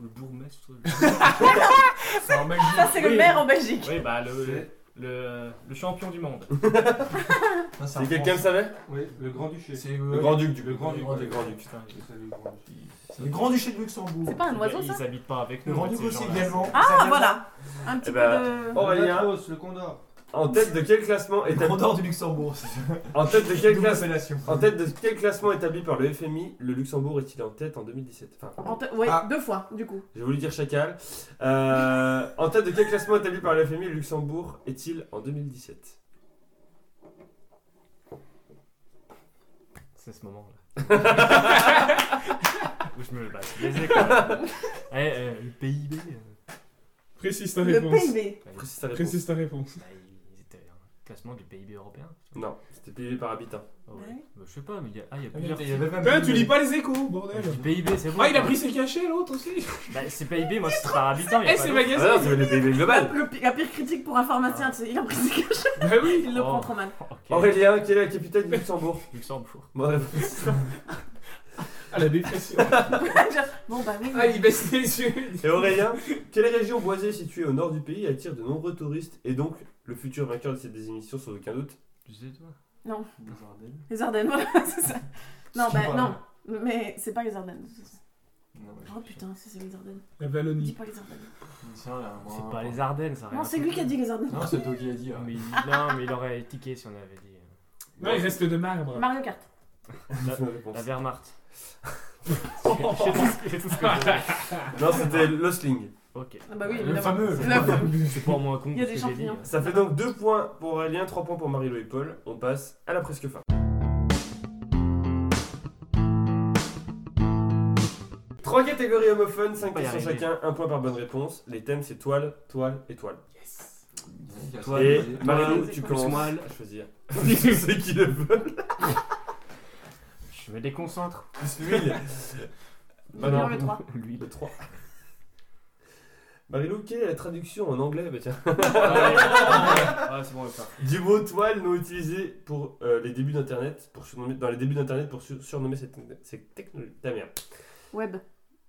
[SPEAKER 2] Le bourgmestre.
[SPEAKER 5] Ça, c'est le
[SPEAKER 2] Oui.
[SPEAKER 5] maire en Belgique.
[SPEAKER 2] Oui, bah le. le, le champion du monde.
[SPEAKER 3] Si quelqu'un le savait
[SPEAKER 14] Oui, le Grand-Duché.
[SPEAKER 3] Le Grand-Duc, du
[SPEAKER 14] euh, Le
[SPEAKER 3] coup.
[SPEAKER 14] Grand-Duc,
[SPEAKER 3] Le Grand-Duc.
[SPEAKER 14] Putain, je savais le Grand-Duc.
[SPEAKER 1] Le grand-duché de Luxembourg.
[SPEAKER 5] C'est pas un oiseau,
[SPEAKER 2] ils,
[SPEAKER 5] ça
[SPEAKER 2] ils habitent pas avec
[SPEAKER 1] Le
[SPEAKER 2] nous.
[SPEAKER 1] grand-duc
[SPEAKER 2] ces
[SPEAKER 1] aussi
[SPEAKER 2] gens-là.
[SPEAKER 1] également.
[SPEAKER 5] Ah, voilà Un petit
[SPEAKER 3] Eh
[SPEAKER 5] peu
[SPEAKER 3] ben,
[SPEAKER 5] de...
[SPEAKER 3] Aurélien,
[SPEAKER 14] le Condor.
[SPEAKER 3] en tête de quel classement
[SPEAKER 1] Le
[SPEAKER 3] établi
[SPEAKER 1] condor du Luxembourg. c'est-
[SPEAKER 3] En tête de quel
[SPEAKER 1] Double
[SPEAKER 3] classement
[SPEAKER 1] appellation.
[SPEAKER 3] En tête de quel classement établi par le FMI, le Luxembourg est-il en tête en 2017 Enfin,
[SPEAKER 5] en te- Ouais,
[SPEAKER 14] Ah.
[SPEAKER 5] deux fois, du coup.
[SPEAKER 3] j'ai voulu dire chacal. Euh, en tête de quel classement établi par le FMI, le Luxembourg est-il en 2017
[SPEAKER 2] C'est ce moment-là. [laughs] Où je me passe les écoles. Eh, euh, le PIB. euh,
[SPEAKER 7] Précise ta
[SPEAKER 8] Le
[SPEAKER 7] réponse.
[SPEAKER 8] PIB.
[SPEAKER 2] bah,
[SPEAKER 3] Précise ta réponse.
[SPEAKER 7] Précise ta réponse.
[SPEAKER 2] bah, ils étaient un classement du PIB européen.
[SPEAKER 3] Non, c'était payé par habitant.
[SPEAKER 2] Oh,
[SPEAKER 8] Ouais.
[SPEAKER 2] ouais. Bah, je sais pas, mais il y a, ah, il y a
[SPEAKER 14] Il y
[SPEAKER 2] plusieurs.
[SPEAKER 14] avait même
[SPEAKER 7] Putain, tu lis pas les échos, bordel.
[SPEAKER 2] Du PIB, c'est bon.
[SPEAKER 7] Ah, il a pris ses cachets, l'autre aussi.
[SPEAKER 2] Bah, c'est PIB, moi, c'est par habitant. il y a
[SPEAKER 7] Eh,
[SPEAKER 2] pas
[SPEAKER 7] c'est
[SPEAKER 2] d'autre.
[SPEAKER 3] Ah
[SPEAKER 7] magasin.
[SPEAKER 3] non, c'est le PIB global
[SPEAKER 5] Le pi- la pire critique pour un pharmacien, tu sais, il a pris ses cachets.
[SPEAKER 7] Bah oui.
[SPEAKER 5] Il le
[SPEAKER 2] Oh.
[SPEAKER 5] prend trop mal.
[SPEAKER 2] Ok.
[SPEAKER 3] Aurélien, quelle est la capitale du Luxembourg
[SPEAKER 2] Luxembourg.
[SPEAKER 3] Bonne réponse.
[SPEAKER 7] Ah, la dépression.
[SPEAKER 5] [laughs] Bon, bah oui.
[SPEAKER 7] Ah, il baisse les yeux.
[SPEAKER 3] [laughs] Et Aurélien, quelle région boisée située au nord du pays attire de nombreux touristes et donc le futur vainqueur de cette émission sans aucun doute
[SPEAKER 2] Tu sais, toi
[SPEAKER 5] Les Ardennes, voilà, [laughs] c'est ça. Non, bah non. Mais c'est pas les Ardennes. Oh putain, si c'est les Ardennes.
[SPEAKER 7] La
[SPEAKER 5] Dis
[SPEAKER 7] Valonie.
[SPEAKER 5] pas les Ardennes.
[SPEAKER 2] C'est pas les Ardennes, ça. a rien
[SPEAKER 5] Non,
[SPEAKER 2] à
[SPEAKER 5] c'est
[SPEAKER 2] foutre.
[SPEAKER 5] lui qui a dit les Ardennes.
[SPEAKER 14] Non, c'est toi qui l'as dit. hein.
[SPEAKER 2] Mais il- non, mais il aurait tiqué si on avait dit. euh,
[SPEAKER 7] Non, il reste de marbre.
[SPEAKER 5] Mario Kart.
[SPEAKER 2] La,
[SPEAKER 3] Bonne réponse.
[SPEAKER 2] la Wehrmacht. [laughs] C'est tout, c'est tout ce que je veux.
[SPEAKER 3] Non, c'était l'Osling.
[SPEAKER 2] Ok.
[SPEAKER 5] Ah bah oui,
[SPEAKER 14] Le fameux.
[SPEAKER 5] La fameuse.
[SPEAKER 2] C'est pas moins con
[SPEAKER 5] Il y a
[SPEAKER 2] que
[SPEAKER 5] des
[SPEAKER 2] ce que j'ai dit.
[SPEAKER 5] champignons.
[SPEAKER 3] Ça fait donc 2 points pour Aurélien, 3 points pour Marie-Lo et Paul. On passe à la presque fin. Trois catégories homophones, 5
[SPEAKER 2] Pas y
[SPEAKER 3] questions
[SPEAKER 2] arriver.
[SPEAKER 3] chacun, un point par bonne réponse. Les thèmes c'est toile, toile et toile.
[SPEAKER 2] Toile,
[SPEAKER 3] et
[SPEAKER 2] toile,
[SPEAKER 3] Marie-Lo,
[SPEAKER 2] toile,
[SPEAKER 3] tu
[SPEAKER 2] plus
[SPEAKER 3] commences
[SPEAKER 2] moelle.
[SPEAKER 3] à choisir. [laughs] Ceux qui le veulent.
[SPEAKER 2] Je me déconcentre. [laughs]
[SPEAKER 3] Plus l'huile. Bah
[SPEAKER 5] Numéro
[SPEAKER 3] [laughs]
[SPEAKER 5] le 3.
[SPEAKER 2] Lui.
[SPEAKER 3] Le 3. Marie-Lou, quelle est la traduction en anglais bah, tiens,
[SPEAKER 2] Ah, c'est bon, on va faire.
[SPEAKER 3] du mot toile non utilisé pour euh, les débuts d'internet pour surnommer, dans les débuts d'internet pour sur- surnommer cette, cette technologie ta merde.
[SPEAKER 5] Web.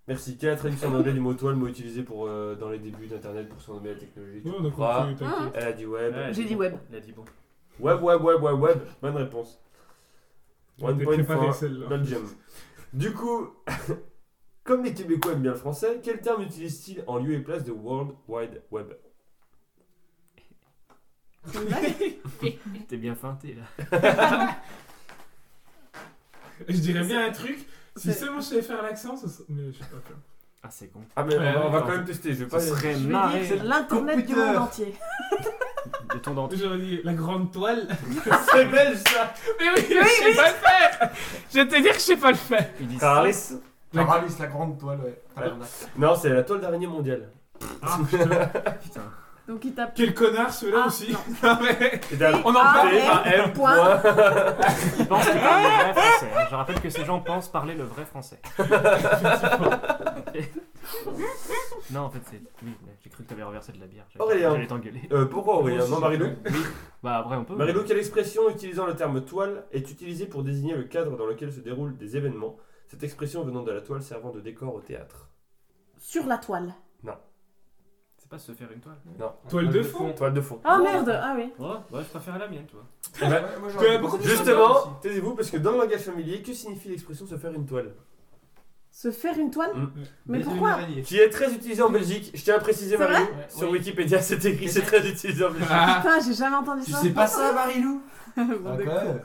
[SPEAKER 3] Merci. Quelle est la traduction en anglais du mot toile mot utilisé pour euh, dans les débuts d'internet pour surnommer la technologie
[SPEAKER 7] Ouais, on a
[SPEAKER 3] Trois. Ah.
[SPEAKER 7] compris, t'inquiète.
[SPEAKER 3] Elle a dit web.
[SPEAKER 2] Ouais,
[SPEAKER 5] J'ai dit web.
[SPEAKER 2] Il a dit bon.
[SPEAKER 3] Web web web web web. Bonne réponse.
[SPEAKER 7] On
[SPEAKER 3] One
[SPEAKER 7] était
[SPEAKER 3] point
[SPEAKER 7] préparé
[SPEAKER 3] for
[SPEAKER 7] celle-là.
[SPEAKER 3] Belgium. Du coup, [laughs] comme les Québécois aiment bien le français, quel terme utilise-t-il en lieu et place de World Wide Web
[SPEAKER 2] T'es bien feinté là.
[SPEAKER 7] Je dirais bien un truc. Si
[SPEAKER 5] C'est-
[SPEAKER 7] seulement je savais faire l'accent, ça serait- Mais je sais pas. faire.
[SPEAKER 2] Ah, c'est con.
[SPEAKER 3] Ah mais on
[SPEAKER 7] Ouais,
[SPEAKER 3] va, on va
[SPEAKER 2] attends.
[SPEAKER 3] quand même tester, je vais
[SPEAKER 2] Ça
[SPEAKER 3] pas...
[SPEAKER 2] serait
[SPEAKER 5] Je vais
[SPEAKER 2] marré.
[SPEAKER 5] dire, c'est l'internet du monde
[SPEAKER 1] Computer.
[SPEAKER 5] entier.
[SPEAKER 2] De ton dent.
[SPEAKER 7] [laughs] J'aurais dit la grande toile.
[SPEAKER 3] [laughs] C'est belge ça
[SPEAKER 7] [laughs] Mais oui, je sais pas le faire Je te dire que je sais pas le faire
[SPEAKER 2] Ils disent ça.
[SPEAKER 3] Caralis
[SPEAKER 14] La Ravis, la grande toile, ouais. Ah, Tabarnak.
[SPEAKER 3] Non, c'est la toile d'araignée mondiale.
[SPEAKER 5] Donc il tape.
[SPEAKER 7] Quel connard ceux-là
[SPEAKER 5] Ah,
[SPEAKER 7] aussi
[SPEAKER 5] non.
[SPEAKER 7] Non, mais-
[SPEAKER 3] Et d'un
[SPEAKER 7] On en parle
[SPEAKER 3] M. point.
[SPEAKER 2] Ils pensent qu'ils parlent le vrai français. hein. Je rappelle que ces gens pensent parler le vrai [laughs] français. non, en fait, c'est. Oui, mais j'ai cru que t'avais renversé de la bière. J'allais-
[SPEAKER 3] Aurélien.
[SPEAKER 2] J'allais t'engueuler.
[SPEAKER 3] Euh, pourquoi Aurélien Non, Marilou
[SPEAKER 2] Bah, après, on peut.
[SPEAKER 3] Marilou, quelle expression utilisant le terme toile est utilisée pour désigner le cadre dans lequel se déroulent des événements Cette expression venant de la toile servant de décor au théâtre.
[SPEAKER 5] Sur la toile.
[SPEAKER 2] C'est pas se faire une toile.
[SPEAKER 7] Toile de fond
[SPEAKER 3] Toile de fond.
[SPEAKER 5] Ah merde Ah oui.
[SPEAKER 2] Ouais, ouais, je préfère la mienne, tu vois.
[SPEAKER 3] Eh ben,
[SPEAKER 14] Ouais, moi,
[SPEAKER 7] Tu
[SPEAKER 14] j'aurais
[SPEAKER 7] as
[SPEAKER 14] dit
[SPEAKER 7] beaucoup
[SPEAKER 14] ça.
[SPEAKER 3] Justement, taisez-vous parce que dans le langage familier, que signifie l'expression se faire une toile
[SPEAKER 5] Se faire une toile
[SPEAKER 3] Mm.
[SPEAKER 5] Mais
[SPEAKER 14] Baiser une
[SPEAKER 5] pourquoi
[SPEAKER 14] araignée.
[SPEAKER 3] Qui est très utilisée en Belgique. Je tiens à préciser,
[SPEAKER 5] C'est
[SPEAKER 3] Marilou,
[SPEAKER 14] Ouais,
[SPEAKER 3] sur
[SPEAKER 14] oui.
[SPEAKER 3] Wikipédia, [laughs] c'est écrit c'est très utilisé en Belgique.
[SPEAKER 7] Ah,
[SPEAKER 5] Putain, j'ai jamais entendu
[SPEAKER 1] Tu
[SPEAKER 5] ça.
[SPEAKER 1] sais pas ça, Marilou
[SPEAKER 5] [laughs] Bon,
[SPEAKER 14] Ah,
[SPEAKER 5] d'accord.
[SPEAKER 14] quand même.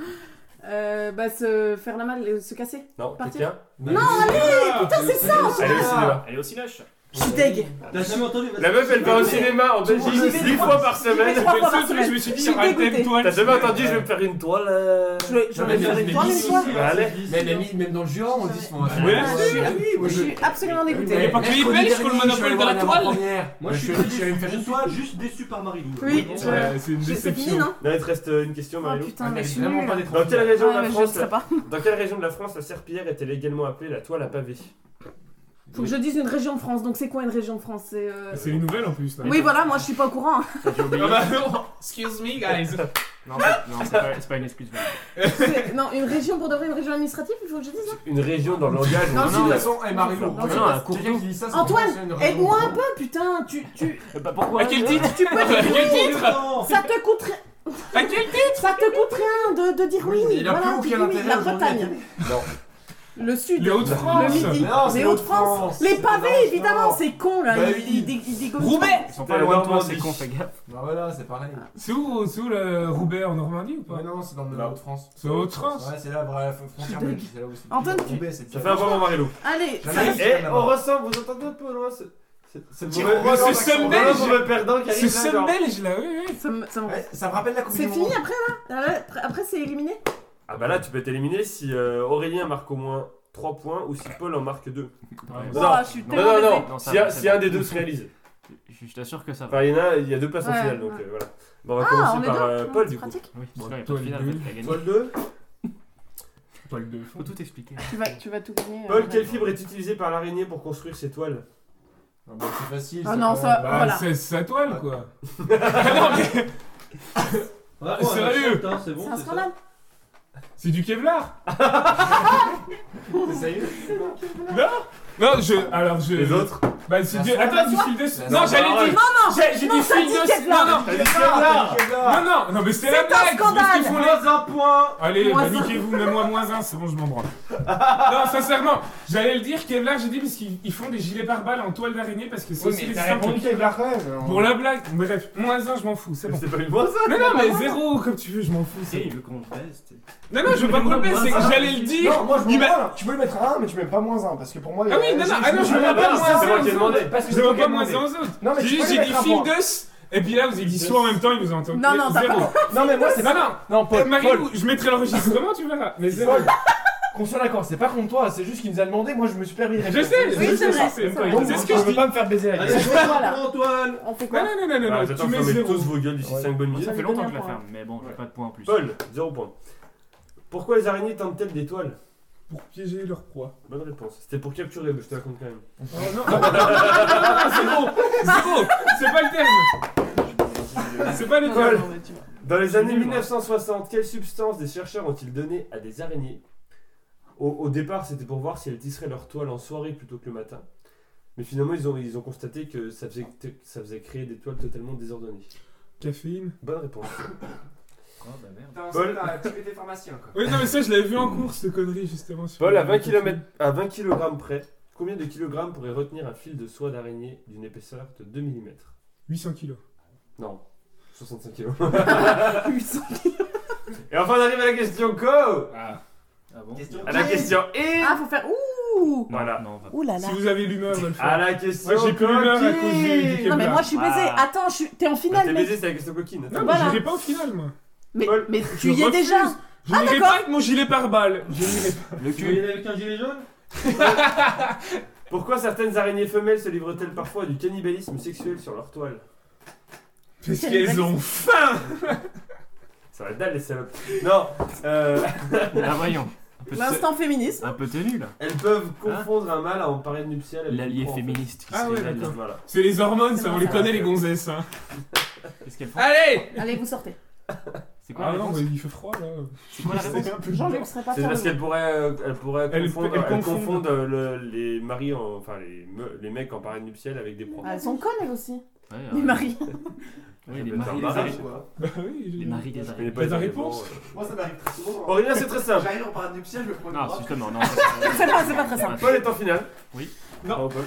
[SPEAKER 5] Euh, bah se faire la malle, euh, se casser.
[SPEAKER 3] Non,
[SPEAKER 5] Parti. Ah.
[SPEAKER 3] quelqu'un
[SPEAKER 14] Non, allez
[SPEAKER 5] Putain, c'est ça
[SPEAKER 3] Allez au cinéma.
[SPEAKER 2] Elle est aussi lâche.
[SPEAKER 5] Je suis deg.
[SPEAKER 1] T'as jamais entendu vas-y.
[SPEAKER 3] La meuf, elle va au cinéma en Belgique
[SPEAKER 5] J'y vais
[SPEAKER 3] 10
[SPEAKER 5] trois-
[SPEAKER 3] fois par
[SPEAKER 5] j'y vais
[SPEAKER 3] semaine.
[SPEAKER 5] trois
[SPEAKER 7] c'est le
[SPEAKER 5] fois
[SPEAKER 7] seul
[SPEAKER 5] par
[SPEAKER 7] truc que je me suis dit, il y
[SPEAKER 5] semaine.
[SPEAKER 7] aura
[SPEAKER 5] Je
[SPEAKER 7] un
[SPEAKER 5] suis
[SPEAKER 7] thème
[SPEAKER 5] dégoûtée.
[SPEAKER 7] toile. Euh,
[SPEAKER 3] T'as jamais entendu, je vais me faire une toile. euh,
[SPEAKER 5] Je vais, je vais
[SPEAKER 14] Jamais
[SPEAKER 5] me faire
[SPEAKER 14] bien
[SPEAKER 5] une
[SPEAKER 14] des
[SPEAKER 5] toile une
[SPEAKER 14] bisous.
[SPEAKER 5] fois.
[SPEAKER 3] Bah, allez.
[SPEAKER 14] Même, la mi- même dans le Jura, on dit ce moment.
[SPEAKER 7] Ouais,
[SPEAKER 14] Ah,
[SPEAKER 7] bien sûr.
[SPEAKER 14] ah oui, moi
[SPEAKER 5] Je
[SPEAKER 14] je.
[SPEAKER 5] suis absolument
[SPEAKER 7] Mais
[SPEAKER 5] dégoûtée.
[SPEAKER 7] pas que les Belges
[SPEAKER 1] Mercredi
[SPEAKER 7] qui ont le
[SPEAKER 1] dernier, je suis allé
[SPEAKER 7] monopole de
[SPEAKER 1] voir
[SPEAKER 7] la toile
[SPEAKER 1] avant-première.
[SPEAKER 14] Moi, je suis- je suis allé me faire une
[SPEAKER 1] soirée juste déçu par Marilou.
[SPEAKER 5] Oui,
[SPEAKER 1] Vraiment.
[SPEAKER 5] je-
[SPEAKER 7] Ouais, C'est une
[SPEAKER 5] Je- C'est fini,
[SPEAKER 7] déception.
[SPEAKER 5] non
[SPEAKER 3] Non, il te reste euh, une question,
[SPEAKER 5] Ah
[SPEAKER 3] Marilou.
[SPEAKER 5] putain, mais je suis
[SPEAKER 14] vraiment
[SPEAKER 5] nulle.
[SPEAKER 14] pas des
[SPEAKER 3] Dans quelle, région de
[SPEAKER 5] Ah,
[SPEAKER 3] la
[SPEAKER 5] mais je ne
[SPEAKER 3] France,
[SPEAKER 5] serai pas.
[SPEAKER 3] dans quelle région de la France la serpillière est-elle également appelée la toile à pavé
[SPEAKER 5] Faut que je dise une région de France. Donc c'est quoi une région de France C'est. euh,
[SPEAKER 7] C'est les nouvelles en plus là.
[SPEAKER 5] [laughs] Oui, voilà, moi je suis pas au courant.
[SPEAKER 2] J'ai oublié.
[SPEAKER 7] Ah bah non Excuse me guys
[SPEAKER 2] Non, c'est- non, c'est pas, c'est pas une excuse. valide.
[SPEAKER 8] C'est- Non, une région, pour de vrai, une région administrative, il faut que je dise ça
[SPEAKER 3] Une région dans le langage.
[SPEAKER 14] Non,
[SPEAKER 3] on
[SPEAKER 14] non,
[SPEAKER 3] dit
[SPEAKER 14] de toute
[SPEAKER 3] la-
[SPEAKER 14] façon, hey, Marilou,
[SPEAKER 8] Non,
[SPEAKER 2] non, un cours
[SPEAKER 14] quelqu'un qui dit ça, c'est
[SPEAKER 5] Antoine,
[SPEAKER 14] pour moi, c'est une
[SPEAKER 5] Aide-moi un
[SPEAKER 14] raison.
[SPEAKER 5] peu, putain, tu, tu,
[SPEAKER 2] Euh, bah, pourquoi
[SPEAKER 4] À quel
[SPEAKER 2] euh,
[SPEAKER 4] titre
[SPEAKER 5] tu peux
[SPEAKER 4] À quel titre
[SPEAKER 5] Ça te coûte rien.
[SPEAKER 4] À quel titre
[SPEAKER 5] Ça te coûte rien de, de dire oui.
[SPEAKER 14] Oui, mais il a
[SPEAKER 5] voilà,
[SPEAKER 14] plus
[SPEAKER 5] tu
[SPEAKER 14] aucun
[SPEAKER 5] dis oui.
[SPEAKER 14] intérêt
[SPEAKER 5] La
[SPEAKER 14] aujourd'hui à dire-
[SPEAKER 5] Bretagne, le sud,
[SPEAKER 4] Les Hauts-de-France
[SPEAKER 5] le midi,
[SPEAKER 14] Mais non, c'est
[SPEAKER 5] les
[SPEAKER 14] les
[SPEAKER 5] Hauts-de-France,
[SPEAKER 14] Hauts-de-France.
[SPEAKER 5] les
[SPEAKER 14] C'est
[SPEAKER 5] pavés,
[SPEAKER 14] énorme,
[SPEAKER 5] évidemment,
[SPEAKER 14] énorme.
[SPEAKER 5] c'est con là.
[SPEAKER 14] Bah
[SPEAKER 5] il-
[SPEAKER 14] oui.
[SPEAKER 5] il dé- il dégomme.
[SPEAKER 4] Roubaix
[SPEAKER 2] Ils sont pas loin de toi, c'est
[SPEAKER 3] Normandie.
[SPEAKER 2] con, fais gaffe.
[SPEAKER 14] Bah voilà, c'est pareil.
[SPEAKER 4] C'est où, c'est où le Roubaix en Normandie ou pas
[SPEAKER 14] Ouais, non, c'est dans le
[SPEAKER 3] Là.
[SPEAKER 14] haut de France.
[SPEAKER 4] C'est en Haute-France.
[SPEAKER 14] Ouais, c'est là, voilà, la frontière
[SPEAKER 5] dingue.
[SPEAKER 14] belge. C'est là où c'est.
[SPEAKER 5] Antoine, tu-
[SPEAKER 14] Roubaix, c'est
[SPEAKER 3] Ça fait un moment, Marilou.
[SPEAKER 5] Allez, ça-
[SPEAKER 14] Jamais.
[SPEAKER 3] Et on ressemble, vous entendez un peu au loin ce. ce- ce
[SPEAKER 14] Petit
[SPEAKER 3] mauvais-
[SPEAKER 14] Romain,
[SPEAKER 3] ce
[SPEAKER 14] c'est
[SPEAKER 3] mauvais
[SPEAKER 4] Belge.
[SPEAKER 3] mauvais perdant qui
[SPEAKER 4] C'est
[SPEAKER 3] arrive là.
[SPEAKER 4] seul
[SPEAKER 3] genre.
[SPEAKER 4] belge là, oui, oui.
[SPEAKER 5] ça me- ça me-
[SPEAKER 14] Ouais, Ça me rappelle la Coupe
[SPEAKER 5] c'est
[SPEAKER 14] du Monde.
[SPEAKER 5] fini après là Là, Après, après, c'est éliminé
[SPEAKER 3] Ah bah là, tu peux t'éliminer si euh, Aurélien marque au moins 3 points ou si Paul en marque 2.
[SPEAKER 2] Ouais,
[SPEAKER 3] Non,
[SPEAKER 5] Oh, je suis
[SPEAKER 3] Non,
[SPEAKER 5] tellement
[SPEAKER 3] non,
[SPEAKER 5] baisée.
[SPEAKER 3] non,
[SPEAKER 2] non, ça
[SPEAKER 3] si,
[SPEAKER 2] va,
[SPEAKER 3] si
[SPEAKER 2] ça va.
[SPEAKER 3] un des deux se réalise.
[SPEAKER 2] Je je t'assure que ça va.
[SPEAKER 3] Enfin, il y en a, il y a deux places en
[SPEAKER 5] Ouais,
[SPEAKER 3] finale, donc
[SPEAKER 5] ouais.
[SPEAKER 3] euh, voilà. Bon, on va
[SPEAKER 5] Ah, on
[SPEAKER 3] commencer
[SPEAKER 5] est
[SPEAKER 3] par
[SPEAKER 5] deux
[SPEAKER 3] euh,
[SPEAKER 5] Ouais,
[SPEAKER 3] Paul
[SPEAKER 5] c'est
[SPEAKER 3] du coup.
[SPEAKER 5] pratique.
[SPEAKER 2] Oui,
[SPEAKER 4] Bon,
[SPEAKER 2] sinon, il y a pas
[SPEAKER 4] toi,
[SPEAKER 2] de finale,
[SPEAKER 4] les
[SPEAKER 2] en fait,
[SPEAKER 4] deux.
[SPEAKER 2] il a gagné.
[SPEAKER 3] Paul 2.
[SPEAKER 4] Pas le deux.
[SPEAKER 2] Faut tout expliquer.
[SPEAKER 5] Tu vas, tu vas tout gagner. euh,
[SPEAKER 3] Paul, quelle fibre est utilisée par l'araignée pour construire ses toiles
[SPEAKER 14] Ah bah, c'est facile.
[SPEAKER 5] Ah
[SPEAKER 14] c'est
[SPEAKER 5] non,
[SPEAKER 14] quand
[SPEAKER 5] ça-
[SPEAKER 14] même-
[SPEAKER 4] Bah,
[SPEAKER 5] Voilà.
[SPEAKER 4] c'est sa toile
[SPEAKER 7] [laughs]
[SPEAKER 4] quoi.
[SPEAKER 1] Vraiment,
[SPEAKER 4] C'est
[SPEAKER 1] elle
[SPEAKER 4] sérieux
[SPEAKER 1] chante, hein, C'est
[SPEAKER 5] C'est
[SPEAKER 1] bon,
[SPEAKER 4] Bah,
[SPEAKER 1] c'est ça.
[SPEAKER 5] un scandale.
[SPEAKER 4] C'est du Kevlar
[SPEAKER 14] C'est sérieux
[SPEAKER 4] Non, je. Alors je.
[SPEAKER 3] Les autres
[SPEAKER 4] Bah, c'est
[SPEAKER 14] La
[SPEAKER 4] du.
[SPEAKER 14] soie,
[SPEAKER 4] Attends,
[SPEAKER 5] la
[SPEAKER 4] du
[SPEAKER 5] soie.
[SPEAKER 4] fil de.
[SPEAKER 14] La
[SPEAKER 4] Non,
[SPEAKER 14] soie.
[SPEAKER 4] j'allais dire. J'ai j'ai
[SPEAKER 5] Ah, non,
[SPEAKER 4] des
[SPEAKER 5] ça dit
[SPEAKER 4] fils de.
[SPEAKER 5] Kevlar.
[SPEAKER 4] Non, non.
[SPEAKER 14] T'as dit Kevlar, t'as dit
[SPEAKER 4] Non,
[SPEAKER 14] Kevlar.
[SPEAKER 4] non, non, mais c'est la
[SPEAKER 5] C'est un
[SPEAKER 4] blague parce
[SPEAKER 5] scandale.
[SPEAKER 4] qu'ils font les-
[SPEAKER 3] un point
[SPEAKER 4] Allez,
[SPEAKER 5] Moins
[SPEAKER 4] bah,
[SPEAKER 5] un.
[SPEAKER 4] niquez-vous, même moi, moins un, c'est bon, je m'en [laughs] branle. non, sincèrement, j'allais le dire, Kevlar, j'ai dit, parce qu'ils ils font des gilets pare-balles en toile d'araignée, parce que c'est aussi des simples.
[SPEAKER 14] Kevlar quand même.
[SPEAKER 4] Pour la blague, bref, moins un, je m'en fous, c'est bon.
[SPEAKER 3] C'est pas une bonne ça
[SPEAKER 4] Non, non, mais zéro, comme tu veux, je m'en fous.
[SPEAKER 2] Tu
[SPEAKER 4] c'est
[SPEAKER 2] sais,
[SPEAKER 4] bon.
[SPEAKER 2] il veut qu'on le baise. t'es-
[SPEAKER 4] Non, non, je veux pas qu'on le baisse, c'est que j'allais le dire.
[SPEAKER 14] Non, moi je
[SPEAKER 4] Il
[SPEAKER 14] me
[SPEAKER 4] m'a-
[SPEAKER 14] parle. Tu peux le mettre à 1, mais tu mets pas moins 1. Parce que pour moi. il y
[SPEAKER 4] Ah
[SPEAKER 14] a-
[SPEAKER 4] oui, non,
[SPEAKER 14] j'ai-
[SPEAKER 4] non, ah non, je me mets
[SPEAKER 3] bah,
[SPEAKER 4] pas
[SPEAKER 3] non,
[SPEAKER 4] moins
[SPEAKER 3] c'est moi qui ai
[SPEAKER 4] un.
[SPEAKER 3] demandé.
[SPEAKER 14] Parce que
[SPEAKER 4] Je
[SPEAKER 14] c'est
[SPEAKER 4] me
[SPEAKER 14] toi
[SPEAKER 4] mets
[SPEAKER 14] qui as
[SPEAKER 4] pas moins
[SPEAKER 14] demandé.
[SPEAKER 4] un aux autres.
[SPEAKER 14] Non, mais
[SPEAKER 4] J'ai
[SPEAKER 14] tu
[SPEAKER 4] juste,
[SPEAKER 14] peux
[SPEAKER 4] j'ai
[SPEAKER 14] les
[SPEAKER 4] dit
[SPEAKER 14] mettre à
[SPEAKER 4] fil
[SPEAKER 14] point.
[SPEAKER 4] de. Et puis là, vous avez dit soit en même temps, ils vous ont entendu.
[SPEAKER 5] Non, non, t'as
[SPEAKER 4] zéro.
[SPEAKER 14] Non, mais moi c'est
[SPEAKER 4] Non,
[SPEAKER 14] pas.
[SPEAKER 4] non,
[SPEAKER 14] Non, Paul.
[SPEAKER 4] Marie-Lou, je mettrai l'enregistrement, tu verras. Mais zéro.
[SPEAKER 14] Paul, Qu'on soit d'accord, c'est pas contre toi, c'est juste qu'il nous a demandé, moi je me suis permis. de
[SPEAKER 4] Je
[SPEAKER 14] répondre.
[SPEAKER 4] sais, je
[SPEAKER 5] Oui,
[SPEAKER 4] sais,
[SPEAKER 5] c'est vrai,
[SPEAKER 4] c'est même
[SPEAKER 5] c'est
[SPEAKER 4] pas-
[SPEAKER 14] Donc,
[SPEAKER 4] c'est ce
[SPEAKER 14] je
[SPEAKER 4] que je
[SPEAKER 14] veux
[SPEAKER 4] dis.
[SPEAKER 14] pas me faire baiser la
[SPEAKER 1] Allez,
[SPEAKER 14] gueule.
[SPEAKER 5] Voilà.
[SPEAKER 1] Antoine
[SPEAKER 5] On fait
[SPEAKER 4] Non,
[SPEAKER 5] quoi
[SPEAKER 4] non, non, non,
[SPEAKER 3] Bah,
[SPEAKER 4] non,
[SPEAKER 3] vous êtes
[SPEAKER 4] tu
[SPEAKER 3] en train
[SPEAKER 4] mets
[SPEAKER 3] de mettre
[SPEAKER 4] zéro.
[SPEAKER 3] tous vos gueules d'ici
[SPEAKER 14] Ouais.
[SPEAKER 3] 5 bonnes minutes.
[SPEAKER 2] Ça
[SPEAKER 5] lui
[SPEAKER 2] fait
[SPEAKER 5] donne
[SPEAKER 2] longtemps hein.
[SPEAKER 5] un
[SPEAKER 2] que je la
[SPEAKER 5] point.
[SPEAKER 2] ferme, mais bon, je vais pas de points en plus.
[SPEAKER 3] Paul, 0 point. Pourquoi les araignées teintent-elles des toiles
[SPEAKER 4] Pour piéger leur proie.
[SPEAKER 3] Bonne réponse. C'était pour capturer, mais je te raconte quand même.
[SPEAKER 4] Oh non, [laughs] non, non, non, non, non, c'est bon, c'est bon, c'est pas le terme. C'est pas le terme.
[SPEAKER 5] Non, mais tu vois.
[SPEAKER 3] Dans les
[SPEAKER 2] J'ai
[SPEAKER 3] années
[SPEAKER 2] lu, moi.
[SPEAKER 3] 1960, quelle substance des chercheurs ont-ils donné à des araignées au, au départ, c'était pour voir si elles tisseraient leur toile en soirée plutôt que le matin. Mais finalement, ils ont, ils ont constaté que ça faisait, ça faisait créer des toiles totalement désordonnées.
[SPEAKER 4] Caféine.
[SPEAKER 3] Bonne réponse.
[SPEAKER 2] Oh, bah merde.
[SPEAKER 14] Putain,
[SPEAKER 3] Paul.
[SPEAKER 14] c'est un petit pété pharmacien quoi.
[SPEAKER 4] Oui, non, mais ça, je l'avais vu en course, cette connerie, justement. sur-
[SPEAKER 3] Paul, à 20, km, à 20 kg près, combien de kilogrammes pourrait retenir un fil de soie d'araignée d'une épaisseur de 2 mm
[SPEAKER 4] 800 kilos.
[SPEAKER 3] Non, 65 kg. [laughs] Et enfin, on arrive à la question go
[SPEAKER 4] Ah.
[SPEAKER 2] Ah bon
[SPEAKER 3] À la question et
[SPEAKER 5] Ah, faut faire. Ouh
[SPEAKER 2] Non,
[SPEAKER 3] Voilà.
[SPEAKER 2] Non, on va
[SPEAKER 5] Ouh là là.
[SPEAKER 4] Si vous avez l'humeur de le
[SPEAKER 3] À
[SPEAKER 14] Ah.
[SPEAKER 4] faire.
[SPEAKER 3] la question
[SPEAKER 4] Moi, j'ai plus l'humeur à cause du- du
[SPEAKER 3] coquine.
[SPEAKER 5] Non, mais moi je suis baisée.
[SPEAKER 2] Ah.
[SPEAKER 5] Attends, je suis- t'es en
[SPEAKER 3] Bah,
[SPEAKER 5] finale,
[SPEAKER 3] T'es
[SPEAKER 5] mec.
[SPEAKER 3] baisé, c'est la question coquine.
[SPEAKER 4] Non,
[SPEAKER 3] attends.
[SPEAKER 4] mais
[SPEAKER 5] Voilà. Ah,
[SPEAKER 4] j'irai pas au final, moi.
[SPEAKER 5] Mais,
[SPEAKER 3] Paul,
[SPEAKER 5] mais
[SPEAKER 4] Je
[SPEAKER 5] tu y es
[SPEAKER 4] refuse.
[SPEAKER 5] déjà.
[SPEAKER 4] Je n'irai pas avec mon gilet pare-balles. Je n'irai pas.
[SPEAKER 2] Le
[SPEAKER 1] Tu veux y
[SPEAKER 2] cul.
[SPEAKER 1] aller avec un gilet jaune
[SPEAKER 3] [laughs] Pourquoi certaines araignées femelles se livrent-elles parfois à du cannibalisme sexuel sur leur toile
[SPEAKER 4] Parce qu'elles ont faim.
[SPEAKER 3] Ça va dalle les salopes. Non, euh,
[SPEAKER 2] Ah, voyons. Un peu de-
[SPEAKER 5] L'instant féminisme.
[SPEAKER 2] Un peu tenu là.
[SPEAKER 3] elles peuvent confondre un mâle à en parler de nuptial. avec
[SPEAKER 2] Hein L'allié
[SPEAKER 3] une proie, en fait.
[SPEAKER 2] féministe. qui
[SPEAKER 4] Ah
[SPEAKER 2] se
[SPEAKER 4] ouais,
[SPEAKER 2] révèle.
[SPEAKER 4] d'accord.
[SPEAKER 3] Voilà.
[SPEAKER 4] C'est les hormones,
[SPEAKER 5] Ah, C'est
[SPEAKER 4] ça, on
[SPEAKER 5] bon,
[SPEAKER 4] les
[SPEAKER 5] ça
[SPEAKER 4] connaît,
[SPEAKER 3] va.
[SPEAKER 4] les gonzesses. hein.
[SPEAKER 2] Qu'est-ce qu'elles font
[SPEAKER 4] Allez
[SPEAKER 5] Allez, vous sortez.
[SPEAKER 2] C'est quoi
[SPEAKER 4] Ah
[SPEAKER 2] la
[SPEAKER 4] non,
[SPEAKER 2] réponse
[SPEAKER 4] mais il fait froid, [laughs] là.
[SPEAKER 2] C'est quoi la réponse
[SPEAKER 5] Genre, je ne serais pas
[SPEAKER 3] C'est
[SPEAKER 5] faire
[SPEAKER 3] parce
[SPEAKER 5] le
[SPEAKER 3] qu'elles pourraient, euh, elles pourraient
[SPEAKER 4] Elles-
[SPEAKER 3] confondre,
[SPEAKER 4] elles
[SPEAKER 3] elles
[SPEAKER 4] confondent.
[SPEAKER 3] confondent, euh, le- les maris, en- enfin les, me- les mecs en parler de nuptial avec des proies.
[SPEAKER 5] Ah, Elles sont connes, elles aussi.
[SPEAKER 2] Ouais, euh,
[SPEAKER 5] Les maris.
[SPEAKER 2] Oui,
[SPEAKER 3] Ça
[SPEAKER 2] les
[SPEAKER 3] peut être
[SPEAKER 2] maris
[SPEAKER 3] un
[SPEAKER 2] des
[SPEAKER 3] barrage.
[SPEAKER 2] araignées.
[SPEAKER 4] Bah oui,
[SPEAKER 2] Les
[SPEAKER 4] j'ai-
[SPEAKER 2] maris des
[SPEAKER 3] Je connais
[SPEAKER 2] araignées.
[SPEAKER 3] pas
[SPEAKER 4] T'as ta
[SPEAKER 3] les
[SPEAKER 4] réponse
[SPEAKER 3] arguments, euh.
[SPEAKER 14] Moi ça m'arrive très souvent.
[SPEAKER 3] Aurélien, c'est très simple.
[SPEAKER 14] J'arrive en parlant de piège, je me prends une
[SPEAKER 2] Non,
[SPEAKER 14] droite.
[SPEAKER 2] justement, non.
[SPEAKER 5] C'est pas- c'est pas [laughs] très simple.
[SPEAKER 3] Paul est en finale.
[SPEAKER 2] Oui.
[SPEAKER 4] Non.
[SPEAKER 3] Bravo, Paul.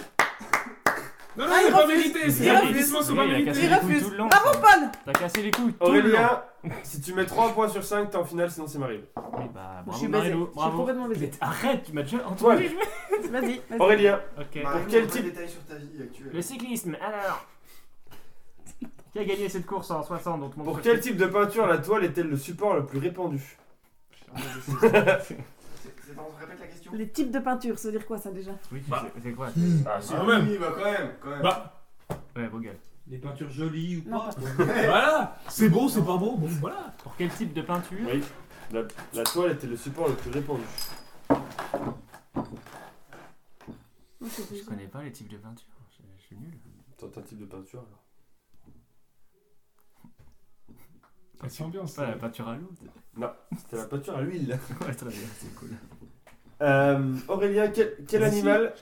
[SPEAKER 4] Non, non,
[SPEAKER 5] Ah, il
[SPEAKER 4] c'est pas
[SPEAKER 5] refuse.
[SPEAKER 4] mérité. Ces
[SPEAKER 5] Il refuse.
[SPEAKER 4] applaudissements sont pas
[SPEAKER 2] Oui, il a
[SPEAKER 4] mérités.
[SPEAKER 2] cassé
[SPEAKER 5] Il
[SPEAKER 2] les couilles
[SPEAKER 5] refuse.
[SPEAKER 2] tout le long.
[SPEAKER 5] Bravo, Paul
[SPEAKER 2] T'as cassé les couilles. tout le long.
[SPEAKER 3] Aurélien, si tu mets 3 points sur 5, t'es en finale, sinon c'est Marie.
[SPEAKER 2] Oui, bah,
[SPEAKER 5] Je
[SPEAKER 2] bravo,
[SPEAKER 5] suis baisée.
[SPEAKER 2] Marilou,
[SPEAKER 5] Je suis
[SPEAKER 2] bravo.
[SPEAKER 5] complètement baisée.
[SPEAKER 2] Mais Arrête, tu m'as déjà
[SPEAKER 3] Toi,
[SPEAKER 2] entendu.
[SPEAKER 5] Vas-y, vas-y.
[SPEAKER 3] Aurélien,
[SPEAKER 2] Ok.
[SPEAKER 14] Marie,
[SPEAKER 3] Pour quel
[SPEAKER 14] on a
[SPEAKER 3] type
[SPEAKER 14] des détails sur ta vie actuelle
[SPEAKER 2] Le cyclisme, alors. Qui a gagné cette course en 60 donc mon
[SPEAKER 3] pour
[SPEAKER 2] coach-
[SPEAKER 3] quel type de peinture la toile est-elle le support le plus répandu
[SPEAKER 14] C'est-
[SPEAKER 3] [laughs]
[SPEAKER 14] c'est- On répète la question
[SPEAKER 5] Les types de peinture, ça veut dire quoi ça déjà
[SPEAKER 2] Oui, tu sais- c'est [laughs] quoi
[SPEAKER 3] Ah,
[SPEAKER 14] Ah
[SPEAKER 4] même.
[SPEAKER 14] oui, bah quand même, quand même.
[SPEAKER 4] Bah.
[SPEAKER 2] Ouais, vos gueules.
[SPEAKER 1] Les peintures jolies ou
[SPEAKER 5] Non,
[SPEAKER 1] pas
[SPEAKER 4] Voilà, c'est beau, c'est pas beau, bon voilà.
[SPEAKER 2] Pour quel type de peinture
[SPEAKER 3] Oui, la, la toile était le support le plus répandu.
[SPEAKER 2] Je connais pas les types de peinture. Je, je suis nul.
[SPEAKER 3] T'as un type de peinture alors
[SPEAKER 4] Ah, c'est ambiance.
[SPEAKER 2] Pas la peinture à l'eau.
[SPEAKER 3] C'était la peinture à l'huile.
[SPEAKER 2] [laughs] Ouais, très bien, c'est cool.
[SPEAKER 3] Euh, Aurélien, quel, quel
[SPEAKER 4] Vas-y.
[SPEAKER 3] animal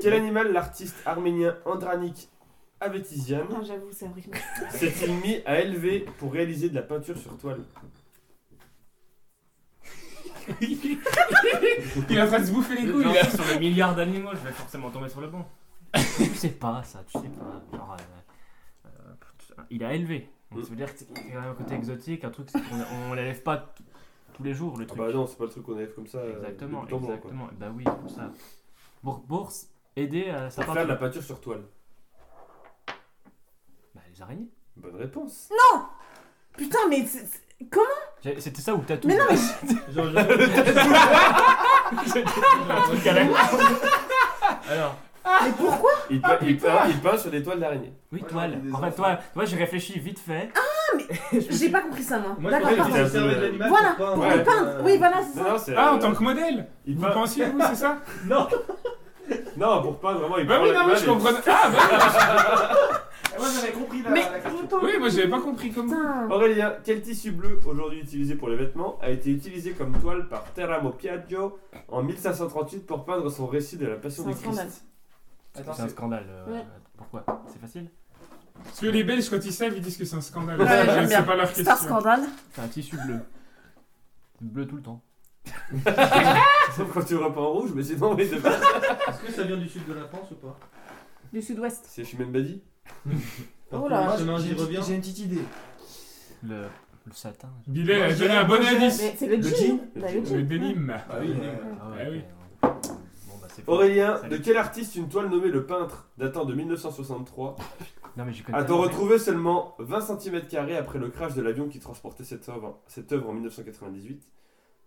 [SPEAKER 3] Quel animal l'artiste arménien Andranik Avetisian
[SPEAKER 5] Non, j'avoue, c'est horrible.
[SPEAKER 3] s'est-il mis à élever pour réaliser de la peinture sur toile
[SPEAKER 4] Il est en train de se bouffer les couilles.
[SPEAKER 2] Non,
[SPEAKER 4] là.
[SPEAKER 2] sur le milliard d'animaux, je vais forcément tomber sur le banc. [laughs] tu sais pas ça, tu sais pas. Genre, euh, euh, il a élevé. Donc, ça veut dire que c'est quand même un côté exotique, un truc c'est qu'on- on l'élève pas t- tous les jours le
[SPEAKER 3] Ah
[SPEAKER 2] truc.
[SPEAKER 3] Bah non, c'est pas le truc qu'on élève comme ça. euh,
[SPEAKER 2] exactement,
[SPEAKER 3] depuis tant longtemps, quoi.
[SPEAKER 2] exactement. Bah oui, comme ça. Bourse, bourse aider euh, à sa
[SPEAKER 3] Pour
[SPEAKER 2] part.
[SPEAKER 3] faire de la peinture sur toile.
[SPEAKER 2] Bah, les araignées.
[SPEAKER 3] Bonne réponse.
[SPEAKER 8] Putain, mais c'est- c'est-
[SPEAKER 2] J'ai- C'était ça ou tatou
[SPEAKER 8] Mais non, mais
[SPEAKER 2] Un truc à la Alors.
[SPEAKER 8] mais pourquoi
[SPEAKER 3] Il, peint, il, peint, il peint sur des toiles d'araignée.
[SPEAKER 2] Oui,
[SPEAKER 14] Voilà,
[SPEAKER 2] toile.
[SPEAKER 14] des
[SPEAKER 2] En fait,
[SPEAKER 14] enfants.
[SPEAKER 2] toile. Toi, j'ai réfléchi vite fait.
[SPEAKER 8] Ah. J'ai pas compris ça, moi.
[SPEAKER 14] Moi, je
[SPEAKER 8] D'accord,
[SPEAKER 14] pensais
[SPEAKER 3] d'accord.
[SPEAKER 14] qu'il s'est
[SPEAKER 8] pardon.
[SPEAKER 14] servi de l'animal
[SPEAKER 8] Voilà,
[SPEAKER 14] pour
[SPEAKER 8] Pour
[SPEAKER 14] peindre.
[SPEAKER 8] le peindre, oui, voilà, c'est
[SPEAKER 3] Non,
[SPEAKER 8] ça.
[SPEAKER 3] non, c'est.
[SPEAKER 4] Ah, en
[SPEAKER 3] euh,
[SPEAKER 4] tant que modèle
[SPEAKER 3] il
[SPEAKER 4] Vous
[SPEAKER 3] peint-
[SPEAKER 4] pensiez, vous, c'est [laughs] ça
[SPEAKER 3] Non, pour peindre vraiment, il
[SPEAKER 4] Bah
[SPEAKER 3] peint
[SPEAKER 4] oui, non, mais
[SPEAKER 3] l'animal
[SPEAKER 4] je
[SPEAKER 3] et-
[SPEAKER 4] comprends. Ah, bah
[SPEAKER 14] Et Moi, j'avais compris la
[SPEAKER 8] Mais-
[SPEAKER 14] la question.
[SPEAKER 4] oui, moi j'avais pas compris comment.
[SPEAKER 8] Putain.
[SPEAKER 3] Aurélien, quel tissu bleu, aujourd'hui utilisé pour les vêtements, a été utilisé comme toile par Teramo Piaggio en 1538 pour peindre son récit de la Passion
[SPEAKER 8] C'est
[SPEAKER 3] du
[SPEAKER 8] un scandale.
[SPEAKER 3] Christ
[SPEAKER 14] Attends,
[SPEAKER 2] C'est un scandale. euh,
[SPEAKER 8] Ouais.
[SPEAKER 2] Pourquoi C'est facile
[SPEAKER 4] Parce que les Belges, quand ils savent, ils disent que c'est un scandale.
[SPEAKER 8] Ouais,
[SPEAKER 4] C'est-
[SPEAKER 8] j'aime bien.
[SPEAKER 4] C'est pas leur
[SPEAKER 8] C'est un
[SPEAKER 4] question.
[SPEAKER 8] scandale.
[SPEAKER 2] C'est un tissu bleu. Bleu tout le temps.
[SPEAKER 3] [laughs] Sauf quand tu le repeins en rouge, mais sinon, oui, de base.
[SPEAKER 14] Est-ce que ça vient du sud de la France ou pas
[SPEAKER 8] Du sud-ouest.
[SPEAKER 3] C'est Chimène Badi
[SPEAKER 14] Par
[SPEAKER 8] Oh là.
[SPEAKER 14] contre, le chemin, j'y
[SPEAKER 1] J'ai une
[SPEAKER 14] reviens.
[SPEAKER 1] petite- j'ai une petite idée.
[SPEAKER 2] Le, le satin.
[SPEAKER 4] Bilal a
[SPEAKER 1] Moi,
[SPEAKER 4] donné
[SPEAKER 1] j'ai
[SPEAKER 4] un
[SPEAKER 1] un
[SPEAKER 4] bon
[SPEAKER 1] bon
[SPEAKER 4] indice.
[SPEAKER 8] Ah, Mais c'est le
[SPEAKER 1] Le
[SPEAKER 8] jean.
[SPEAKER 1] jean.
[SPEAKER 8] Bah, le
[SPEAKER 4] Le
[SPEAKER 8] jean.
[SPEAKER 4] dénime. [laughs]
[SPEAKER 1] Ah oui, euh,
[SPEAKER 2] Ah
[SPEAKER 3] Eh
[SPEAKER 4] Ah oui.
[SPEAKER 2] ok, Bon, bah, c'est fini.
[SPEAKER 3] Aurélien, de
[SPEAKER 2] Salut.
[SPEAKER 3] quel artiste une toile nommée Le Peintre, datant de 1963,
[SPEAKER 2] Non, mais je connais.
[SPEAKER 3] a-t-on
[SPEAKER 2] tellement-
[SPEAKER 3] retrouvé seulement 20 cm après le crash de l'avion qui transportait cette œuvre, cette œuvre en 1998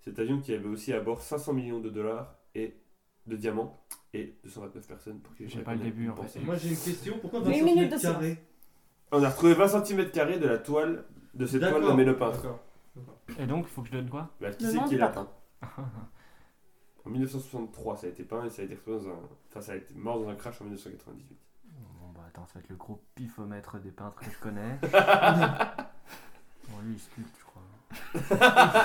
[SPEAKER 3] Cet avion qui avait aussi à bord 500 millions de dollars et de diamants et 229 personnes pour qui
[SPEAKER 2] J'ai pas le début, en fait.
[SPEAKER 14] Moi, j'ai une question. Pourquoi
[SPEAKER 8] Une
[SPEAKER 14] 25
[SPEAKER 8] minute de
[SPEAKER 14] mètres
[SPEAKER 8] silence.
[SPEAKER 14] carrés
[SPEAKER 3] On a retrouvé 20 cm de la toile de cette toile
[SPEAKER 14] D'accord.
[SPEAKER 3] nommée Le Peintre.
[SPEAKER 14] D'accord.
[SPEAKER 2] Et donc, il faut que je donne quoi
[SPEAKER 3] Bah, qui
[SPEAKER 8] Le
[SPEAKER 3] c'est
[SPEAKER 8] nom
[SPEAKER 3] qui
[SPEAKER 8] du
[SPEAKER 3] l'a
[SPEAKER 8] peintre.
[SPEAKER 3] peint En 1963, ça a été peint et ça a été retrouvé dans un... Enfin, ça a été mort dans un crash en 1998.
[SPEAKER 2] Bon, bah attends, ça va être le gros pifomètre des peintres que je
[SPEAKER 3] [laughs]
[SPEAKER 2] connais. bon, lui, il sculpte, je crois.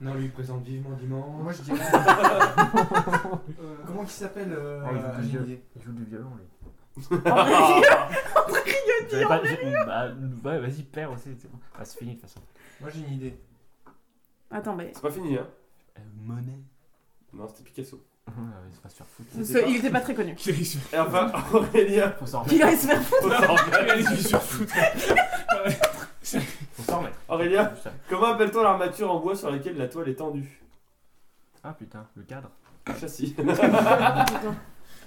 [SPEAKER 14] Non, lui, il présente vivement dimanche.
[SPEAKER 1] Moi
[SPEAKER 14] [laughs]
[SPEAKER 1] je dirais. Euh, Comment il s'appelle euh,
[SPEAKER 2] Oh, il joue du
[SPEAKER 1] j'ai une
[SPEAKER 2] viol-
[SPEAKER 1] idée.
[SPEAKER 2] Il joue du violon, lui.
[SPEAKER 8] Dieu,
[SPEAKER 2] Pas- j'ai- bah, ouais, vas-y, perds aussi. c'est bon. Bah, c'est fini, de toute façon.
[SPEAKER 1] Moi j'ai une idée.
[SPEAKER 8] Attends, mais.
[SPEAKER 3] C'est pas fini, hein
[SPEAKER 2] Euh, Monet.
[SPEAKER 3] Non, c'était Picasso.
[SPEAKER 2] Ah, ouais, c'est pas sur foot.
[SPEAKER 8] ce- Il était pas très
[SPEAKER 3] [laughs]
[SPEAKER 8] connu.
[SPEAKER 4] Qui risque
[SPEAKER 3] Et enfin, Aurélien,
[SPEAKER 2] Faut s'en
[SPEAKER 8] Il
[SPEAKER 2] remettre.
[SPEAKER 8] allait se faire
[SPEAKER 3] faut
[SPEAKER 2] [laughs]
[SPEAKER 3] s'en remettre.
[SPEAKER 4] Allez, je vais sur foot.
[SPEAKER 2] Faut s'en [laughs] remettre.
[SPEAKER 3] Aurélien,
[SPEAKER 2] Juste ça.
[SPEAKER 3] comment appelle-t-on l'armature en bois sur laquelle la toile est tendue
[SPEAKER 2] Ah putain, le cadre.
[SPEAKER 3] Châssis.
[SPEAKER 2] Ouais, bah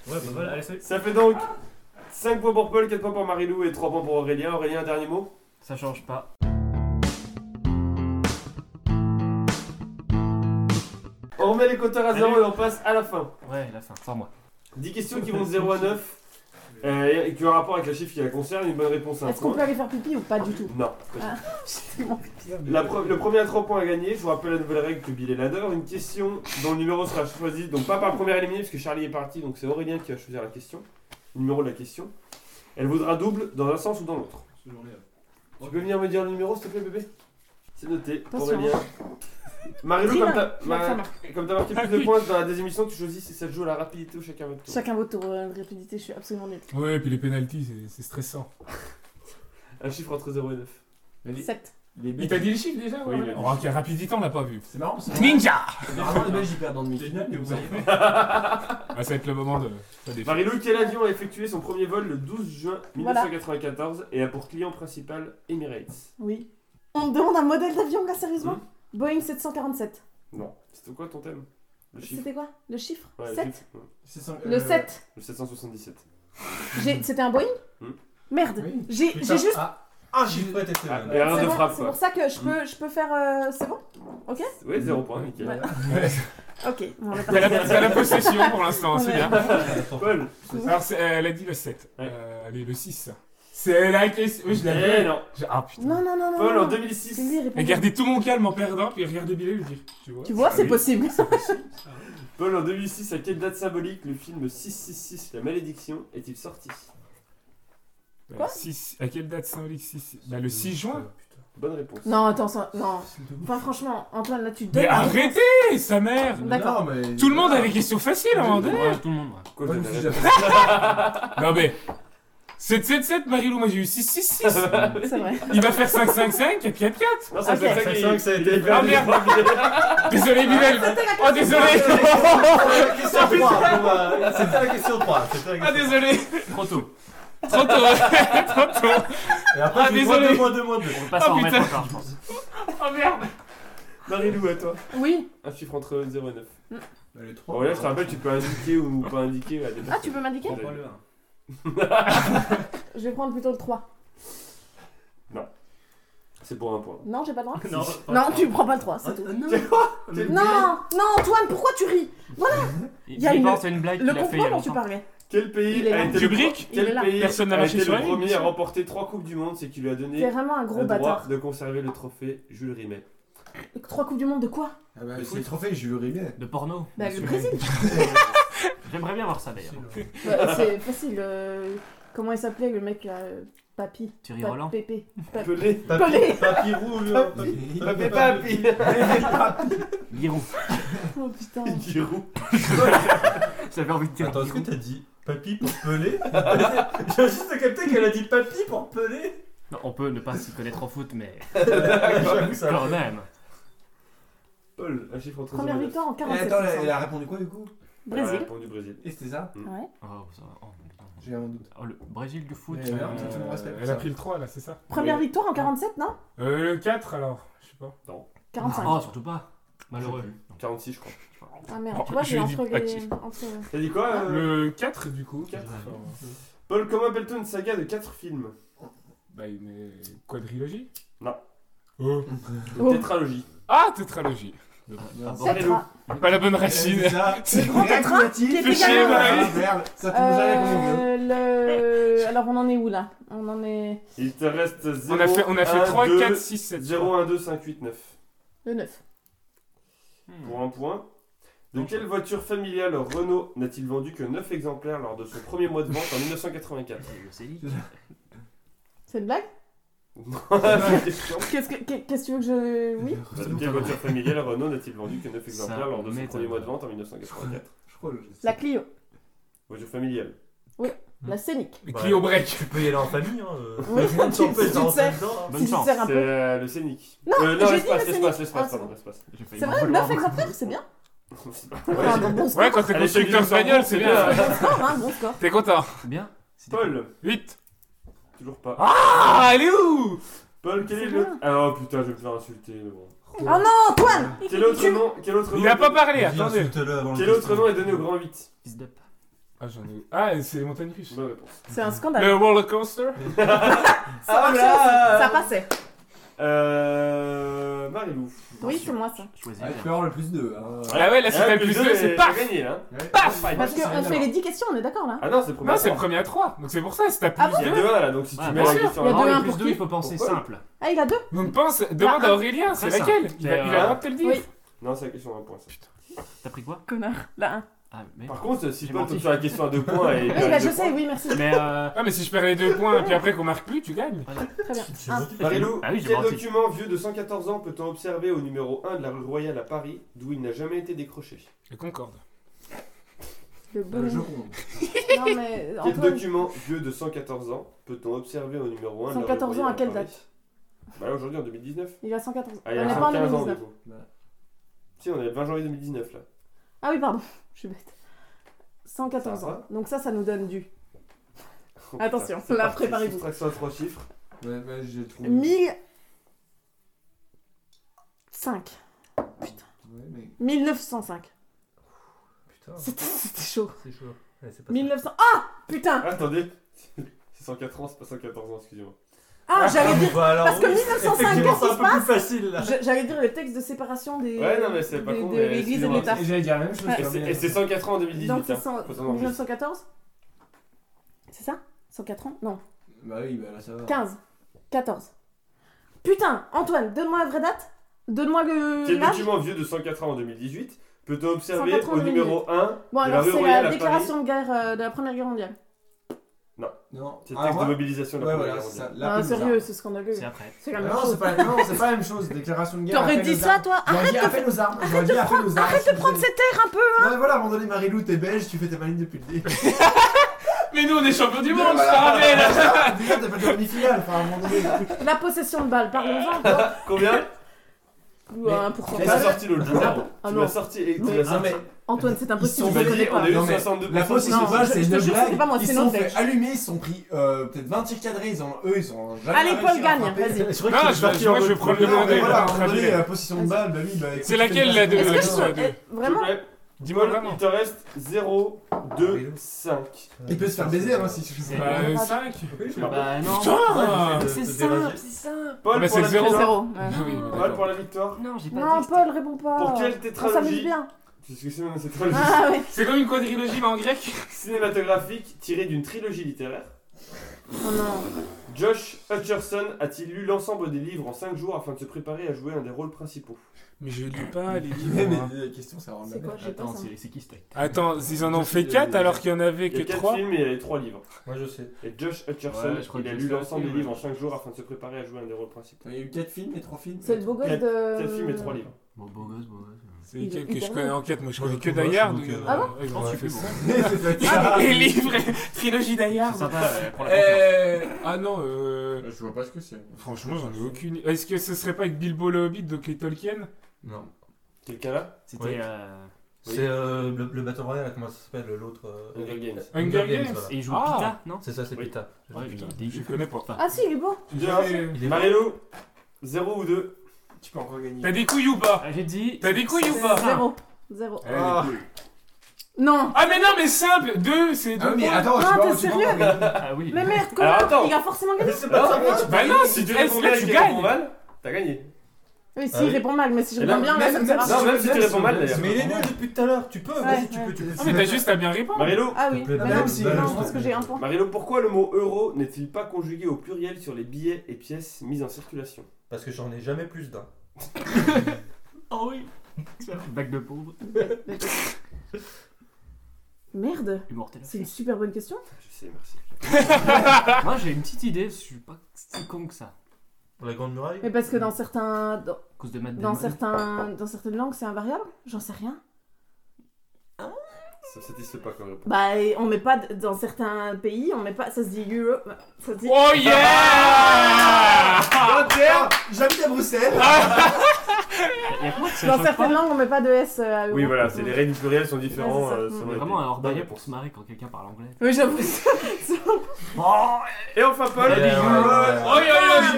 [SPEAKER 2] voilà, allez, salut.
[SPEAKER 3] ça fait donc 5 points pour Paul, 4 points pour Marilou et 3 points pour Aurélien. Aurélien, un dernier mot
[SPEAKER 2] Ça change pas.
[SPEAKER 3] On remet les compteurs à
[SPEAKER 2] Salut.
[SPEAKER 3] 0 et on passe à la fin.
[SPEAKER 2] Ouais, la fin, sans moi.
[SPEAKER 3] 10 questions qui vont de 0 à 9 euh, et qui ont un rapport avec le chiffre qui la concerne. Une bonne réponse à un
[SPEAKER 8] Est-ce qu'on
[SPEAKER 3] point.
[SPEAKER 8] peut aller faire pipi ou pas du
[SPEAKER 3] [laughs]
[SPEAKER 8] tout
[SPEAKER 3] Non.
[SPEAKER 8] J'étais mon-
[SPEAKER 3] La pre- le premier à 3 points à gagner, je vous rappelle la nouvelle règle que Bill elle adore, une question dont le numéro sera choisi, donc pas par le premier éliminé parce que Charlie est parti, donc c'est Aurélien qui va choisir la question, le numéro de la question. Elle vaudra double dans un sens ou dans l'autre.
[SPEAKER 14] Ce jour-là.
[SPEAKER 3] Tu peux venir me dire le numéro s'il te plaît bébé C'est noté,
[SPEAKER 8] Attention.
[SPEAKER 3] Aurélien. Marilou, comme t'as
[SPEAKER 8] Marc, ça
[SPEAKER 3] ma-
[SPEAKER 8] marque.
[SPEAKER 3] comme t'as marqué
[SPEAKER 8] Ah
[SPEAKER 3] plus de points dans la deuxième émission, tu choisis si ça te joue à la rapidité ou chacun votre tour.
[SPEAKER 8] Chacun votre tour. euh, Rapidité, je suis absolument nulle.
[SPEAKER 4] Ouais, et puis les pénalties, c'est- c'est stressant.
[SPEAKER 3] Un chiffre entre 0 et 9.
[SPEAKER 8] 7.
[SPEAKER 4] Il t'a dit le chiffre déjà
[SPEAKER 3] Oui,
[SPEAKER 4] ouais.
[SPEAKER 3] il a dit.
[SPEAKER 4] Oh, quelle rapidité, on l'a pas vu.
[SPEAKER 14] C'est marrant, parce que-
[SPEAKER 4] Ninja
[SPEAKER 14] Normalement, les Belges, ils perdent en demi-finale, mais vous savez pas.
[SPEAKER 4] Ah, ça va être le moment de. pas des-
[SPEAKER 3] Marilou, quel avion a effectué son premier vol le 12 juin
[SPEAKER 8] Voilà.
[SPEAKER 3] 1994 et a pour client principal Emirates
[SPEAKER 8] Oui. On me demande un modèle d'avion, là, sérieusement
[SPEAKER 3] Hein?
[SPEAKER 8] Boeing 747.
[SPEAKER 3] Non. C'était quoi ton thème Le chiffre
[SPEAKER 8] C'était quoi Le chiffre
[SPEAKER 3] Ouais, le
[SPEAKER 8] 7
[SPEAKER 3] chiffre, ouais.
[SPEAKER 14] [laughs] C'est sans-
[SPEAKER 8] Le
[SPEAKER 14] euh,
[SPEAKER 8] 7.
[SPEAKER 3] Le 777.
[SPEAKER 8] J'ai- C'était un Boeing
[SPEAKER 3] Hmm.
[SPEAKER 8] Merde.
[SPEAKER 14] Euh, Oui.
[SPEAKER 8] J'ai
[SPEAKER 14] Putain,
[SPEAKER 8] j'ai juste.
[SPEAKER 14] Ah, ah, j'ai pas été
[SPEAKER 3] Ah,
[SPEAKER 14] excellent.
[SPEAKER 3] et un
[SPEAKER 8] C'est
[SPEAKER 3] de
[SPEAKER 8] bon,
[SPEAKER 3] frappe,
[SPEAKER 8] c'est
[SPEAKER 3] quoi.
[SPEAKER 8] pour ça que je peux, je peux faire. euh, c'est bon
[SPEAKER 3] Oui, 0 point, Mickaël.
[SPEAKER 8] Ouais.
[SPEAKER 3] [laughs]
[SPEAKER 8] Ok, bon, on est
[SPEAKER 4] Il y a
[SPEAKER 8] parti.
[SPEAKER 4] la- il y a la possession pour l'instant, c'est bien.
[SPEAKER 3] Paul
[SPEAKER 4] Alors, c'est- elle a dit le 7.
[SPEAKER 3] Ouais.
[SPEAKER 4] Euh, allez, le 6. C'est la question. Oui, je l'avais.
[SPEAKER 3] Eh non
[SPEAKER 4] J'ai- Ah putain.
[SPEAKER 8] Non, non, non, non.
[SPEAKER 3] Paul,
[SPEAKER 8] non.
[SPEAKER 3] en
[SPEAKER 8] C'est lui,
[SPEAKER 3] 2006,
[SPEAKER 8] réponds.
[SPEAKER 4] Et garder tout mon calme en perdant, puis regarder Bilal lui dire. Tu vois
[SPEAKER 8] Tu vois, c'est
[SPEAKER 3] Oui.
[SPEAKER 8] possible.
[SPEAKER 3] Paul, en 2006, à quelle date symbolique le film 666, La Malédiction, est-il sorti
[SPEAKER 8] Quoi
[SPEAKER 4] bah, six- À quelle date symbolique 6 Bah le 6 juin
[SPEAKER 3] Bonne réponse.
[SPEAKER 5] [laughs] Non, attends, ça- non. Enfin, franchement, Antoine, là, tu donnes.
[SPEAKER 4] Mais
[SPEAKER 5] la réponse.
[SPEAKER 4] arrêtez, sa mère
[SPEAKER 5] D'accord.
[SPEAKER 4] Tout le monde a des questions faciles à un moment donné.
[SPEAKER 2] Ouais, tout le monde. ouais.
[SPEAKER 3] Quoi, je l'avais
[SPEAKER 4] Non mais... 7-7-7, Marilou, moi j'ai eu 6-6-6
[SPEAKER 5] C'est
[SPEAKER 6] Oh,
[SPEAKER 5] vrai.
[SPEAKER 4] Il va faire 5-5-5 et 4-4
[SPEAKER 3] pas. Non, ça
[SPEAKER 5] Ok.
[SPEAKER 3] fait ça
[SPEAKER 1] C'est vrai que ça a été
[SPEAKER 3] il est
[SPEAKER 4] Ah
[SPEAKER 3] perdu.
[SPEAKER 4] merde Désolé, Bilal Oh désolé
[SPEAKER 1] la question 3. C'était la question 3. C'était la
[SPEAKER 4] Ah
[SPEAKER 1] question
[SPEAKER 4] désolé
[SPEAKER 2] Trop tôt.
[SPEAKER 4] Trop tôt Trop tôt
[SPEAKER 1] Et après,
[SPEAKER 4] Ah,
[SPEAKER 1] tu dis
[SPEAKER 4] désolé.
[SPEAKER 1] moins 2, moins 2, moins 2.
[SPEAKER 2] On passe
[SPEAKER 4] Ah,
[SPEAKER 2] en
[SPEAKER 4] putain.
[SPEAKER 2] remettre encore, je pense.
[SPEAKER 4] Oh merde
[SPEAKER 3] Marie-Lou, à toi.
[SPEAKER 5] Oui.
[SPEAKER 3] Un chiffre entre 0 et 9.
[SPEAKER 6] Bah,
[SPEAKER 1] Les 3.
[SPEAKER 3] Bon, là, je te rappelle, tu peux indiquer ou pas indiquer à des
[SPEAKER 5] Ah, tu peux m'indiquer
[SPEAKER 3] Prends le
[SPEAKER 5] Je vais prendre plutôt le 3.
[SPEAKER 3] C'est pour un point.
[SPEAKER 5] Non, j'ai pas le droit
[SPEAKER 2] Non,
[SPEAKER 5] Non, tu prends pas
[SPEAKER 6] Ah,
[SPEAKER 5] le 3, c'est tout.
[SPEAKER 3] Quel-
[SPEAKER 5] Non, non, Antoine, pourquoi tu ris
[SPEAKER 2] Il
[SPEAKER 5] Il y a
[SPEAKER 2] il
[SPEAKER 5] une-
[SPEAKER 2] pense à une blague
[SPEAKER 5] Le
[SPEAKER 2] qu'il a fait il y
[SPEAKER 5] complot
[SPEAKER 2] a
[SPEAKER 5] dont tu
[SPEAKER 2] longtemps.
[SPEAKER 5] parlais.
[SPEAKER 3] Quel
[SPEAKER 5] Il
[SPEAKER 3] pays
[SPEAKER 5] est
[SPEAKER 3] a
[SPEAKER 5] là.
[SPEAKER 3] été
[SPEAKER 4] Du
[SPEAKER 3] le-
[SPEAKER 4] brick
[SPEAKER 5] Il est
[SPEAKER 3] Quel
[SPEAKER 5] là.
[SPEAKER 3] pays
[SPEAKER 4] Personne n'a
[SPEAKER 3] a
[SPEAKER 4] marché
[SPEAKER 3] été
[SPEAKER 4] sur
[SPEAKER 3] le
[SPEAKER 4] elle,
[SPEAKER 3] premier
[SPEAKER 4] monsieur.
[SPEAKER 3] à remporter 3 Coupes du Monde C'est qu'il lui a donné
[SPEAKER 5] T'es vraiment un gros
[SPEAKER 3] le droit
[SPEAKER 5] bâtard.
[SPEAKER 3] de conserver le trophée Jules Rimet.
[SPEAKER 5] Trois coupes du monde de quoi
[SPEAKER 1] Ah bah, c'est le trophée, je lui hein. riais.
[SPEAKER 2] De porno.
[SPEAKER 5] Bah, le Brésil.
[SPEAKER 2] J'aimerais bien voir ça d'ailleurs.
[SPEAKER 5] Bah, c'est facile. euh, Comment il s'appelait le mec là euh, Papy.
[SPEAKER 2] Thierry
[SPEAKER 5] Pa-
[SPEAKER 2] Ah, Roland.
[SPEAKER 5] Pépé.
[SPEAKER 3] Pelé.
[SPEAKER 5] Pelé.
[SPEAKER 1] [laughs]
[SPEAKER 3] Papy rouge. hein. Papy, papy.
[SPEAKER 2] Giroud.
[SPEAKER 5] Oh putain.
[SPEAKER 3] Giroud.
[SPEAKER 2] J'avais envie de dire.
[SPEAKER 1] Attends, est-ce que
[SPEAKER 2] Giroud.
[SPEAKER 1] t'as dit papy pour peler J'ai juste capté qu'elle a dit papy pour [laughs] peler
[SPEAKER 2] Non, on peut ne pas s'y connaître en foot, mais
[SPEAKER 1] Ah, J'avoue, ça.
[SPEAKER 2] quand même.
[SPEAKER 3] Paul, un chiffre entre 0 et
[SPEAKER 5] Première
[SPEAKER 3] 9.
[SPEAKER 5] victoire en
[SPEAKER 6] Et
[SPEAKER 5] 47.
[SPEAKER 6] attends,
[SPEAKER 5] il me
[SPEAKER 6] elle,
[SPEAKER 5] semble.
[SPEAKER 6] elle a répondu quoi du coup
[SPEAKER 3] Elle a
[SPEAKER 5] Brésil.
[SPEAKER 3] répondu Brésil.
[SPEAKER 6] Et c'était ça
[SPEAKER 5] Ouais.
[SPEAKER 2] Oh, ça va. Oh, mon Dieu.
[SPEAKER 6] J'ai un doute.
[SPEAKER 2] Oh, le Brésil du foot.
[SPEAKER 6] Mais,
[SPEAKER 2] euh,
[SPEAKER 6] non, ça, tu me respectes.
[SPEAKER 4] Elle a pris le 3 là, c'est ça
[SPEAKER 5] Première
[SPEAKER 3] Ouais.
[SPEAKER 5] victoire en 47, non
[SPEAKER 4] Euh, le 4 alors Je sais pas.
[SPEAKER 5] 45.
[SPEAKER 2] Oh, surtout pas. Malheureux.
[SPEAKER 3] 46, je crois.
[SPEAKER 5] Ah merde,
[SPEAKER 4] Oh,
[SPEAKER 5] tu vois,
[SPEAKER 4] je
[SPEAKER 5] j'ai
[SPEAKER 4] l'ai
[SPEAKER 5] entre
[SPEAKER 4] dit pas
[SPEAKER 5] les.
[SPEAKER 4] qui.
[SPEAKER 5] entre-
[SPEAKER 3] T'as dit quoi euh,
[SPEAKER 4] Le 4 du coup
[SPEAKER 3] Quatre.
[SPEAKER 4] Enfin,
[SPEAKER 3] Paul, comment appelle-t-on une saga de 4 films
[SPEAKER 4] Bah une euh, quadrilogie
[SPEAKER 3] Non.
[SPEAKER 4] Oh.
[SPEAKER 5] Oh.
[SPEAKER 3] Tétralogie.
[SPEAKER 4] Ah, tétralogie
[SPEAKER 2] Ah bon
[SPEAKER 5] Tetra.
[SPEAKER 4] Pas la bonne racine
[SPEAKER 5] Le grand Tetra qui était gamin.
[SPEAKER 4] Marie.
[SPEAKER 1] Ah, Ça tombe jamais
[SPEAKER 5] Euh, le... Alors on en est où là On en est
[SPEAKER 3] Il te reste 0,
[SPEAKER 4] On a fait, on a fait 3, 4, 6, 7.
[SPEAKER 3] 0, 1, 2, 5, 8, 9.
[SPEAKER 5] le 9.
[SPEAKER 4] Hmm.
[SPEAKER 3] Pour un point. De quelle voiture familiale Renault n'a-t-il vendu que 9 exemplaires lors de son premier mois de vente en
[SPEAKER 4] [laughs]
[SPEAKER 3] 1984
[SPEAKER 2] Je sais dit.
[SPEAKER 5] C'est une blague
[SPEAKER 3] Bonne question.
[SPEAKER 5] Qu'est-ce que qu'est- qu'est-ce que tu veux que je.
[SPEAKER 1] hein.
[SPEAKER 5] Oui
[SPEAKER 3] De quelle voiture familiale Renault n'a-t-il vendu que 9
[SPEAKER 2] Ça
[SPEAKER 3] exemplaires lors de son
[SPEAKER 2] m'étonne.
[SPEAKER 3] premier mois de vente en 1984
[SPEAKER 5] La Clio.
[SPEAKER 3] Voiture familiale. Hmm.
[SPEAKER 5] La Scénic.
[SPEAKER 4] Mais Clio break
[SPEAKER 1] Tu peux y aller en famille, hein [laughs]
[SPEAKER 5] Oui, tu- tu te sers.
[SPEAKER 2] Bonne
[SPEAKER 5] Si tu te
[SPEAKER 2] chance.
[SPEAKER 5] sers un
[SPEAKER 3] C'est
[SPEAKER 5] peu.
[SPEAKER 3] euh, le Scénic.
[SPEAKER 5] Non,
[SPEAKER 3] Euh,
[SPEAKER 5] j'ai dit
[SPEAKER 3] l'espace,
[SPEAKER 5] le
[SPEAKER 3] l'espace,
[SPEAKER 5] Scénic. Ah,
[SPEAKER 3] l'espace,
[SPEAKER 5] c'est
[SPEAKER 3] pardon, l'espace.
[SPEAKER 2] J'ai failli
[SPEAKER 5] C'est
[SPEAKER 2] m'en
[SPEAKER 5] vrai,
[SPEAKER 2] vouloir.
[SPEAKER 5] 9 exemplaires, c'est bien.
[SPEAKER 3] hein. [laughs] Ouais,
[SPEAKER 5] Enfin, un bon score.
[SPEAKER 4] Ouais, quand t'es
[SPEAKER 3] Elle est
[SPEAKER 4] constructeur
[SPEAKER 3] chez Guillaume
[SPEAKER 4] espagnol, c'est
[SPEAKER 3] Sambon,
[SPEAKER 4] bien
[SPEAKER 5] Non, un bon score.
[SPEAKER 4] T'es content
[SPEAKER 2] Bien. C'était
[SPEAKER 3] Paul,
[SPEAKER 4] 8
[SPEAKER 3] toujours pas.
[SPEAKER 4] Ah, elle est où
[SPEAKER 3] Paul, quel est
[SPEAKER 5] C'est
[SPEAKER 3] le.
[SPEAKER 5] bien.
[SPEAKER 3] Ah oh, putain, je vais me faire insulter, mais bon.
[SPEAKER 5] Oh non, Antoine
[SPEAKER 3] Quel autre nom Quel autre nom
[SPEAKER 4] Il a
[SPEAKER 3] est
[SPEAKER 4] pas
[SPEAKER 3] donné-
[SPEAKER 4] parlé, attendez
[SPEAKER 3] Quel autre nom est donné au grand 8
[SPEAKER 2] fils de p-
[SPEAKER 4] Ah, j'en ai... Ah, c'est les montagnes russes.
[SPEAKER 3] Bonne réponse.
[SPEAKER 5] C'est un scandale.
[SPEAKER 4] Le roller coaster
[SPEAKER 5] Ça marchait aussi. Ça passait.
[SPEAKER 3] Euh. Marilou.
[SPEAKER 5] Oui, c'est moi ça.
[SPEAKER 2] Choisis.
[SPEAKER 1] Ah, tu peux avoir le plus 2. Hein.
[SPEAKER 4] Ah ouais, là,
[SPEAKER 3] Ah,
[SPEAKER 4] c'est le plus 2, c'est
[SPEAKER 3] pas
[SPEAKER 4] paf
[SPEAKER 3] gagné là.
[SPEAKER 4] Paf
[SPEAKER 5] Parce qu'on fait les 10 questions, on est d'accord là
[SPEAKER 3] Ah non, c'est le premier.
[SPEAKER 4] Non, c'est le
[SPEAKER 3] point.
[SPEAKER 4] premier à 3, donc c'est pour ça, si t'as plus
[SPEAKER 5] Ah bon
[SPEAKER 3] Il y a
[SPEAKER 4] 2...
[SPEAKER 3] deux là, là, donc si
[SPEAKER 2] Ouais,
[SPEAKER 3] tu mets
[SPEAKER 2] bien
[SPEAKER 3] la
[SPEAKER 2] sûr.
[SPEAKER 3] question
[SPEAKER 5] Il y a
[SPEAKER 3] avant,
[SPEAKER 2] Non,
[SPEAKER 5] deux, un
[SPEAKER 2] les plus
[SPEAKER 5] pour
[SPEAKER 2] deux,
[SPEAKER 5] qui
[SPEAKER 2] il faut penser
[SPEAKER 3] Pourquoi
[SPEAKER 2] simple.
[SPEAKER 5] Ah, il a deux
[SPEAKER 4] Donc pense, demande à Aurélien, c'est
[SPEAKER 2] Très
[SPEAKER 4] laquelle Il
[SPEAKER 2] C'est,
[SPEAKER 4] va il va
[SPEAKER 3] euh,
[SPEAKER 4] droit de te le dire.
[SPEAKER 5] Oui.
[SPEAKER 3] Non, c'est la question à un point. ça.
[SPEAKER 2] T'as pris quoi
[SPEAKER 5] Connard. La 1.
[SPEAKER 2] Ah, mais.
[SPEAKER 3] Par contre, si
[SPEAKER 2] J'ai
[SPEAKER 3] Paul
[SPEAKER 2] menti.
[SPEAKER 3] tombe sur la question à deux points et.
[SPEAKER 5] Oui, bah je sais, oui, merci.
[SPEAKER 2] Mais euh.
[SPEAKER 4] Ah, mais si je perds les deux points et puis après qu'on marque plus, tu gagnes.
[SPEAKER 5] Très bien.
[SPEAKER 3] Marilou,
[SPEAKER 2] Ah oui, j'ai
[SPEAKER 3] quel
[SPEAKER 2] menti.
[SPEAKER 3] document vieux de 114 ans peut-on observer au numéro 1 de la rue Royale à Paris, d'où il n'a jamais été décroché
[SPEAKER 4] Le Concorde.
[SPEAKER 5] Le bon.
[SPEAKER 1] Bah, Je compte.
[SPEAKER 3] [laughs]
[SPEAKER 5] Non, mais
[SPEAKER 3] Quel
[SPEAKER 5] Bah, Antoine.
[SPEAKER 3] document vieux de 114 ans peut-on observer au numéro 1 de la rue
[SPEAKER 5] 114 ans,
[SPEAKER 3] Royale
[SPEAKER 5] à quelle
[SPEAKER 3] Paris
[SPEAKER 5] date
[SPEAKER 3] Bah là, aujourd'hui en 2019.
[SPEAKER 5] Il a 114.
[SPEAKER 3] Ah,
[SPEAKER 5] on
[SPEAKER 3] il y
[SPEAKER 5] n'est
[SPEAKER 3] a
[SPEAKER 5] pas en
[SPEAKER 3] 15 ans du
[SPEAKER 5] 2019.
[SPEAKER 3] coup. Si, on est le 20 janvier 2019 là.
[SPEAKER 5] Ah oui, pardon, [laughs] je suis bête. 114
[SPEAKER 3] Ça [laughs]
[SPEAKER 5] ans. Donc ça, ça nous donne du.
[SPEAKER 3] Oh,
[SPEAKER 5] Attention,
[SPEAKER 3] putain, c'est
[SPEAKER 5] là,
[SPEAKER 3] parti,
[SPEAKER 5] préparez-vous.
[SPEAKER 3] Soustraction à trois chiffres.
[SPEAKER 1] Ouais, ouais, j'ai trouvé.
[SPEAKER 5] 1000. 5.
[SPEAKER 1] Ouais, mais
[SPEAKER 5] 1905.
[SPEAKER 1] putain,
[SPEAKER 5] C'était c'était chaud.
[SPEAKER 1] c'est chaud. Ouais, c'est pas ça.
[SPEAKER 5] 1900. Ah Putain
[SPEAKER 3] Attendez, [laughs] c'est 104 ans, c'est pas 114 ans, excusez-moi.
[SPEAKER 5] Ah, j'allais dire.
[SPEAKER 1] Bah alors,
[SPEAKER 5] Parce que
[SPEAKER 1] oui,
[SPEAKER 5] 1905,
[SPEAKER 1] effectivement,
[SPEAKER 5] qu'est-ce
[SPEAKER 1] c'est
[SPEAKER 5] qui
[SPEAKER 1] un
[SPEAKER 5] se
[SPEAKER 1] peu plus
[SPEAKER 5] passe
[SPEAKER 1] facile là.
[SPEAKER 5] Je- J'allais dire le texte de séparation des.
[SPEAKER 3] Ouais, non, mais c'est pas
[SPEAKER 5] des-
[SPEAKER 3] con,
[SPEAKER 5] De
[SPEAKER 3] mais
[SPEAKER 5] l'église et de
[SPEAKER 3] excusez-moi,
[SPEAKER 5] l'État.
[SPEAKER 1] Et J'allais dire la même chose.
[SPEAKER 3] Et
[SPEAKER 1] quand
[SPEAKER 3] c'est-
[SPEAKER 1] même.
[SPEAKER 3] Et c'est 104 ans en 2018.
[SPEAKER 5] Donc c'est
[SPEAKER 3] hein.
[SPEAKER 5] cent-
[SPEAKER 3] Faut s'en enregistrer.
[SPEAKER 5] 1914 C'est ça 104 ans Non,
[SPEAKER 1] Bah oui, bah là ça va.
[SPEAKER 5] 15. 14. Putain, Antoine, donne-moi la vraie date. Donne-moi le.
[SPEAKER 3] Quel
[SPEAKER 5] l'âge.
[SPEAKER 3] document vieux de 104 ans en 2018 peut-on observer
[SPEAKER 5] 104 ans en
[SPEAKER 3] au numéro 1
[SPEAKER 5] Bon,
[SPEAKER 3] de la
[SPEAKER 5] alors
[SPEAKER 3] rue
[SPEAKER 5] c'est
[SPEAKER 3] Royale
[SPEAKER 5] la
[SPEAKER 3] à Paris
[SPEAKER 5] déclaration de guerre euh, de la Première Guerre mondiale.
[SPEAKER 3] Non.
[SPEAKER 1] Non.
[SPEAKER 3] C'est le
[SPEAKER 1] Ah,
[SPEAKER 3] texte de
[SPEAKER 1] moi
[SPEAKER 3] mobilisation de la
[SPEAKER 1] Ouais,
[SPEAKER 3] Première
[SPEAKER 1] voilà,
[SPEAKER 3] Guerre
[SPEAKER 1] c'est ça.
[SPEAKER 3] mondiale.
[SPEAKER 1] La
[SPEAKER 5] Ah,
[SPEAKER 1] plus
[SPEAKER 5] sérieux,
[SPEAKER 1] bizarre.
[SPEAKER 5] c'est scandaleux.
[SPEAKER 2] C'est après.
[SPEAKER 5] C'est la même
[SPEAKER 1] Non,
[SPEAKER 5] chose.
[SPEAKER 1] c'est pas, la- non, c'est pas la même chose. Déclaration de guerre.
[SPEAKER 5] T'aurais
[SPEAKER 1] appel
[SPEAKER 5] dit
[SPEAKER 1] aux
[SPEAKER 5] ça,
[SPEAKER 1] armes.
[SPEAKER 5] toi
[SPEAKER 1] J'aurais dit
[SPEAKER 5] Arrête de
[SPEAKER 1] appel aux armes. J'aurais dit appel aux armes.
[SPEAKER 5] Arrête de prendre cet air un peu
[SPEAKER 1] Non, mais voilà, à un moment donné, Marie-Lou, t'es belge, tu fais tes malines depuis le
[SPEAKER 5] [laughs]
[SPEAKER 1] début.
[SPEAKER 4] Mais nous, on est champions du monde, je te
[SPEAKER 1] Voilà.
[SPEAKER 4] rappelle
[SPEAKER 1] Déjà, t'as pas de demi-finale, enfin, à un moment donné.
[SPEAKER 5] La possession de balles, parlons-en.
[SPEAKER 3] Combien
[SPEAKER 5] Ou un pourcentage.
[SPEAKER 3] Tu l'as sorti l'autre jour.
[SPEAKER 5] Ah
[SPEAKER 3] Tu
[SPEAKER 5] non.
[SPEAKER 3] l'as sorti et tu
[SPEAKER 5] Mais-
[SPEAKER 3] l'as
[SPEAKER 1] Non,
[SPEAKER 3] sorti.
[SPEAKER 1] mais
[SPEAKER 5] Antoine, c'est impossible,
[SPEAKER 1] sont
[SPEAKER 5] je ne connais
[SPEAKER 3] validés,
[SPEAKER 5] pas.
[SPEAKER 3] on est-
[SPEAKER 1] Non, mais
[SPEAKER 3] 62%.
[SPEAKER 1] La fausse, ils
[SPEAKER 5] Non,
[SPEAKER 1] sont pas,
[SPEAKER 5] je-
[SPEAKER 1] c'est
[SPEAKER 5] je te
[SPEAKER 1] une
[SPEAKER 5] jure,
[SPEAKER 1] blague.
[SPEAKER 5] c'était pas moi,
[SPEAKER 1] Ils
[SPEAKER 5] c'est
[SPEAKER 1] se
[SPEAKER 5] notre
[SPEAKER 1] sont fait
[SPEAKER 5] texte.
[SPEAKER 1] allumer, ils se sont pris euh, peut-être 20 tirs cadrés. Ils ont, eux, ils ont jamais
[SPEAKER 5] Allez,
[SPEAKER 1] réussi
[SPEAKER 5] Paul
[SPEAKER 1] à
[SPEAKER 5] gagne,
[SPEAKER 1] frapper.
[SPEAKER 5] vas-y.
[SPEAKER 3] Je crois
[SPEAKER 4] Non,
[SPEAKER 3] qu'il
[SPEAKER 4] je
[SPEAKER 3] est
[SPEAKER 4] vais-
[SPEAKER 3] parti
[SPEAKER 4] moi,
[SPEAKER 3] en
[SPEAKER 4] je vais
[SPEAKER 3] mode
[SPEAKER 4] prendre
[SPEAKER 1] Non,
[SPEAKER 4] le
[SPEAKER 3] premier.
[SPEAKER 4] monde.
[SPEAKER 1] mais
[SPEAKER 4] demander,
[SPEAKER 1] voilà, à
[SPEAKER 4] là,
[SPEAKER 1] un moment donné,
[SPEAKER 4] frapper.
[SPEAKER 1] la position de balle, bah oui, bah. écoute,
[SPEAKER 4] C'est
[SPEAKER 1] fais
[SPEAKER 4] laquelle, la
[SPEAKER 1] gaffe.
[SPEAKER 4] de-
[SPEAKER 5] Est-ce que je
[SPEAKER 4] Vas-y,
[SPEAKER 5] suis.
[SPEAKER 4] vas-y.
[SPEAKER 5] eh, Vraiment
[SPEAKER 3] Paul,
[SPEAKER 4] Dis-moi vraiment.
[SPEAKER 3] il te reste 0, 2, 5.
[SPEAKER 1] Il peut se faire baiser, hein, si je
[SPEAKER 2] C'est-
[SPEAKER 4] Bah, ah, 5
[SPEAKER 2] Bah non.
[SPEAKER 4] Putain
[SPEAKER 2] Ouais, je vais te-
[SPEAKER 5] C'est
[SPEAKER 2] te déranger.
[SPEAKER 5] simple, c'est simple.
[SPEAKER 3] Paul,
[SPEAKER 4] Mais
[SPEAKER 3] pour
[SPEAKER 4] c'est
[SPEAKER 3] la
[SPEAKER 4] zéro.
[SPEAKER 3] victoire.
[SPEAKER 5] Zéro. ouais.
[SPEAKER 4] Ah oui, mais
[SPEAKER 3] Paul pour
[SPEAKER 4] d'accord.
[SPEAKER 3] la victoire.
[SPEAKER 2] Non, j'ai pas
[SPEAKER 5] Non,
[SPEAKER 2] dit.
[SPEAKER 5] Paul, réponds pas.
[SPEAKER 3] Pour quelle
[SPEAKER 5] On s'amuse
[SPEAKER 3] tétralogie
[SPEAKER 5] bien.
[SPEAKER 3] Qu'est-ce que c'est maintenant cette
[SPEAKER 5] [laughs]
[SPEAKER 3] trilogie
[SPEAKER 5] Ah ouais.
[SPEAKER 4] C'est comme une quadrilogie, mais en grec.
[SPEAKER 3] Cinématographique tirée d'une trilogie littéraire.
[SPEAKER 5] Oh non.
[SPEAKER 3] Josh Hutcherson a-t-il lu l'ensemble des livres en 5 jours afin de se préparer à jouer un des rôles principaux
[SPEAKER 4] Mais je lis pas les
[SPEAKER 1] Mais
[SPEAKER 4] livres. hein.
[SPEAKER 1] mais la question, c'est vraiment
[SPEAKER 5] C'est quoi, j'ai pas
[SPEAKER 2] Attends,
[SPEAKER 5] ça.
[SPEAKER 2] c'est c'est qui ce texte
[SPEAKER 4] Attends, ils en ont fait 4 alors qu'il y en avait
[SPEAKER 3] Il y
[SPEAKER 4] que
[SPEAKER 3] a 4
[SPEAKER 4] 3.
[SPEAKER 3] films et il y a 3 livres.
[SPEAKER 1] Moi, je sais.
[SPEAKER 3] Et Josh Hutcherson,
[SPEAKER 2] Ouais, je crois
[SPEAKER 3] il
[SPEAKER 2] que
[SPEAKER 3] a
[SPEAKER 2] je
[SPEAKER 3] lu
[SPEAKER 2] sais
[SPEAKER 3] l'ensemble
[SPEAKER 2] aussi,
[SPEAKER 3] des
[SPEAKER 2] mais-
[SPEAKER 3] livres en 5 jours afin de se préparer à jouer un des rôles principaux.
[SPEAKER 1] Il y a eu 4 films et 3 films.
[SPEAKER 5] C'est le beau gosse
[SPEAKER 3] Quatre-
[SPEAKER 5] de.
[SPEAKER 3] 4 films et 3 livres.
[SPEAKER 2] Bon, beau gosse, beau gosse.
[SPEAKER 4] C'est
[SPEAKER 5] Il-
[SPEAKER 4] lesquels
[SPEAKER 5] il
[SPEAKER 4] que je
[SPEAKER 5] est
[SPEAKER 4] connais
[SPEAKER 5] bon.
[SPEAKER 4] en 4. Moi, je
[SPEAKER 6] Moi,
[SPEAKER 4] connais
[SPEAKER 6] je
[SPEAKER 4] que
[SPEAKER 6] comprends pas,
[SPEAKER 4] Dayard.
[SPEAKER 6] donc,
[SPEAKER 4] donc,
[SPEAKER 6] euh,
[SPEAKER 4] euh,
[SPEAKER 5] Ah bon
[SPEAKER 4] ils en ont fait ça.
[SPEAKER 1] Et
[SPEAKER 4] Ah, Les livres, [laughs] trilogie Dayard.
[SPEAKER 2] C'est sympa euh, pour la confiance.
[SPEAKER 4] Euh, ah non, euh,
[SPEAKER 1] Je vois pas ce que c'est.
[SPEAKER 4] franchement, j'en ai aucune. Est-ce que ce serait pas avec Bilbo le Hobbit, donc les Tolkien
[SPEAKER 1] Non.
[SPEAKER 3] Quelqu'un là
[SPEAKER 2] C'était. euh,
[SPEAKER 1] C'est euh, le, le Battle Royale, là, comment ça s'appelle l'autre euh,
[SPEAKER 3] Hunger Games.
[SPEAKER 4] Hunger Games.
[SPEAKER 1] voilà.
[SPEAKER 2] Et il joue
[SPEAKER 4] Ah.
[SPEAKER 2] Pita, non
[SPEAKER 1] C'est ça, c'est
[SPEAKER 3] Oui.
[SPEAKER 1] Pita.
[SPEAKER 2] Ouais,
[SPEAKER 1] Pita.
[SPEAKER 2] il- il-
[SPEAKER 4] Je connais pas.
[SPEAKER 2] Enfin,
[SPEAKER 5] Ah si, il est beau.
[SPEAKER 3] Bien.
[SPEAKER 4] J'ai-
[SPEAKER 1] Il est-
[SPEAKER 3] Marélo, 0 ou 2
[SPEAKER 1] Tu peux encore gagner.
[SPEAKER 4] T'as des couilles ou pas
[SPEAKER 2] ah, J'ai dit.
[SPEAKER 4] T'as des couilles ou pas
[SPEAKER 5] Zéro. Zéro.
[SPEAKER 1] Ah,
[SPEAKER 5] Non.
[SPEAKER 4] Ah mais non, mais simple Deux, c'est
[SPEAKER 1] Ah
[SPEAKER 4] deux.
[SPEAKER 1] oui, mais
[SPEAKER 4] points.
[SPEAKER 1] attends,
[SPEAKER 5] Ah, t'es
[SPEAKER 1] tu peux encore gagner.
[SPEAKER 2] Ah oui.
[SPEAKER 5] Mais merde,
[SPEAKER 3] Alors, attends.
[SPEAKER 5] connard, il a forcément gagné.
[SPEAKER 1] C'est
[SPEAKER 3] pas
[SPEAKER 1] pas
[SPEAKER 3] ça,
[SPEAKER 4] Bah non, si
[SPEAKER 3] Si tu
[SPEAKER 4] tu restes
[SPEAKER 3] réponds
[SPEAKER 4] là,
[SPEAKER 3] mal et
[SPEAKER 4] tu
[SPEAKER 3] qu'il répond
[SPEAKER 4] gagnes.
[SPEAKER 3] mal, t'as gagné.
[SPEAKER 5] Oui,
[SPEAKER 1] Ah
[SPEAKER 5] s'il
[SPEAKER 1] oui.
[SPEAKER 5] répond mal, mais si je
[SPEAKER 1] Et là,
[SPEAKER 5] réponds bien, là, ça me sert à rien.
[SPEAKER 3] Non, même si tu réponds mal, d'ailleurs.
[SPEAKER 1] Mais il est nul depuis tout à l'heure, tu peux, vas-y, tu
[SPEAKER 5] ouais.
[SPEAKER 1] peux, tu peux.
[SPEAKER 4] Ah mais t'as juste à bien répondre.
[SPEAKER 3] Marélo,
[SPEAKER 5] Ah oui,
[SPEAKER 1] te plaît,
[SPEAKER 5] bah
[SPEAKER 1] même
[SPEAKER 5] non,
[SPEAKER 1] si-
[SPEAKER 5] bah
[SPEAKER 1] même
[SPEAKER 5] non,
[SPEAKER 1] si-
[SPEAKER 5] parce que j'ai un point.
[SPEAKER 3] Marélo, pourquoi le mot euro n'est-il pas conjugué au pluriel sur les billets et pièces mises en circulation
[SPEAKER 1] Parce que j'en ai jamais plus d'un.
[SPEAKER 2] Oh oui [laughs] Bac de pauvre.
[SPEAKER 5] Merde,
[SPEAKER 2] Immortel.
[SPEAKER 5] c'est une super bonne question.
[SPEAKER 3] Je sais, merci.
[SPEAKER 2] Moi j'ai une petite idée, je suis pas si con que ça.
[SPEAKER 1] La Grande Muraille
[SPEAKER 5] Mais parce que dans certains, dans,
[SPEAKER 2] À cause de Matt
[SPEAKER 5] dans
[SPEAKER 2] Damon.
[SPEAKER 5] certains, dans certaines langues, c'est invariable. J'en sais rien.
[SPEAKER 3] Ça me satisfait pas comme réponse.
[SPEAKER 5] Bah, et on met pas d- dans certains pays, on met pas. Ça se dit euro. Ça se dit.
[SPEAKER 4] Oh yeah
[SPEAKER 1] Ah, J'habite à Bruxelles
[SPEAKER 2] Il y a quoi que ça
[SPEAKER 5] dans
[SPEAKER 2] choque
[SPEAKER 5] certaines
[SPEAKER 2] pas
[SPEAKER 5] langues, on met pas de s euh, à euro.
[SPEAKER 3] Oui, voilà, c'est les règles du pluriel sont différents.
[SPEAKER 5] Ouais, c'est ça.
[SPEAKER 3] euh,
[SPEAKER 5] Mm.
[SPEAKER 3] selon
[SPEAKER 2] On est
[SPEAKER 3] les
[SPEAKER 2] vraiment
[SPEAKER 3] pays.
[SPEAKER 2] un hors
[SPEAKER 3] Non, mais-
[SPEAKER 2] pour se marrer quand quelqu'un parle anglais.
[SPEAKER 5] Oui, j'avoue.
[SPEAKER 3] Et enfin, Paul
[SPEAKER 1] Ouais, ouais, ouais, ouais.
[SPEAKER 4] Oh yeah yeah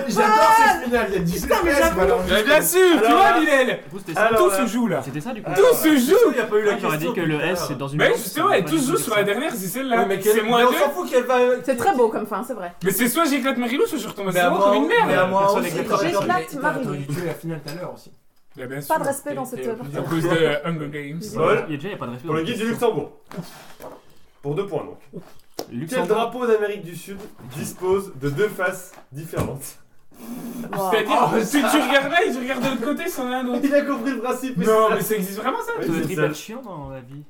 [SPEAKER 1] J'adore cette finale, il y a du stress, voilà.
[SPEAKER 4] Mais bien sûr, tu
[SPEAKER 3] Alors
[SPEAKER 4] vois
[SPEAKER 3] là-
[SPEAKER 4] Lilel
[SPEAKER 2] Du coup, c'était ça.
[SPEAKER 3] Alors
[SPEAKER 4] Tout
[SPEAKER 3] là-
[SPEAKER 4] se joue là
[SPEAKER 2] C'était ça du coup.
[SPEAKER 3] Ah,
[SPEAKER 4] Tout se joue
[SPEAKER 1] Il n'y a pas eu
[SPEAKER 2] J'aurais
[SPEAKER 1] la
[SPEAKER 4] Ah,
[SPEAKER 1] question.
[SPEAKER 2] dit que le S c'est dans une.
[SPEAKER 4] Mais
[SPEAKER 2] langue,
[SPEAKER 4] justement,
[SPEAKER 2] ça
[SPEAKER 4] elle
[SPEAKER 2] veut
[SPEAKER 4] tout
[SPEAKER 2] pas
[SPEAKER 4] se
[SPEAKER 2] dire
[SPEAKER 4] joue
[SPEAKER 2] que
[SPEAKER 4] sur la
[SPEAKER 2] ça.
[SPEAKER 4] dernière, c'est
[SPEAKER 1] Ouais,
[SPEAKER 4] celle-là.
[SPEAKER 1] mais
[SPEAKER 4] C'est
[SPEAKER 1] quel-
[SPEAKER 4] moins
[SPEAKER 1] mais on
[SPEAKER 4] deux.
[SPEAKER 1] s'en fout qu'elle va.
[SPEAKER 5] C'est très beau comme fin, c'est vrai.
[SPEAKER 4] Mais c'est soit j'éclate Marilou, soit je retourne à
[SPEAKER 1] Mais à
[SPEAKER 4] zéro comme
[SPEAKER 1] moi,
[SPEAKER 4] une
[SPEAKER 1] mais à
[SPEAKER 4] merde.
[SPEAKER 1] moi
[SPEAKER 2] Sur
[SPEAKER 1] aussi.
[SPEAKER 2] les quatre-
[SPEAKER 1] t'aurais dû-
[SPEAKER 5] J'éclate
[SPEAKER 1] t'aurais dû
[SPEAKER 5] Marie.
[SPEAKER 1] tuer la finale tout à l'heure aussi.
[SPEAKER 4] Bah, bien sûr.
[SPEAKER 5] Pas de respect dans cette œuvre.
[SPEAKER 4] À cause de euh, Hunger [laughs] Games.
[SPEAKER 2] Il y a déjà il y a pas de respect.
[SPEAKER 3] Pour le guide du Luxembourg. Pour deux points, donc. Quel
[SPEAKER 2] Luxembourg.
[SPEAKER 3] drapeau d'Amérique du Sud dispose de deux faces différentes
[SPEAKER 5] Wow.
[SPEAKER 4] C'est-à-dire, si tu regardes là et tu regardes de l'autre côté, c'en a un autre.
[SPEAKER 3] Il a compris le principe.
[SPEAKER 4] Non, mais ça existe vraiment ça
[SPEAKER 2] Ça doit être hyper chiant dans la vie.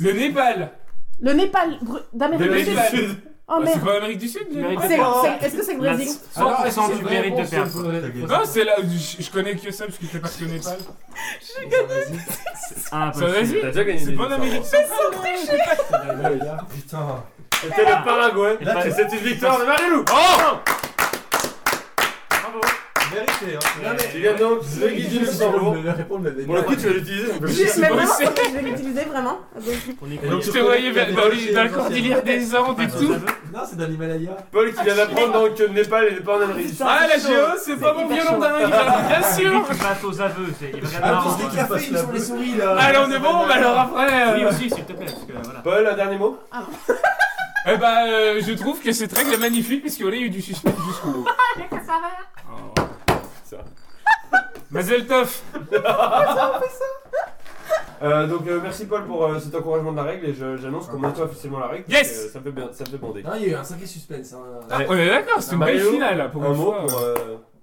[SPEAKER 4] Le Népal
[SPEAKER 5] Oh, Le Népal Bru- d'Amérique du
[SPEAKER 4] L'Amérique
[SPEAKER 5] Sud.
[SPEAKER 4] du
[SPEAKER 3] Sud.
[SPEAKER 5] Oh
[SPEAKER 4] Bah, C'est
[SPEAKER 5] merde.
[SPEAKER 4] pas l'Amérique du Sud le
[SPEAKER 2] L'Amérique
[SPEAKER 4] Népal
[SPEAKER 5] C'est- c'est- Est-ce que c'est le
[SPEAKER 2] La-
[SPEAKER 5] Brésil
[SPEAKER 2] 100% tu mérites de perdre.
[SPEAKER 4] Non, c'est là, je je connais que ça parce que t'es parti au Népal. C'est en Asie
[SPEAKER 3] T'as déjà gagné
[SPEAKER 4] C'est
[SPEAKER 3] des
[SPEAKER 4] pas en
[SPEAKER 3] victoires.
[SPEAKER 4] Amérique centrale
[SPEAKER 1] Putain.
[SPEAKER 3] C'était le Paraguay.
[SPEAKER 2] Et pas-
[SPEAKER 3] Et c'est une victoire de Marilou.
[SPEAKER 1] Vérité, hein. Non, mais-
[SPEAKER 3] Tu gagnes donc le guide du Luxembourg.
[SPEAKER 1] Le- le répondre, le-
[SPEAKER 3] Pour le coup, tu vas l'utiliser. ça me fait chier.
[SPEAKER 5] Mais vraiment,
[SPEAKER 4] possible.
[SPEAKER 5] je vais l'utiliser vraiment.
[SPEAKER 2] [laughs] On est
[SPEAKER 1] Et donc,
[SPEAKER 4] Je
[SPEAKER 1] tu
[SPEAKER 4] te voyais
[SPEAKER 1] reconnais
[SPEAKER 4] vers-
[SPEAKER 1] qu'il y a des rochers
[SPEAKER 4] dans les- dans le
[SPEAKER 1] essentiels.
[SPEAKER 4] cordillère des Andes et tout.
[SPEAKER 1] Non, c'est dans l'Himalaya.
[SPEAKER 3] Paul qui vient d'apprendre donc que le Népal n'est pas en Amérique du Sud.
[SPEAKER 4] Ah, la géo, c'est pas mon
[SPEAKER 5] hyper
[SPEAKER 4] violon
[SPEAKER 5] chaud.
[SPEAKER 4] d'un Népal, bien
[SPEAKER 2] Lui
[SPEAKER 4] sûr
[SPEAKER 2] qui passe aux aveux, c'est il regarde
[SPEAKER 1] Ah,
[SPEAKER 2] marrant,
[SPEAKER 1] tous les
[SPEAKER 2] hein.
[SPEAKER 1] cafés, ils sont les souris là.
[SPEAKER 4] Allez, on est bon, bah alors après.
[SPEAKER 2] Oui
[SPEAKER 4] euh,
[SPEAKER 2] aussi s'il te plaît parce que voilà.
[SPEAKER 3] Paul, un dernier mot
[SPEAKER 4] Eh bah, euh, je trouve que cette règle est magnifique puisque là, il y a eu du suspect jusqu'au bout. Mazel Tov
[SPEAKER 3] Euh, donc euh, merci Paul pour euh, cet encouragement de la règle et je- j'annonce qu'on met toi officiellement la règle.
[SPEAKER 4] Yes.
[SPEAKER 3] parce que, euh, ça me fait bien- ça me fait bander.
[SPEAKER 1] Non, il y a eu un sacré suspense. hein.
[SPEAKER 3] Ah,
[SPEAKER 4] On est d'accord, c'est une belle
[SPEAKER 3] Mario,
[SPEAKER 4] finale là pour
[SPEAKER 3] Un
[SPEAKER 4] une
[SPEAKER 3] mot
[SPEAKER 4] fois.
[SPEAKER 3] pour. euh,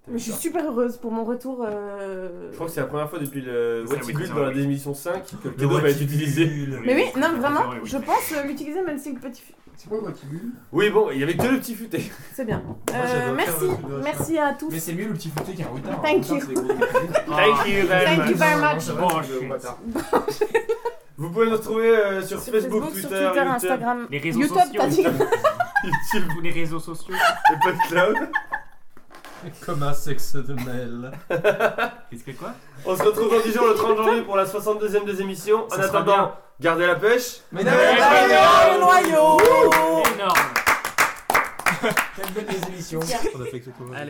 [SPEAKER 5] Mais je suis super heureuse pour mon retour. euh,
[SPEAKER 3] Je crois que c'est la première fois depuis le
[SPEAKER 2] Ça,
[SPEAKER 3] What
[SPEAKER 2] oui,
[SPEAKER 3] It Bull
[SPEAKER 2] c'est
[SPEAKER 3] dans la
[SPEAKER 2] vrai.
[SPEAKER 3] démission 5 que le
[SPEAKER 1] Le
[SPEAKER 3] cadeau va être
[SPEAKER 1] Watibule.
[SPEAKER 3] utilisé.
[SPEAKER 5] Mais oui, non, vraiment, je pense euh, l'utiliser même si le petit,
[SPEAKER 1] C'est quoi le Guacamole
[SPEAKER 3] Oui, bon, il y avait que le petit futé.
[SPEAKER 5] C'est bien.
[SPEAKER 1] Moi, j'adore
[SPEAKER 5] Euh,
[SPEAKER 1] faire
[SPEAKER 5] merci.
[SPEAKER 1] le truc de la
[SPEAKER 5] Merci à tous.
[SPEAKER 1] Mais c'est mieux le petit fouté qu'un retard. hein.
[SPEAKER 5] Thank you.
[SPEAKER 3] Thank you very
[SPEAKER 5] Thank you
[SPEAKER 3] much.
[SPEAKER 5] very
[SPEAKER 1] Non,
[SPEAKER 5] much.
[SPEAKER 1] ça va,
[SPEAKER 2] Bon,
[SPEAKER 1] tu
[SPEAKER 2] Ah, Oh, je
[SPEAKER 1] le
[SPEAKER 2] suis-
[SPEAKER 1] retard.
[SPEAKER 3] Vous pouvez nous retrouver euh, sur
[SPEAKER 5] Sur
[SPEAKER 3] Facebook,
[SPEAKER 5] sur
[SPEAKER 3] Twitter, YouTube,
[SPEAKER 5] Instagram.
[SPEAKER 2] Les réseaux
[SPEAKER 5] YouTube,
[SPEAKER 2] sociaux.
[SPEAKER 5] t'as dit
[SPEAKER 3] YouTube
[SPEAKER 2] Tous [laughs] les réseaux sociaux.
[SPEAKER 3] et PodCloud.
[SPEAKER 1] [laughs]
[SPEAKER 15] Comme un sexe de Mel.
[SPEAKER 2] Qu'est-ce que quoi
[SPEAKER 3] On se retrouve dans 10 jours le 30 janvier pour la 62 e des émissions. En
[SPEAKER 2] Ça sera
[SPEAKER 3] attendant,
[SPEAKER 2] bien.
[SPEAKER 3] gardez la pêche.
[SPEAKER 1] Mais
[SPEAKER 2] Mais
[SPEAKER 1] non,
[SPEAKER 5] le noyau
[SPEAKER 2] Énorme
[SPEAKER 1] quelle belle des émissions. [laughs]
[SPEAKER 16] On a fait que le cover.